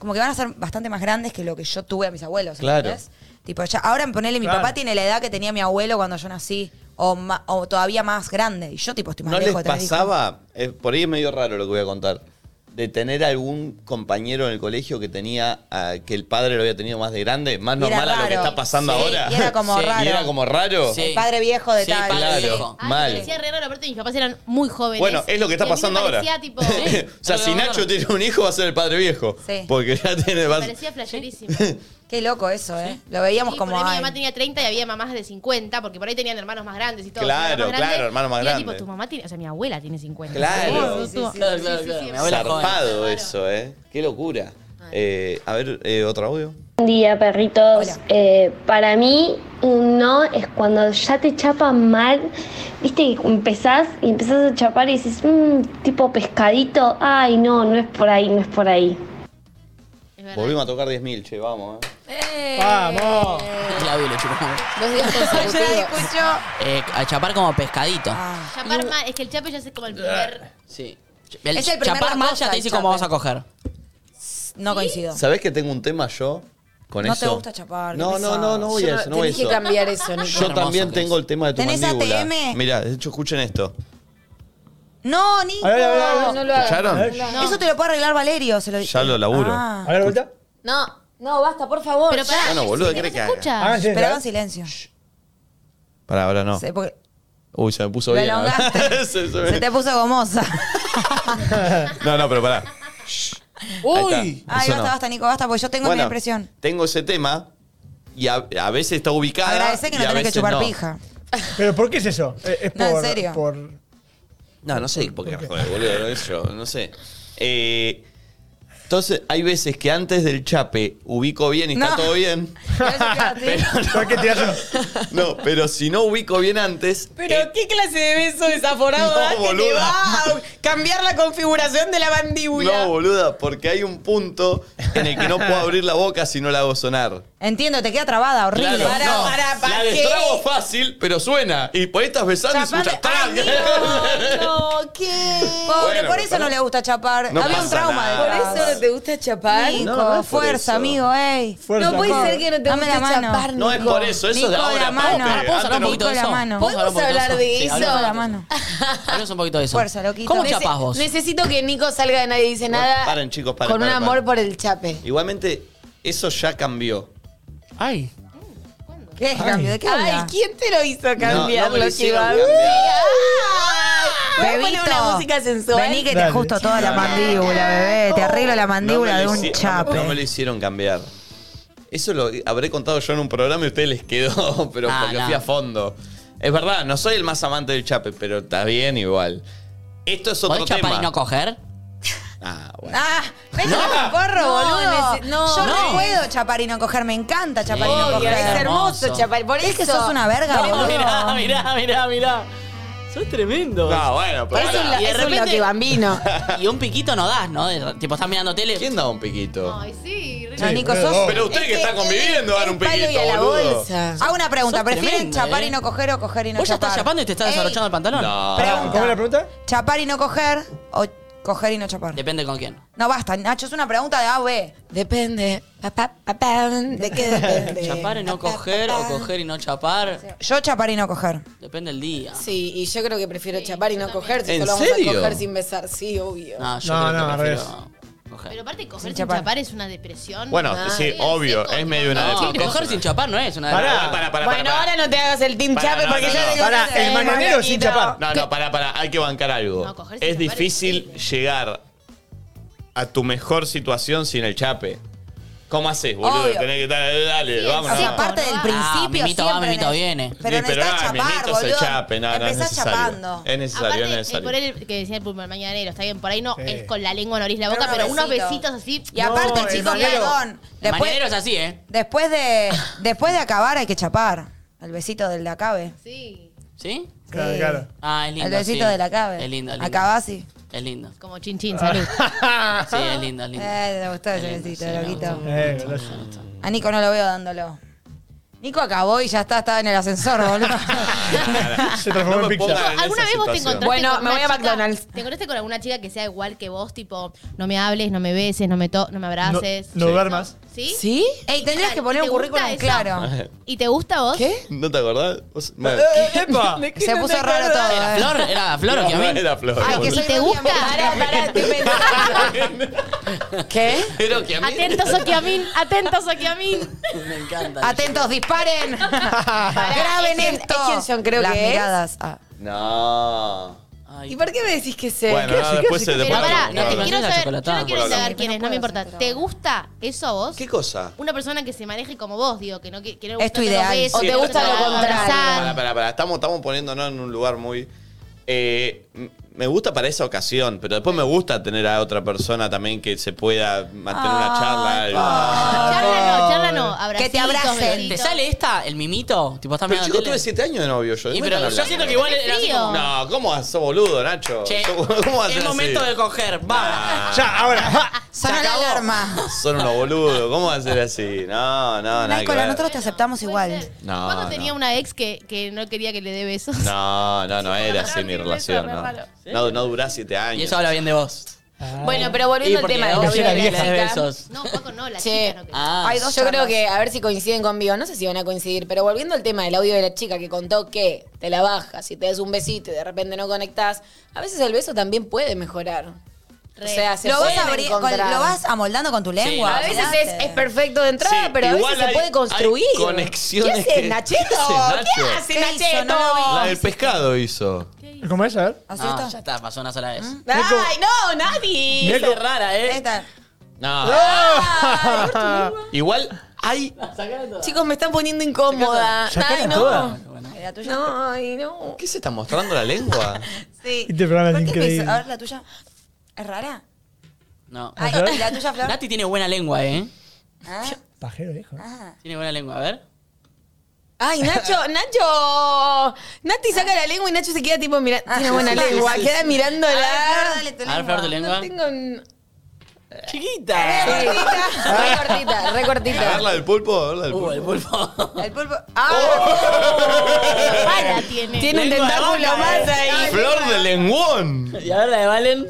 como que van a ser bastante más grandes que lo que yo tuve a mis abuelos.
Claro.
¿entendés? Tipo, ya, ahora ponele, mi
Claro.
papá tiene la edad que tenía mi abuelo cuando yo nací, o, ma- o todavía más grande. Y yo, tipo, estoy más
¿No les
lejos de tener hijos.
pasaba? Eh, por ahí es medio raro lo que voy a contar. De tener algún compañero en el colegio que tenía ah, que el padre lo había tenido más de grande, más
Y era
normal a lo que
raro.
está pasando
Sí,
ahora.
y era
[LAUGHS]
como
Sí.
raro.
Y era como raro.
El padre viejo de
Sí,
tal.
padre
sí.
viejo.
Ay,
Mal. [LAUGHS]
Me parecía re raro, aparte mis papás eran muy jóvenes.
Bueno, es lo que está
Y a mí me
pasando ahora. [LAUGHS]
Parecía, tipo, ¿eh?
o sea, si Nacho tiene un hijo, va a ser el padre viejo.
Sí.
Porque ya tiene.
me
va-
parecía flasherísimo.
Qué loco eso, ¿eh? Lo veíamos
Sí,
como...
por ahí
ay.
mi mamá tenía 30 y había mamás de 50, porque por ahí tenían hermanos más grandes y todo.
Claro,
hermanos más
claro,
grandes.
hermanos más
Y era
grandes.
Tipo, tu mamá tiene, o sea, mi abuela tiene 50.
Claro.
Oh,
Sí,
tu-
Claro, claro, claro. Mi abuela joven.
Zarpado eso, ¿eh? Qué locura. Eh, a ver, eh, otro audio.
Buen día, perritos. Eh, para mí, un no es cuando ya te chapan mal. Viste que empezás y empezás a chapar y dices, "Mm, tipo pescadito. Ay, no, no es por ahí, no es por ahí.
Volvimos a tocar 10.000, che, vamos, ¿eh?
¡Vamos! Claudio,
Ah.
Dos días
[LAUGHS]
consecutivos.
Eh, a chapar como pescadito.
Ah.
Chapar mal, es que el chape ya es como el
Ah.
primer.
Sí. El
Es el primer
chapar mal
cosa,
ya te
el
dice cómo
chape.
vas a coger.
No coincido.
¿Sabés que tengo un tema yo con
No
eso?
te gusta chapar, qué
No, no,
pesado.
no, no voy
Yo
a
no-
eso, no voy a
tenés que
eso.
cambiar eso, Nico.
Yo
Hermoso
también
que
tengo el tema de tu
¿Tenés
mandíbula.
ATM?
Mira, de hecho, escuchen esto.
No, Nico.
A ver, a ver, a ver. ¿Escucharon?
Eso te lo puede arreglar Valerio. Se lo...
Ya lo laburo.
Ah.
A ver, vuelta.
No, no, basta, por favor. Pero
pará, Bueno, boludo, ¿qué querés que haga? Hagan silencio.
Pero
[LAUGHS]
hagan silencio.
Para ahora no.
Sí, porque
Uy, se me puso
lo
bien. [LAUGHS]
elongaste.
Se- se me-
Se te puso
[LAUGHS]
gomosa.
No, no, pero pará. Uy. Eso
Ay,
no.
basta, basta, Nico, basta, porque yo tengo
Bueno,
mi impresión.
Tengo ese tema y a, a veces está ubicada.
Agradecé que
y
no
a
tenés que
veces
chupar
no.
pija.
¿Pero por qué es eso? [LAUGHS] Eh, Es
No, en
por-
serio.
por
No, no sé por qué, joder, boludo, no es yo, no sé. Eh, entonces, hay veces que antes del chape ubico bien y
No.
está todo bien. [LAUGHS]
¿Por qué te hacen?
No, pero si no ubico bien antes,
Pero qué clase de beso desaforado
eh. No,
das que te
boluda.
va a cambiar la configuración de la mandíbula.
no, boluda, porque hay un punto en el que no puedo abrir la boca si no la hago sonar.
Entiendo, te queda trabada, horrible.
Claro,
Pará,
no.
pará, pará,
La
¿qué?
destrabo fácil, pero suena. Y por ahí estás besando y
Chapar-
escuchas.
Ay, Nico, no, ¿qué? Pobre,
Bueno,
por eso
pará.
no le gusta chapar.
No
Había un
pasa
trauma
nada.
detrás.
Por eso
¿Te gusta chapar?
Nico,
No, no es por
fuerza,
eso.
amigo, ey.
Fuerza,
no puede
por
ser que no te
Dame
guste
la mano.
chapar,
No es
Nico.
por eso, eso es de
Nico,
ahora,
la mano.
Pope.
¿Podemos hablar un poquito de
Nico, la
eso?
mano.
¿Podemos
¿Podemos
hablar un poquito
hablar de
eso? hablemos
eso? Nico, la
un poquito. Hablemos un poquito de eso.
Fuerza, loquito.
¿Cómo
Nece-
chapás vos?
Necesito que Nico salga de nadie dice nada
Paren, chicos, paren.
con un
paren,
amor
paren.
por el chape.
Igualmente, eso ya cambió.
Ay.
¿Qué
Ay. cambio? ¿De qué habla?
Ay, ¿quién te lo hizo cambiar
No, no me lo
lo que
hicieron
iba a
cambiar.
Voy a poner
Bebito,
una música sensual.
Vení que te ajusto toda la mandíbula, bebé. Te arreglo la mandíbula
No me
de
lo
un
hici-
chape.
No me lo hicieron cambiar. Eso lo habré contado yo en un programa y a ustedes les quedó, [LAUGHS] pero
Ah,
porque
no.
fui a fondo. Es verdad, no soy el más amante del chape, pero está bien igual. Esto es otro
¿Podés chapar
tema.
y no coger?
Ah, bueno.
Ah, ¿ves el porro,
No,
boludo?
nece- no.
Yo no
No.
puedo chapar y no coger, me encanta chapar y no
Obvio,
coger.
es hermoso chapar, por
¿Ves que
eso-
sos una verga,
No,
boludo? [LAUGHS]
Mirá, mirá, mirá, mirá. Sos tremendo.
No, bueno, pero Eso es lo-
Y de
eso es lo
repente-
que
bambino.
[LAUGHS] Y un piquito no das, ¿no? De- Tipo, estás mirando tele.
¿Quién da un piquito?
Sí,
No, Nico, sos-
Pero usted que está conviviendo, dar un
Palo
piquito,
y a la
boludo.
bolsa. Hago una pregunta,
Sos
¿prefieren
tremenda,
chapar
eh.
y no coger o coger y no
Vos ya
chapar?
estás chapando este y te estás
Ey,
desabrochando el pantalón.
No.
Pregunta. ¿Cómo es la
pregunta?
¿Chapar y no coger o coger y no chapar?
Depende con quién.
No, basta, Nacho, es una pregunta de A o B.
Depende. Pa, pa, pa, pa, ¿De qué
[LAUGHS]
depende?
Chapar y no coger o coger y no chapar.
Yo chapar y no coger.
Depende del día.
Sí, y yo creo que prefiero chapar y no coger. Si
¿En
solo
serio?
vamos a coger sin besar. Sí, obvio.
No, yo
No,
creo
no,
que
al
prefiero coger.
Pero aparte, coger sin
chapar.
chapar, es una depresión.
Bueno,
Ah.
sí, obvio, es medio una
No,
depresión.
coger sin chapar no es una
Pará,
depresión.
pará, pará,
bueno, ahora no te hagas el team
Pará,
chape
no,
porque
no,
yo
no.
digo
Pará,
que
el
no.
mañanero sin chapar.
No, no, para, para, hay que bancar algo.
No, coger sin
es
chapar es
difícil llegar a tu mejor situación sin el chape. ¿Cómo haces, boludo?
Obvio.
Tenés que estar, dale, dale, vámonos.
Sí, aparte del
Ah,
principio
mimito va,
siempre
mimito
ne-
viene.
Pero
Sí, pero
necesitas
nada,
chapar,
mimito se
boludo.
chape, nada, no es
Empezás
necesario.
chapando.
Es necesario,
Aparte,
es
eh,
necesario.
por el que decía el pulmón mañanero, está bien, por ahí no,
Sí.
es con la lengua, nariz, la boca, pero,
Pero unos
unos besitos así.
Y aparte,
el
chicos,
mañanero-
perdón.
El
Después,
mañanero es así, ¿eh?
después, de, después de acabar hay que chapar. El besito del de acabe.
Sí,
¿Sí?
Claro, claro.
Ah, es lindo.
el besito
sí.
del acabe.
Es lindo, es lindo.
Acabás y...
Es lindo.
como chin
[LAUGHS]
chin, salud.
Sí, es lindo, es Ah, lindo.
Eh, te gustó ese
Es lindo,
besito,
sí, me
loquito.
gusta.
Eh,
[LAUGHS]
gracias.
A Nico no lo veo dándolo. Nico acabó y ya está, estaba en el ascensor, boludo.
Se transformó en
me
pizza.
pongan en
¿Alguna
esa
vez vos te
situación.
encontraste
Bueno,
con
me voy
una
a
chica-
McDonald's.
¿Te encontraste con alguna chica que sea igual que vos? Tipo, [LAUGHS] no me hables, no me beses, no me, to no me abraces.
No, no duermas.
¿Sí?
¿Sí?
Ey, tendrías que poner
¿Te
un
gusta
currículum
eso?
claro.
[LAUGHS] ¿Y te gusta a vos?
¿Qué?
¿No te acordás? Vos- Bueno.
Eh,
[LAUGHS]
¡Epa!
Se puso raro todo.
¿Era
eh.
Flor? ¿Era Ah, Flor o Kiamil?
Era Flor.
Ay, que
boludo.
si te gusta.
Pará, pará, estoy pensando. ¿Qué?
Era Kiamil.
Atentos, Okiamin. Atentos, Okiamin.
[LAUGHS] Me encanta.
Atentos, disparen. Graben
es quien-
esto.
es quien son, creo
Las
que es.
miradas. ah.
No.
Ay,
¿Y por qué me decís que sé?
Bueno, no, después se
Pero
después
pará,
no,
hablamos,
te
hablamos.
quiero
no,
saber.
no,
Yo
no,
no quiero
no,
indagar
no,
quién es, no me importa.
no.
¿Te gusta eso a vos?
¿Qué cosa?
Una persona que se maneje como vos, digo, que no que, que no
Es
gusta
tu
que lo
ideal.
beses,
O te
que no
gusta
lo
lo contrario.
abrazar.
Pará, pará, pará. Estamos, estamos poniéndonos en un lugar muy. eh, m- me gusta para esa ocasión, pero después me gusta tener a otra persona también que se pueda mantener una charla. algo.
Charla no, charla no.
Que te
abracitos,
abracen.
besitos.
¿Te sale esta, el mimito? Tipo, estás
Pero
mirando
chicos,
tele.
tuve 7 años de novio yo. ¿de
Y
qué
pero
están
yo
hablando?
siento que igual era así como-
No, ¿cómo sos boludo, Nacho?
Che,
¿Cómo haces
es momento
así?
de coger. Va.
Ya, ahora. ja.
[LAUGHS] Sonó la alarma.
Son unos boludos, ¿cómo vas a ser así? No, no, nada que
Nicola,
ver.
nosotros te aceptamos
Puede
igual.
ser.
No,
¿Cuándo
no.
tenía una ex que, que no quería que le dé besos?
No, no, no era así mi relación, no. No, no durás 7 años.
Y eso habla bien de vos.
[LAUGHS]
Bueno, pero
Y
volviendo al
porque
tema de
vos
la
le
vida de la
das
chica.
besos.
No, Paco, no, la
Che.
chica no quería.
Ah,
Hay dos
Yo creo
charlas.
que, a ver si coinciden conmigo, no sé si van a coincidir, pero volviendo al tema del audio de la chica que contó que te la bajas y te das un besito y de repente no conectás, a veces el beso también puede mejorar. O
Re.
sea, se
Lo vas,
pueden
abri- con-
encontrar.
lo vas amoldando con tu lengua.
A veces es, es perfecto de entrada,
Sí,
pero a
igual
veces se
hay-
puede construir.
hay conexiones
¿Qué haces,
que-
Nachito?
¿Qué haces,
¿Qué
Nacho?
haces,
¿Qué hizo?
Nachito?
No lo vi.
La del pescado hizo.
¿Cómo es? A ver.
¿Así
Ah,
está? ¿Mm?
ya está, pasó una sola vez.
¡Ay, no, Nati!
Esta es rara,
Ahí
¿eh?
está.
No.
Ah, Ay,
Igual hay.
Chicos, me están poniendo incómoda. Ah, Ay,
Sacaron
no.
todas.
La tuya.
No, ay, no.
¿Qué se está mostrando la lengua?
Sí.
Este programa es
¿Por qué me hizo-
increíble.
A ver, la tuya. ¿Es rara?
No.
Ay, ¿y la tuya, Flor?
Nati tiene buena lengua, ¿eh?
Ah,
Pajero, viejo.
ah.
Tiene buena lengua, a ver.
Ay, [LAUGHS] Nacho, Nacho. Nati saca la lengua y Nacho se queda tipo mirando. Tiene buena lengua, queda
A ver, Flor,
mirándola.
dale tu
A ver, Flor, tu
lengua.
lengua.
No tengo. un-
Chiquita.
Re cortita, re cortita, re
A ver
cortita.
la del pulpo, a ver la del
Uh, el
pulpo.
pulpo.
El pulpo. ¡Ah!
Para tiene.
Oh. Tiene un
Lengua de
tentáculo
vaca,
más
eh.
ahí.
Flor de lenguón.
Y a ver la de Valen. Uy,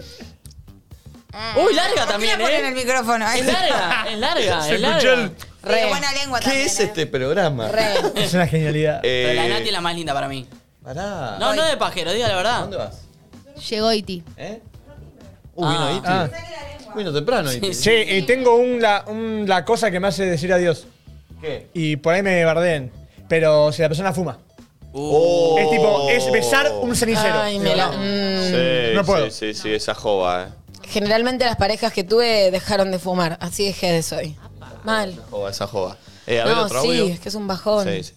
larga
Ah. ¿Por qué la
también,
ponen en el
¿eh?
micrófono?
Es larga, es larga,
[LAUGHS] Se
es larga.
escuchó el.
Tiene
Re.
buena lengua
¿Qué
también.
es
eh.
este programa?
Re.
Es una genialidad.
Pero la de Nati
Eh,
es la más linda para mí.
Ah.
pará.
No, no de pajero, diga la verdad.
¿Dónde vas?
Llegó Iti.
¿Eh? Uh, vino
Ah.
Iti.
Ah.
Vino temprano, Iti.
Che, eh, tengo un, la, un- la cosa que me hace decir adiós.
¿Qué?
Y por ahí me bardeen. Pero si la persona fuma.
Oh.
Es tipo, es besar un cenicero.
Ay,
Digo,
me la-
no.
mm.
Sí,
No puedo.
sí, sí, sí, esa joba, eh.
Generalmente las parejas que tuve dejaron de fumar, así dejé de soy. Mal.
Joba, esa joba. Eh, a ver
No,
otro
sí,
audio.
es que es un bajón.
Sí, sí.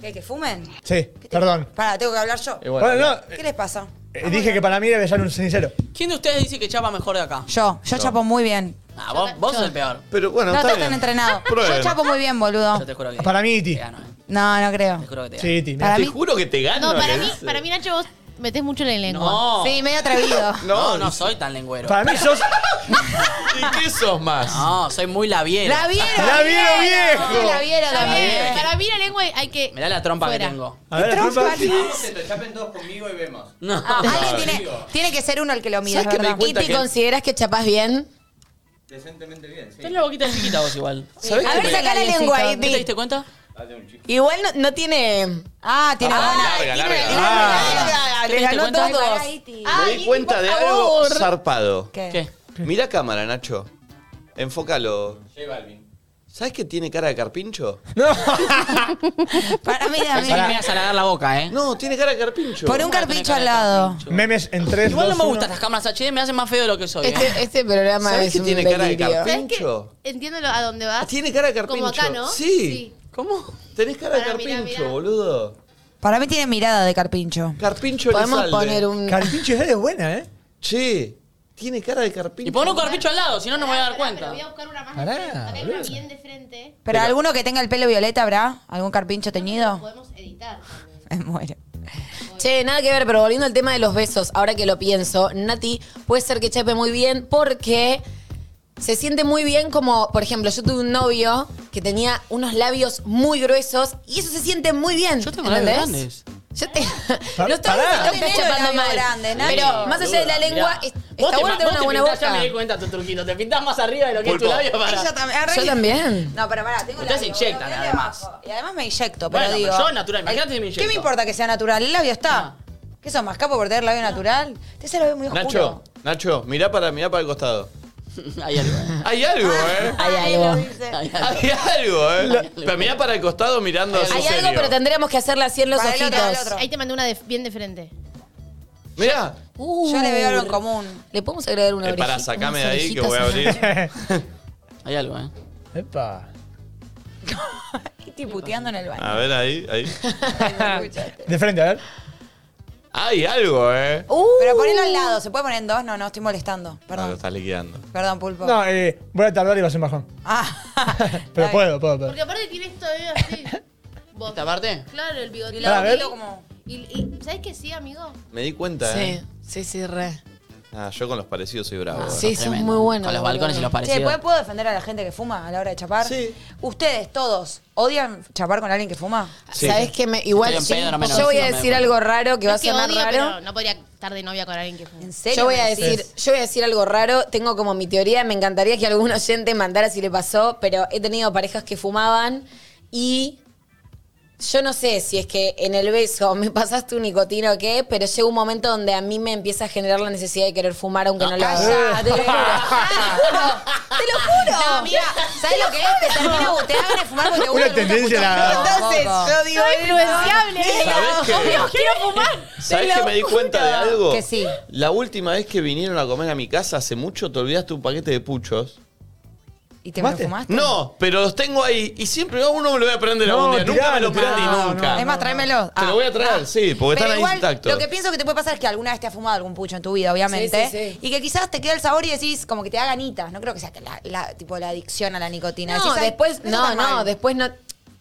¿Qué, que fumen?
Sí, perdón.
Ah, Pará, tengo que hablar yo.
Eh,
Bueno, no,
¿Qué les pasa?
Eh, dije que para mí debe ser un sincero.
¿Quién de ustedes dice que chapa mejor de acá?
Yo, yo chapo muy bien.
Ah, vos, vos sos el peor.
Pero bueno,
no estás tan entrenado. Yo chapo muy bien, boludo.
Te juro que eh.
Para mí, Iti.
No, no creo. Te
juro que te
Sí, Iti.
Para
te
mí-
juro que te gano.
No, para
¿eh?
mí, para mí, Nacho, vos metés mucho en la lengua.
No.
Sí, medio
[LAUGHS]
atrevido.
No, no soy tan lengüero.
Para mí
[LAUGHS]
sos.
¿Y qué sos más?
No, soy muy labiero.
La vieron.
¡La vieron, viejo!
La vieron,
Para
la
mí,
bien.
para mí la lengua hay que...
Mirá la trompa
Fuera.
que tengo.
A ver, trompa.
[LAUGHS] Se chapen todos conmigo y vemos.
No.
Ah, alguien tiene, tiene que ser uno el que lo mira,
¿Sabes que me
¿verdad?
di
¿Y
cuenta
te
que-
consideras que chapás bien?
Decentemente bien, sí.
Tenés la boquita chiquita vos igual.
¿Sabés
A
que
ver,
me-
saca la
Dale,
lengua
chica.
ahí.
¿Te
Ti.
diste cuenta?
Igual no, no tiene.
Ah, tiene
Ah,
buena.
larga,
tiene-
larga.
tiene-
Ah,
¿Te
le
diste
ganó
cuenta?
todos.
Me di cuenta de algo zarpado.
¿Qué?
¿Qué?
Mirá cámara, Nacho. Enfócalo. ¿Sabes que tiene cara de carpincho?
Para mí,
Pensé que
amigo.
me ibas a halagar la boca, eh.
No, tiene cara de carpincho.
Por un
Tenés
carpicho
cara
al
de
lado.
Memes en 3,
Igual no me gustan las cámaras HD, me hacen más feo de lo que soy. eh.
Este, este programa
¿Sabes
es
que
un
tiene cara de
delirio.
carpincho?
¿Sabes qué? Entiendo lo- a dónde
Ah,
vas.
Tiene cara de carpincho.
Como acá, ¿no?
Sí. ¿Cómo? Tenés cara de
Pará, mirá,
carpincho,
mirá.
boludo.
Para mí tiene mirada de carpincho.
Carpincho
Podemos
Elizalde.
poner un.
Carpincho es buena, ¿eh?
Che, tiene cara de carpincho.
Y pon un carpicho al lado, si no, no me voy a dar
Pará,
cuenta.
Pero voy a buscar una más.
Pará,
de frente. Acá hay una
boludo.
bien de frente.
Pero, alguno que tenga el pelo violeta habrá, algún carpincho
Lo
teñido.
podemos editar.
[LAUGHS]
también.
Me muero.
Che, nada que ver, pero volviendo al tema de los besos, ahora que lo pienso, Nati puede ser que chape muy bien porque se siente muy bien como, por ejemplo, yo tuve un novio que tenía unos labios muy gruesos y eso se siente muy bien.
Yo tengo labios grandes.
¿entendés? Yo te...
Pa-
Los
pará.
todos
No tenés labios grandes, Nati.
pero más allá de la lengua, es- está bueno tener una buena boca.
Ya me di cuenta tu truquito. Te pintás más arriba de lo que es tu labio para.
Ella también- arre-
Yo también.
No, pero pará, tengo
Ustedes
labio,
se inyectan,
boludo, mira
además.
abajo. Y además me inyecto, pero
Bueno, pero
digo. eh,
yo natural, imagínate si me
¿Qué
inyecto?
me importa que sea natural? El labio está. ¿Qué sos más capo por tener labio natural? Te se lo ve muy oscuro.
Nacho, Nacho, mirá para, mirá para el costado.
Hay algo, eh.
Hay algo, ¿eh?
Hay algo.
Hay algo.
Hay algo, ¿eh? Pero mirá para el costado mirando a su
Hay algo,
serio.
pero tendríamos que hacerla así en los
Para el otro,
ojitos.
para el otro.
Ahí te mandé una de- bien de frente.
Mirá,
Uh,
Yo le veo algo en común.
Le podemos agregar una
eh, para
orejita,
sacame de
unas
ahí que
orejitas
voy a
acá.
abrir. [LAUGHS]
Hay algo, eh.
Epa.
Y estoy puteando en
[LAUGHS]
el baño.
A ver, ahí, ahí.
De frente, a ver.
Hay algo, ¿eh?
[LAUGHS] Uh,
Pero ponelo al lado, ¿se puede poner en dos? No, no, estoy molestando.
No, lo
Perdón.
estás liquidando.
Perdón, pulpo.
No, eh, voy a tardar y va a ser bajón.
Ah,
[LAUGHS] Pero puedo, puedo, puedo.
Porque aparte tienes todavía así. Vos-
¿Esta parte?
Claro, el bigotito.
A ver.
así. Y, y- ¿Sabes qué sí, amigo?
Me di cuenta,
Sí,
¿eh?
sí, sí, re.
Ah, yo con los parecidos soy bravo. ¿eh?
Sí, son
Tremendo.
muy buenos.
Con los balcones y los
Che,
parecidos.
¿puedo, puedo defender a la gente que fuma a la hora de chapar?
Sí.
¿Ustedes todos odian chapar con alguien que fuma?
Sí.
¿Sabes qué? Me, igual
Estoy en pedo, no me
yo
enojo,
voy a
no me
decir
enojo.
algo raro que va a
Es que
sonar
odio, pero
raro.
no podría estar de novia con alguien que fuma.
¿En serio?
Yo voy a
me decís?
decir, yo voy a decir algo raro, tengo como mi teoría, me encantaría que algún oyente mandara si le pasó, pero he tenido parejas que fumaban y yo no sé si es que en el beso me pasaste un nicotino o qué, pero llega un momento donde a mí me empieza a generar la necesidad de querer fumar aunque no, lo haga.
Calla, Ah, te lo juro.
[LAUGHS]
¡Te lo juro!
No,
amiga, ¿sabes lo que es? Te termina te dan ganas de fumar porque te
Una
gusta el gusto
tendencia a la-
escuchar.
Entonces,
Tampoco.
yo digo,
influenciable.
¿Sabés qué?
quiero fumar.
¿Sabés que me di cuenta de algo?
Que sí.
La última vez que vinieron a comer a mi casa hace mucho, te olvidaste un paquete de puchos.
¿Y te me lo
¿Fumaste?
fumaste?
No, pero los tengo ahí y siempre uno me lo voy a prender
No,
algún día. Nunca me
tiralo,
lo prendí,
no,
nunca.
Es más, tráemelo. Ah,
Te lo voy a traer, sí, porque
Pero
están ahí
igual,
intactos.
Lo que pienso que te puede pasar es que alguna vez te has fumado algún pucho en tu vida, obviamente.
Sí, sí, sí.
Y que quizás te queda el sabor y decís, como que te da ganitas. No creo que sea que la, la- tipo, la adicción a la nicotina.
No,
Decís, "Ay,
después,
no
no,
está tan
no,
mal".
después no.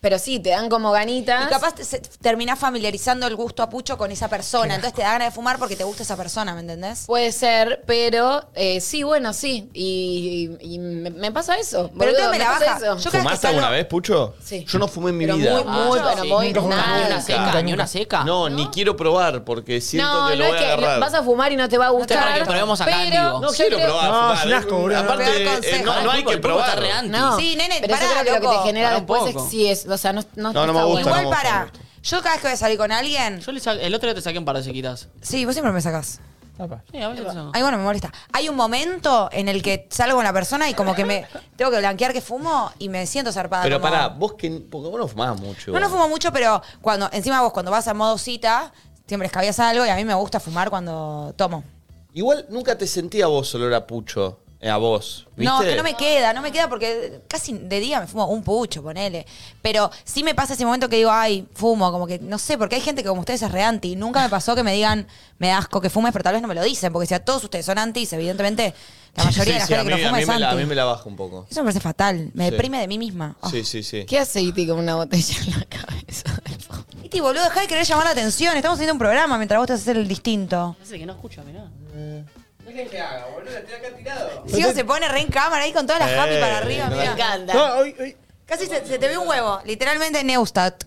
Pero sí, te dan como ganitas.
Y capaz te- se- terminás familiarizando el gusto a pucho con esa persona. Entonces te da ganas de fumar porque te gusta esa persona, ¿me entendés?
Puede ser, pero eh, sí, bueno, sí. Y, y- y me, me pasa eso.
Pero
boludo,
entonces me la baja.
pasa
Yo cada
eso.
vez que
¿Fumaste alguna
salgo-
vez, Pucho?
Sí.
Yo no fumé en mi
Pero
vida.
muy, muy,
Ah,
pero
sí.
muy
Nunca fumé.
Ni
nada.
una seca, ni una seca.
No, ni quiero probar porque siento
No,
que lo
no es
voy a
que
agarrar.
lo- vas a fumar y no te va a gustar.
para que probemos acá en
pero-
vivo.
No
yo
quiero
creo-
probar.
No,
fumar.
es un asco, boludo.
Aparte,
Peor consejo.
eh, no, no hay que probar.
No,
Sí, nene,
pero
pará,
yo creo que lo que
loco.
te genera
Pará un
después
poco.
es sí es, o sea, no, no,
No, no me
está
gusta,
bueno.
no
Igual
me gusta, no me
para.
gusta.
Yo cada vez que voy a salir con alguien.
Yo le sa- el otro día te saqué un par de sequitas.
Sí, vos siempre me sacás.
Apa.
Sí, a veces eso.
Ay, bueno, me molesta. Hay un momento en el que salgo con la persona y como que me tengo que blanquear que fumo y me siento zarpada.
Pero
como-
pará, vos que. Porque vos no fumabas mucho.
No, no fumo mucho, pero cuando, encima vos cuando vas a modo cita, siempre escabías algo y a mí me gusta fumar cuando tomo.
Igual nunca te sentía vos olor a pucho. Eh, A vos. ¿Viste?
No, que no me queda, no me queda porque casi de día me fumo un pucho, ponele. Pero sí me pasa ese momento que digo, ay, fumo, como que no sé, porque hay gente que como ustedes es re anti. Nunca me pasó que me digan, me da asco que fumes, pero tal vez no me lo dicen, porque si a todos ustedes son antis, evidentemente la mayoría
Sí,
de la
sí, a
gente
mí,
que no
a
fuma
mí
es
me la,
anti.
a mí me la baja un poco.
Eso me parece fatal, me
Sí.
deprime de mí misma. Oh.
Sí, sí, sí.
¿Qué hace Iti con una botella en la cabeza? [LAUGHS]
Iti, boludo, dejá de querer llamar la atención, estamos haciendo un programa mientras vos te haces el distinto.
Parece que no escucha, mirá.
¿Qué Eh. haga, boludo? Estoy acá tirado.
Sigo se pone re en cámara ahí con todas las
Eh,
happy para arriba,
no.
me
encanta.
encanta.
No,
Casi se, se te ve un huevo, literalmente
[LAUGHS]
Neustat.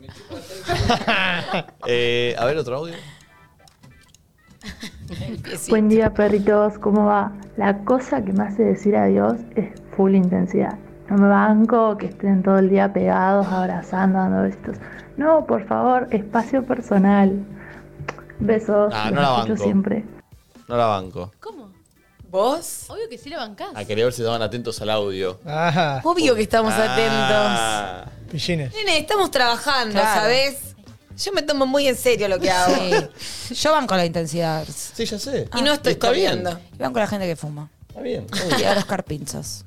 Eh, a ver, otro audio.
Buen día, perritos. ¿Cómo va? La cosa que me hace decir adiós es full intensidad. No me banco que estén todo el día pegados, abrazando, dando besitos. No, por favor, espacio personal. Besos.
Ah,
los
no la
escucho
banco.
siempre.
No la banco.
¿Vos?
Obvio que sí la bancás.
A querer ver si estaban atentos al audio.
Ajá.
Obvio que estamos atentos.
Ah.
Pillines.
Nene, estamos trabajando,
Claro.
¿sabés? Yo me tomo muy en serio lo que hago.
Yo banco la intensidad.
Sí, ya sé.
Ah, Y no estoy
Está bien.
corriendo.
Y banco la gente que fuma.
Está bien.
Y a los carpinzos.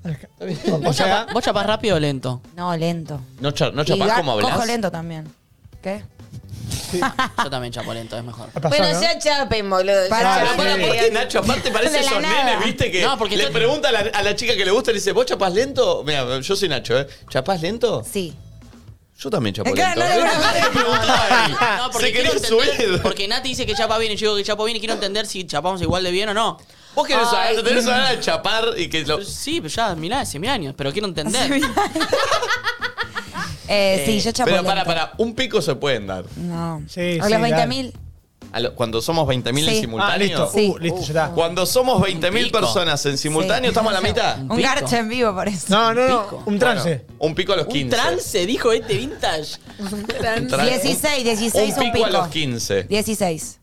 ¿Vos, chapás, vos chapás rápido o lento?
No, lento.
No, cha- no
Y
chapás
ga-
como
Cojo
hablas.
lento también. ¿Qué?
Yo también chapo lento, es mejor.
bueno, ya chapen, boludo.
Pará,
Ya
Pero
chapen.
para, ¿por qué, Nacho?
[LAUGHS]
Aparte parece
De la
esos
nada.
nenes, ¿viste? Que
No, porque
le
esto-
pregunta a la, a la chica que le gusta y le dice, ¿vos chapás lento? Mira, yo soy Nacho, ¿eh? ¿Chapás lento?
Sí.
Yo también chapo
Acá,
lento.
no, no, no,
Le preguntaba a él.
No,
Se quería
quiero entender-
subir.
Porque Nati dice que chapa bien y yo digo que chapo bien y quiero entender si chapamos igual de bien o no.
Vos querés
Ay.
saber, tenés ganas de chapar y que lo...
Sí, pero ya, mirá, hace mil años, pero quiero entender.
Eh, sí, yo chapo
Pero
lento.
para, para, un pico se pueden dar.
No.
Sí,
a
sí,
los
dale.
20.000.
A lo- cuando somos 20.000 en
Sí.
simultáneo.
Ah, listo.
Sí.
Uh, listo, ya está.
Cuando somos 20.000
pico.
personas en simultáneo,
Sí.
estamos a la mitad.
Un garcha en vivo, por eso.
No, no, no.
Pico.
Un trance.
Bueno, un pico a los 15.
Un trance, dijo este vintage.
Un tra-
16, 16
un
un
pico a
pico.
los 15.
16.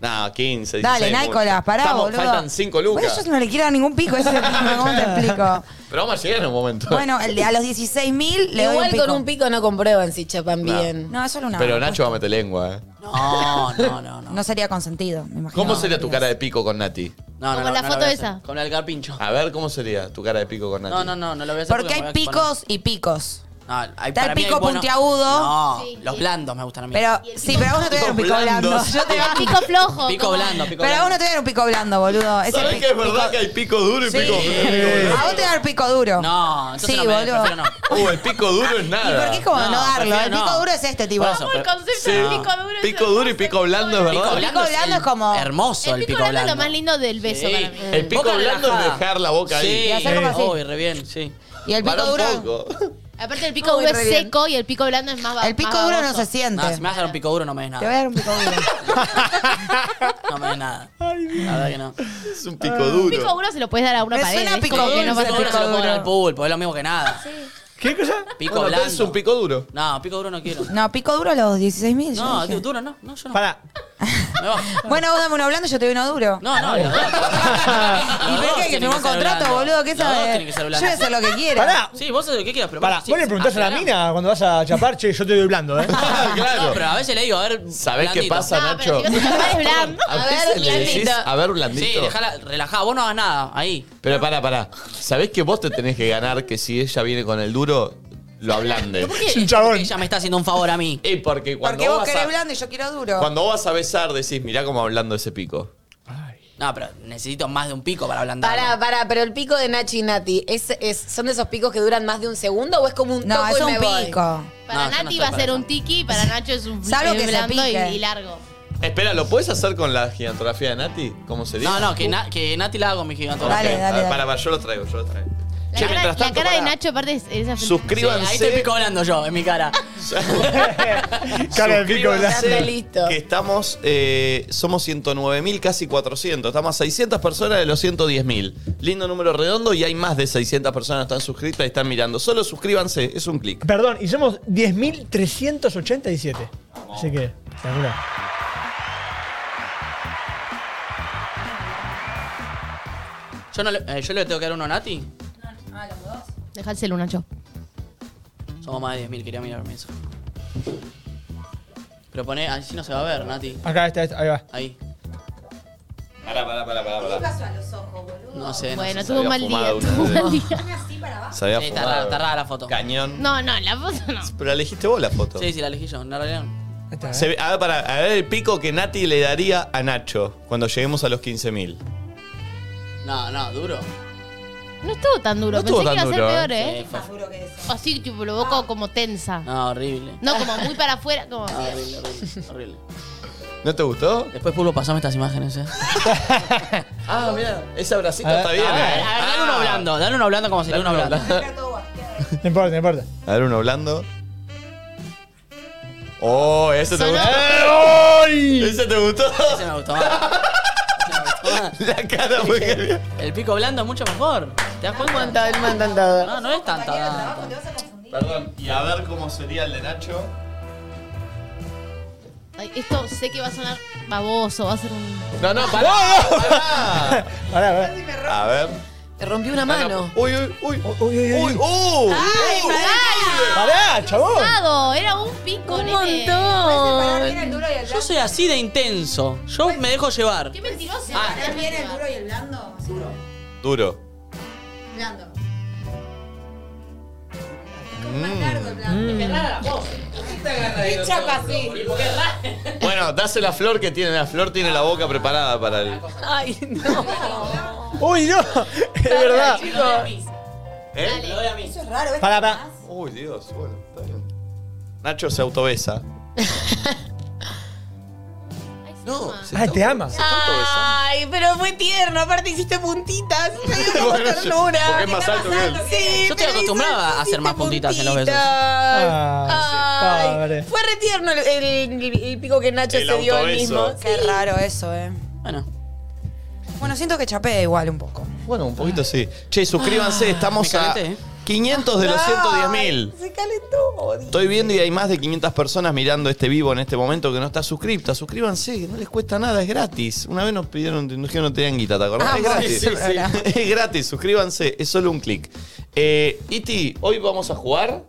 No, 15, 16.
Dale, Nicolás,
mucho.
pará,
Estamos-
boludo.
Faltan 5
Bueno,
lucas.
yo no le quiero dar ningún pico ese tema, ¿cómo te explico?
[LAUGHS] Pero vamos a llegar en un momento.
Bueno, el de- a los 16.000 le doy
Igual
un pico.
con un pico no comprueban si chapan
No.
bien.
No, es solo una.
Pero Nacho va a meter lengua, ¿eh?
No, no, no, no.
No sería consentido, me imagino.
¿Cómo sería tu cara de pico con Nati?
No, no,
Como
no,
la
no lo
foto
voy a
esa.
hacer. Con el carpincho.
A ver, ¿cómo sería tu cara de pico con Nati?
No, no, no, no lo voy a hacer.
Porque
me
hay
voy a poner-
picos y picos.
No, hay-
Está el
para mí hay
pico
bueno-
puntiagudo.
No,
Sí.
los blandos me gustan a mí.
Pero, sí, pero a vos no te voy a dar un pico blando.
Blandos.
Yo te voy a-
Pico flojo.
pico
como-
blando, pico
Pero a vos no te
blando.
voy a dar un pico blando, boludo. Ese
¿Sabés
pic-
que es verdad
pico-
que hay pico duro y pico
A vos te va el pico duro.
No, entonces
Sí,
no me
boludo.
prefiero no.
Uh, el pico duro es
¿Y
nada.
por qué es como no,
No,
darlo? El
prefiero
pico
no.
duro es este tipo.
Por eso,
El
pero-
concepto
Sí.
del pico duro. es
Pico
el
duro y
concepto
pico blando, es
Pico
verdad.
blando,
pico blando es
el-
como-
Hermoso el pico blando.
es lo más lindo del beso
Sí.
para mí.
El pico
Boca
blando es
relajada.
dejar la boca
sí.
ahí.
Sí,
Y hacer como así.
Uy, re bien, sí.
Y el pico
Pará un
duro.
poco.
Aparte, el pico
Muy
duro es
re bien.
seco y el pico blando es más ba-
El pico
más
duro no
baboso.
se siente.
No, si me vas a dar un pico duro no me des
Te voy a
nada.
dar un pico duro.
No me des nada. La verdad que no.
Es un pico
Un pico
duro.
duro se lo puedes dar a una
Me
pared.
suena
es
pico
como que
dulce,
no pasa
pico duro se
nada.
lo ponen
duro.
al pulpo, es lo mismo que nada.
¿Qué cosa?
Pico
Bueno,
blando.
entonces es un pico duro.
No, pico duro no quiero.
[LAUGHS] No, pico duro a los 16.000. yo
No,
dije.
du- duro no, no, yo no.
Pará.
Me bajo.
[LAUGHS] Bueno, vos dame uno blando, yo te doy uno duro.
No, no, los dos.
¿Y por qué? Que firmó un contrato, boludo. ¿Qué
sabes?
sabes? Yo voy a hacer lo que quiero.
Pará.
Sí, vos haces lo que quieras, pero
Pará.
sí,
Vos le preguntás a la
aclará.
mina cuando vas a chapar, che, yo te doy blando, ¿eh?
No,
claro.
pero a veces le digo, a ver.
¿Sabés qué
blandito.
pasa,
No,
Nacho?
pero chicos,
[LAUGHS]
el papá es blando.
A
A
veces
ver,
le decís,
blandito.
a ver,
Sí,
blandito.
dejala, relajá, vos no hagas nada, ahí.
Pero pará, pará. ¿Sabés que vos te tenés que ganar que si ella viene con el duro, lo ablande?
Es un chabón.
Ella me está haciendo un favor a mí.
Y porque cuando
Porque vos
vas
querés
a,
blando y yo quiero duro.
Cuando vos vas a besar, decís, mirá cómo hablando ese pico.
No, pero necesito más de un pico para ablandar.
Pará, pará, pero el pico de Nachi y Nati, ¿es, es, ¿son de esos picos que duran más de un segundo o es como un
No,
toco
es
y
un
me voy?
pico.
Para
No, yo no
Nati
estoy
va a
para
ser
eso.
un tiki, para Nacho es un
Salvo que se
blando y,
pique.
y largo.
Espera, ¿lo puedes hacer con la gigantografía de Nati? ¿Cómo sería?
No, no, que, na- que Nati la hago mi gigante.
Ok,
Uh. Dale,
a
dale,
ver,
dale.
Para, para, yo lo traigo, yo lo traigo.
La
Che,
cara,
mientras
la
tanto,
cara de
pará.
Nacho, aparte, es esa
Ahí estoy
Suscríbanse.
pico hablando yo, en mi cara.
[LAUGHS] Cara de pico blando.
Suscríbanse,
Anda, listo.
Que estamos, eh, somos 109.000, casi 400. Estamos a 600 personas de los 110.000. Lindo número redondo y hay más de 600 personas que están suscritas y están mirando. Solo suscríbanse, es un clic.
Perdón, y somos 10.387. Así que, espectacular.
Yo, no le, eh, yo le tengo que dar uno a Nati.
Dejárselo, Nacho.
Somos más de 10.000, quería mirarme eso. Pero poné, así no se va a ver, Nati.
Acá está, ahí va.
Ahí.
Pará, pará, pará, pará. pará.
pasa a los ojos, boludo?
No sé. no
Bueno,
sé.
tuvo un mal día. Tuvo [LAUGHS] un mal día.
Se había
Sí, está
fumado.
rara- está rara la foto.
Cañón.
No, no, la foto no.
Pero la elegiste vos la foto.
Sí, sí, la elegí yo. No, realidad no.
Se ve- a, ver, para, a ver el pico que Nati le daría a Nacho cuando lleguemos a los 15.000.
No, no, duro.
No estuvo tan duro.
No
Pensé
estuvo
que iba a
tan
ser
duro,
peor,
¿eh?
¿eh? Más duro que eso. Así, tipo, lo boca como tensa.
No, horrible.
No, como muy para afuera. Como...
No, horrible, horrible, horrible.
¿No te gustó?
Después, Pulvo, pasame estas imágenes, eh.
[LAUGHS] Ah, mira, ese abracito
A ver,
está bien,
a ver,
eh.
a ver, dale uno
[LAUGHS]
blando, dale uno blando como sería uno blando.
No importa, no importa.
A ver, uno blando. Oh, ese te oh,
Sonó.
gustó.
¡Eh,
¿Ese te gustó?
Ese me gustó más. Ese me gustó más.
La cara fue genial.
El pico blando es mucho mejor. ¿Te das cuenta? No, no es tanta.
Ah,
Perdón, y a ver cómo sería el de Nacho.
Ay, esto sé que va a sonar baboso, va a ser un...
No, no, [LAUGHS] pará. Pará. A ver.
Te rompió una
Ah, no.
mano.
Uy, uy, uy.
Uy, uy,
uy. ¡Uh!
¡Ay,
¡Uh!
¡Pará, chabón!
Pesado, Era un pico,
Un
nene.
montón.
Yo soy así de intenso. Yo me dejo llevar.
¡Qué
Ah,
mentiroso!
viene el duro y el blando? Duro.
Duro.
Blando.
Bueno, dase la flor que tiene. La flor tiene la boca preparada para el.
[LAUGHS] Ay, no.
¡Uy, no! [LAUGHS] Es verdad.
¿Eh?
Lo doy a mí.
Es raro,
Pará, pará.
Uy, Dios, bueno, está bien. Nacho se autobesa.
No.
Ay, te amas.
Ay, pero fue tierno. Aparte hiciste puntitas. Me dio como
Bueno, yo-
ternura.
porque es más alto que él.
Sí,
Yo estoy
pero
acostumbrada a hacer más puntitas en los besos.
Ah,
Ay,
Ah, pobre.
fue re tierno el, el- el- el pico que Nacho
El
se dio él
autobeso.
mismo.
Qué raro eso, eh.
Bueno.
Bueno, siento que chapé igual un poco.
Bueno, un poquito sí. Che,
Ah.
suscríbanse, estamos
me
a
calenté, eh.
500 de los 110 mil.
Se calentó.
Estoy viendo y hay más de 500 personas mirando este vivo en este momento que no está suscripta. Suscríbanse, que no les cuesta nada, es gratis. Una vez nos pidieron, nos dijeron no tenían guita, ¿te acordás?
Amo
es gratis.
ese programa.
es gratis, suscríbanse, es solo un clic. Eh, Iti, hoy vamos a jugar,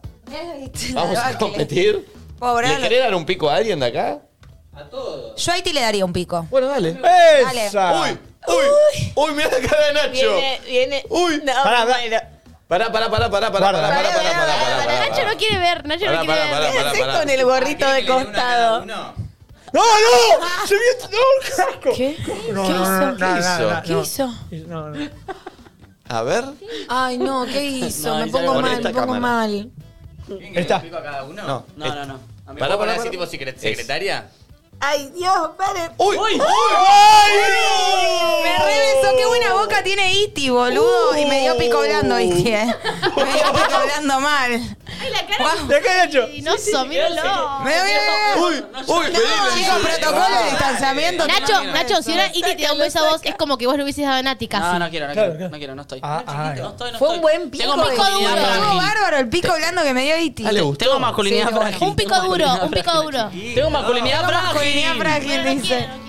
vamos a competir.
Pobre,
¿Le
lo-
querés dar un pico a alguien de acá?
Yo a Haití le daría un pico.
Bueno, dale.
¡Esa!
¡Uy! ¡Uy! ¡Uy! ¡Mirá la cara de Nacho!
Viene, viene.
¡Uy!
No,
Pará, pará.
bueno.
Pará, pará, pará, pará, pará, pará, pará, pará, pará, pará, pará.
Nacho no quiere ver, Nacho
Pará,
no quiere
pará,
ver.
pará,
¿Qué
pará,
haces
pará.
con el gorrito de costado? Ah.
¡No, no! ¡Se vio! ¡No, casco!
¿Qué?
No,
¿Qué
no,
hizo?
no, no,
¿Qué
no,
hizo?
no,
¿Qué
no.
hizo?
No, no.
A ver.
Ay, no, ¿qué hizo?
No,
me
ahí
pongo
sale con
mal, me
esta
pongo
cámara.
mal.
Está.
No.
No, no, no. A mí-
Pará, pará,
así
pará.
tipo secre- secretaria?
Ay, Dios, pare.
¡Uy! ¡Uy!
¡Uy!
¡Ay!
Me rebesó, qué buena boca tiene Iti, boludo. Y me dio pico blando, Iti, eh. Me dio pico blando mal.
Ay, la cara
¡De acá, Nacho!
de minoso, míralo.
Me dio...
¡Uy! ¡Uy! pedile.
Chicos, protocolo de distanciamiento.
Nacho, Nacho, si ahora Iti te da un beso a vos, es como que vos le hubieses dado a Nati casi.
No, no quiero, no
Claro,
quiero.
claro.
No quiero, no estoy.
Ah, ah,
No estoy, no
Fue un
estoy.
buen pico.
Tengo
Pico
masculinidad
duro.
Estuvo
frágil.
bárbaro el pico blando que me dio Iti.
Ah, le gustó.
Tengo masculinidad
Sí,
frágil.
Un pico duro, un pico duro.
Tengo masculinidad frágil.
Frágil,
No, no
dice.
quiero, no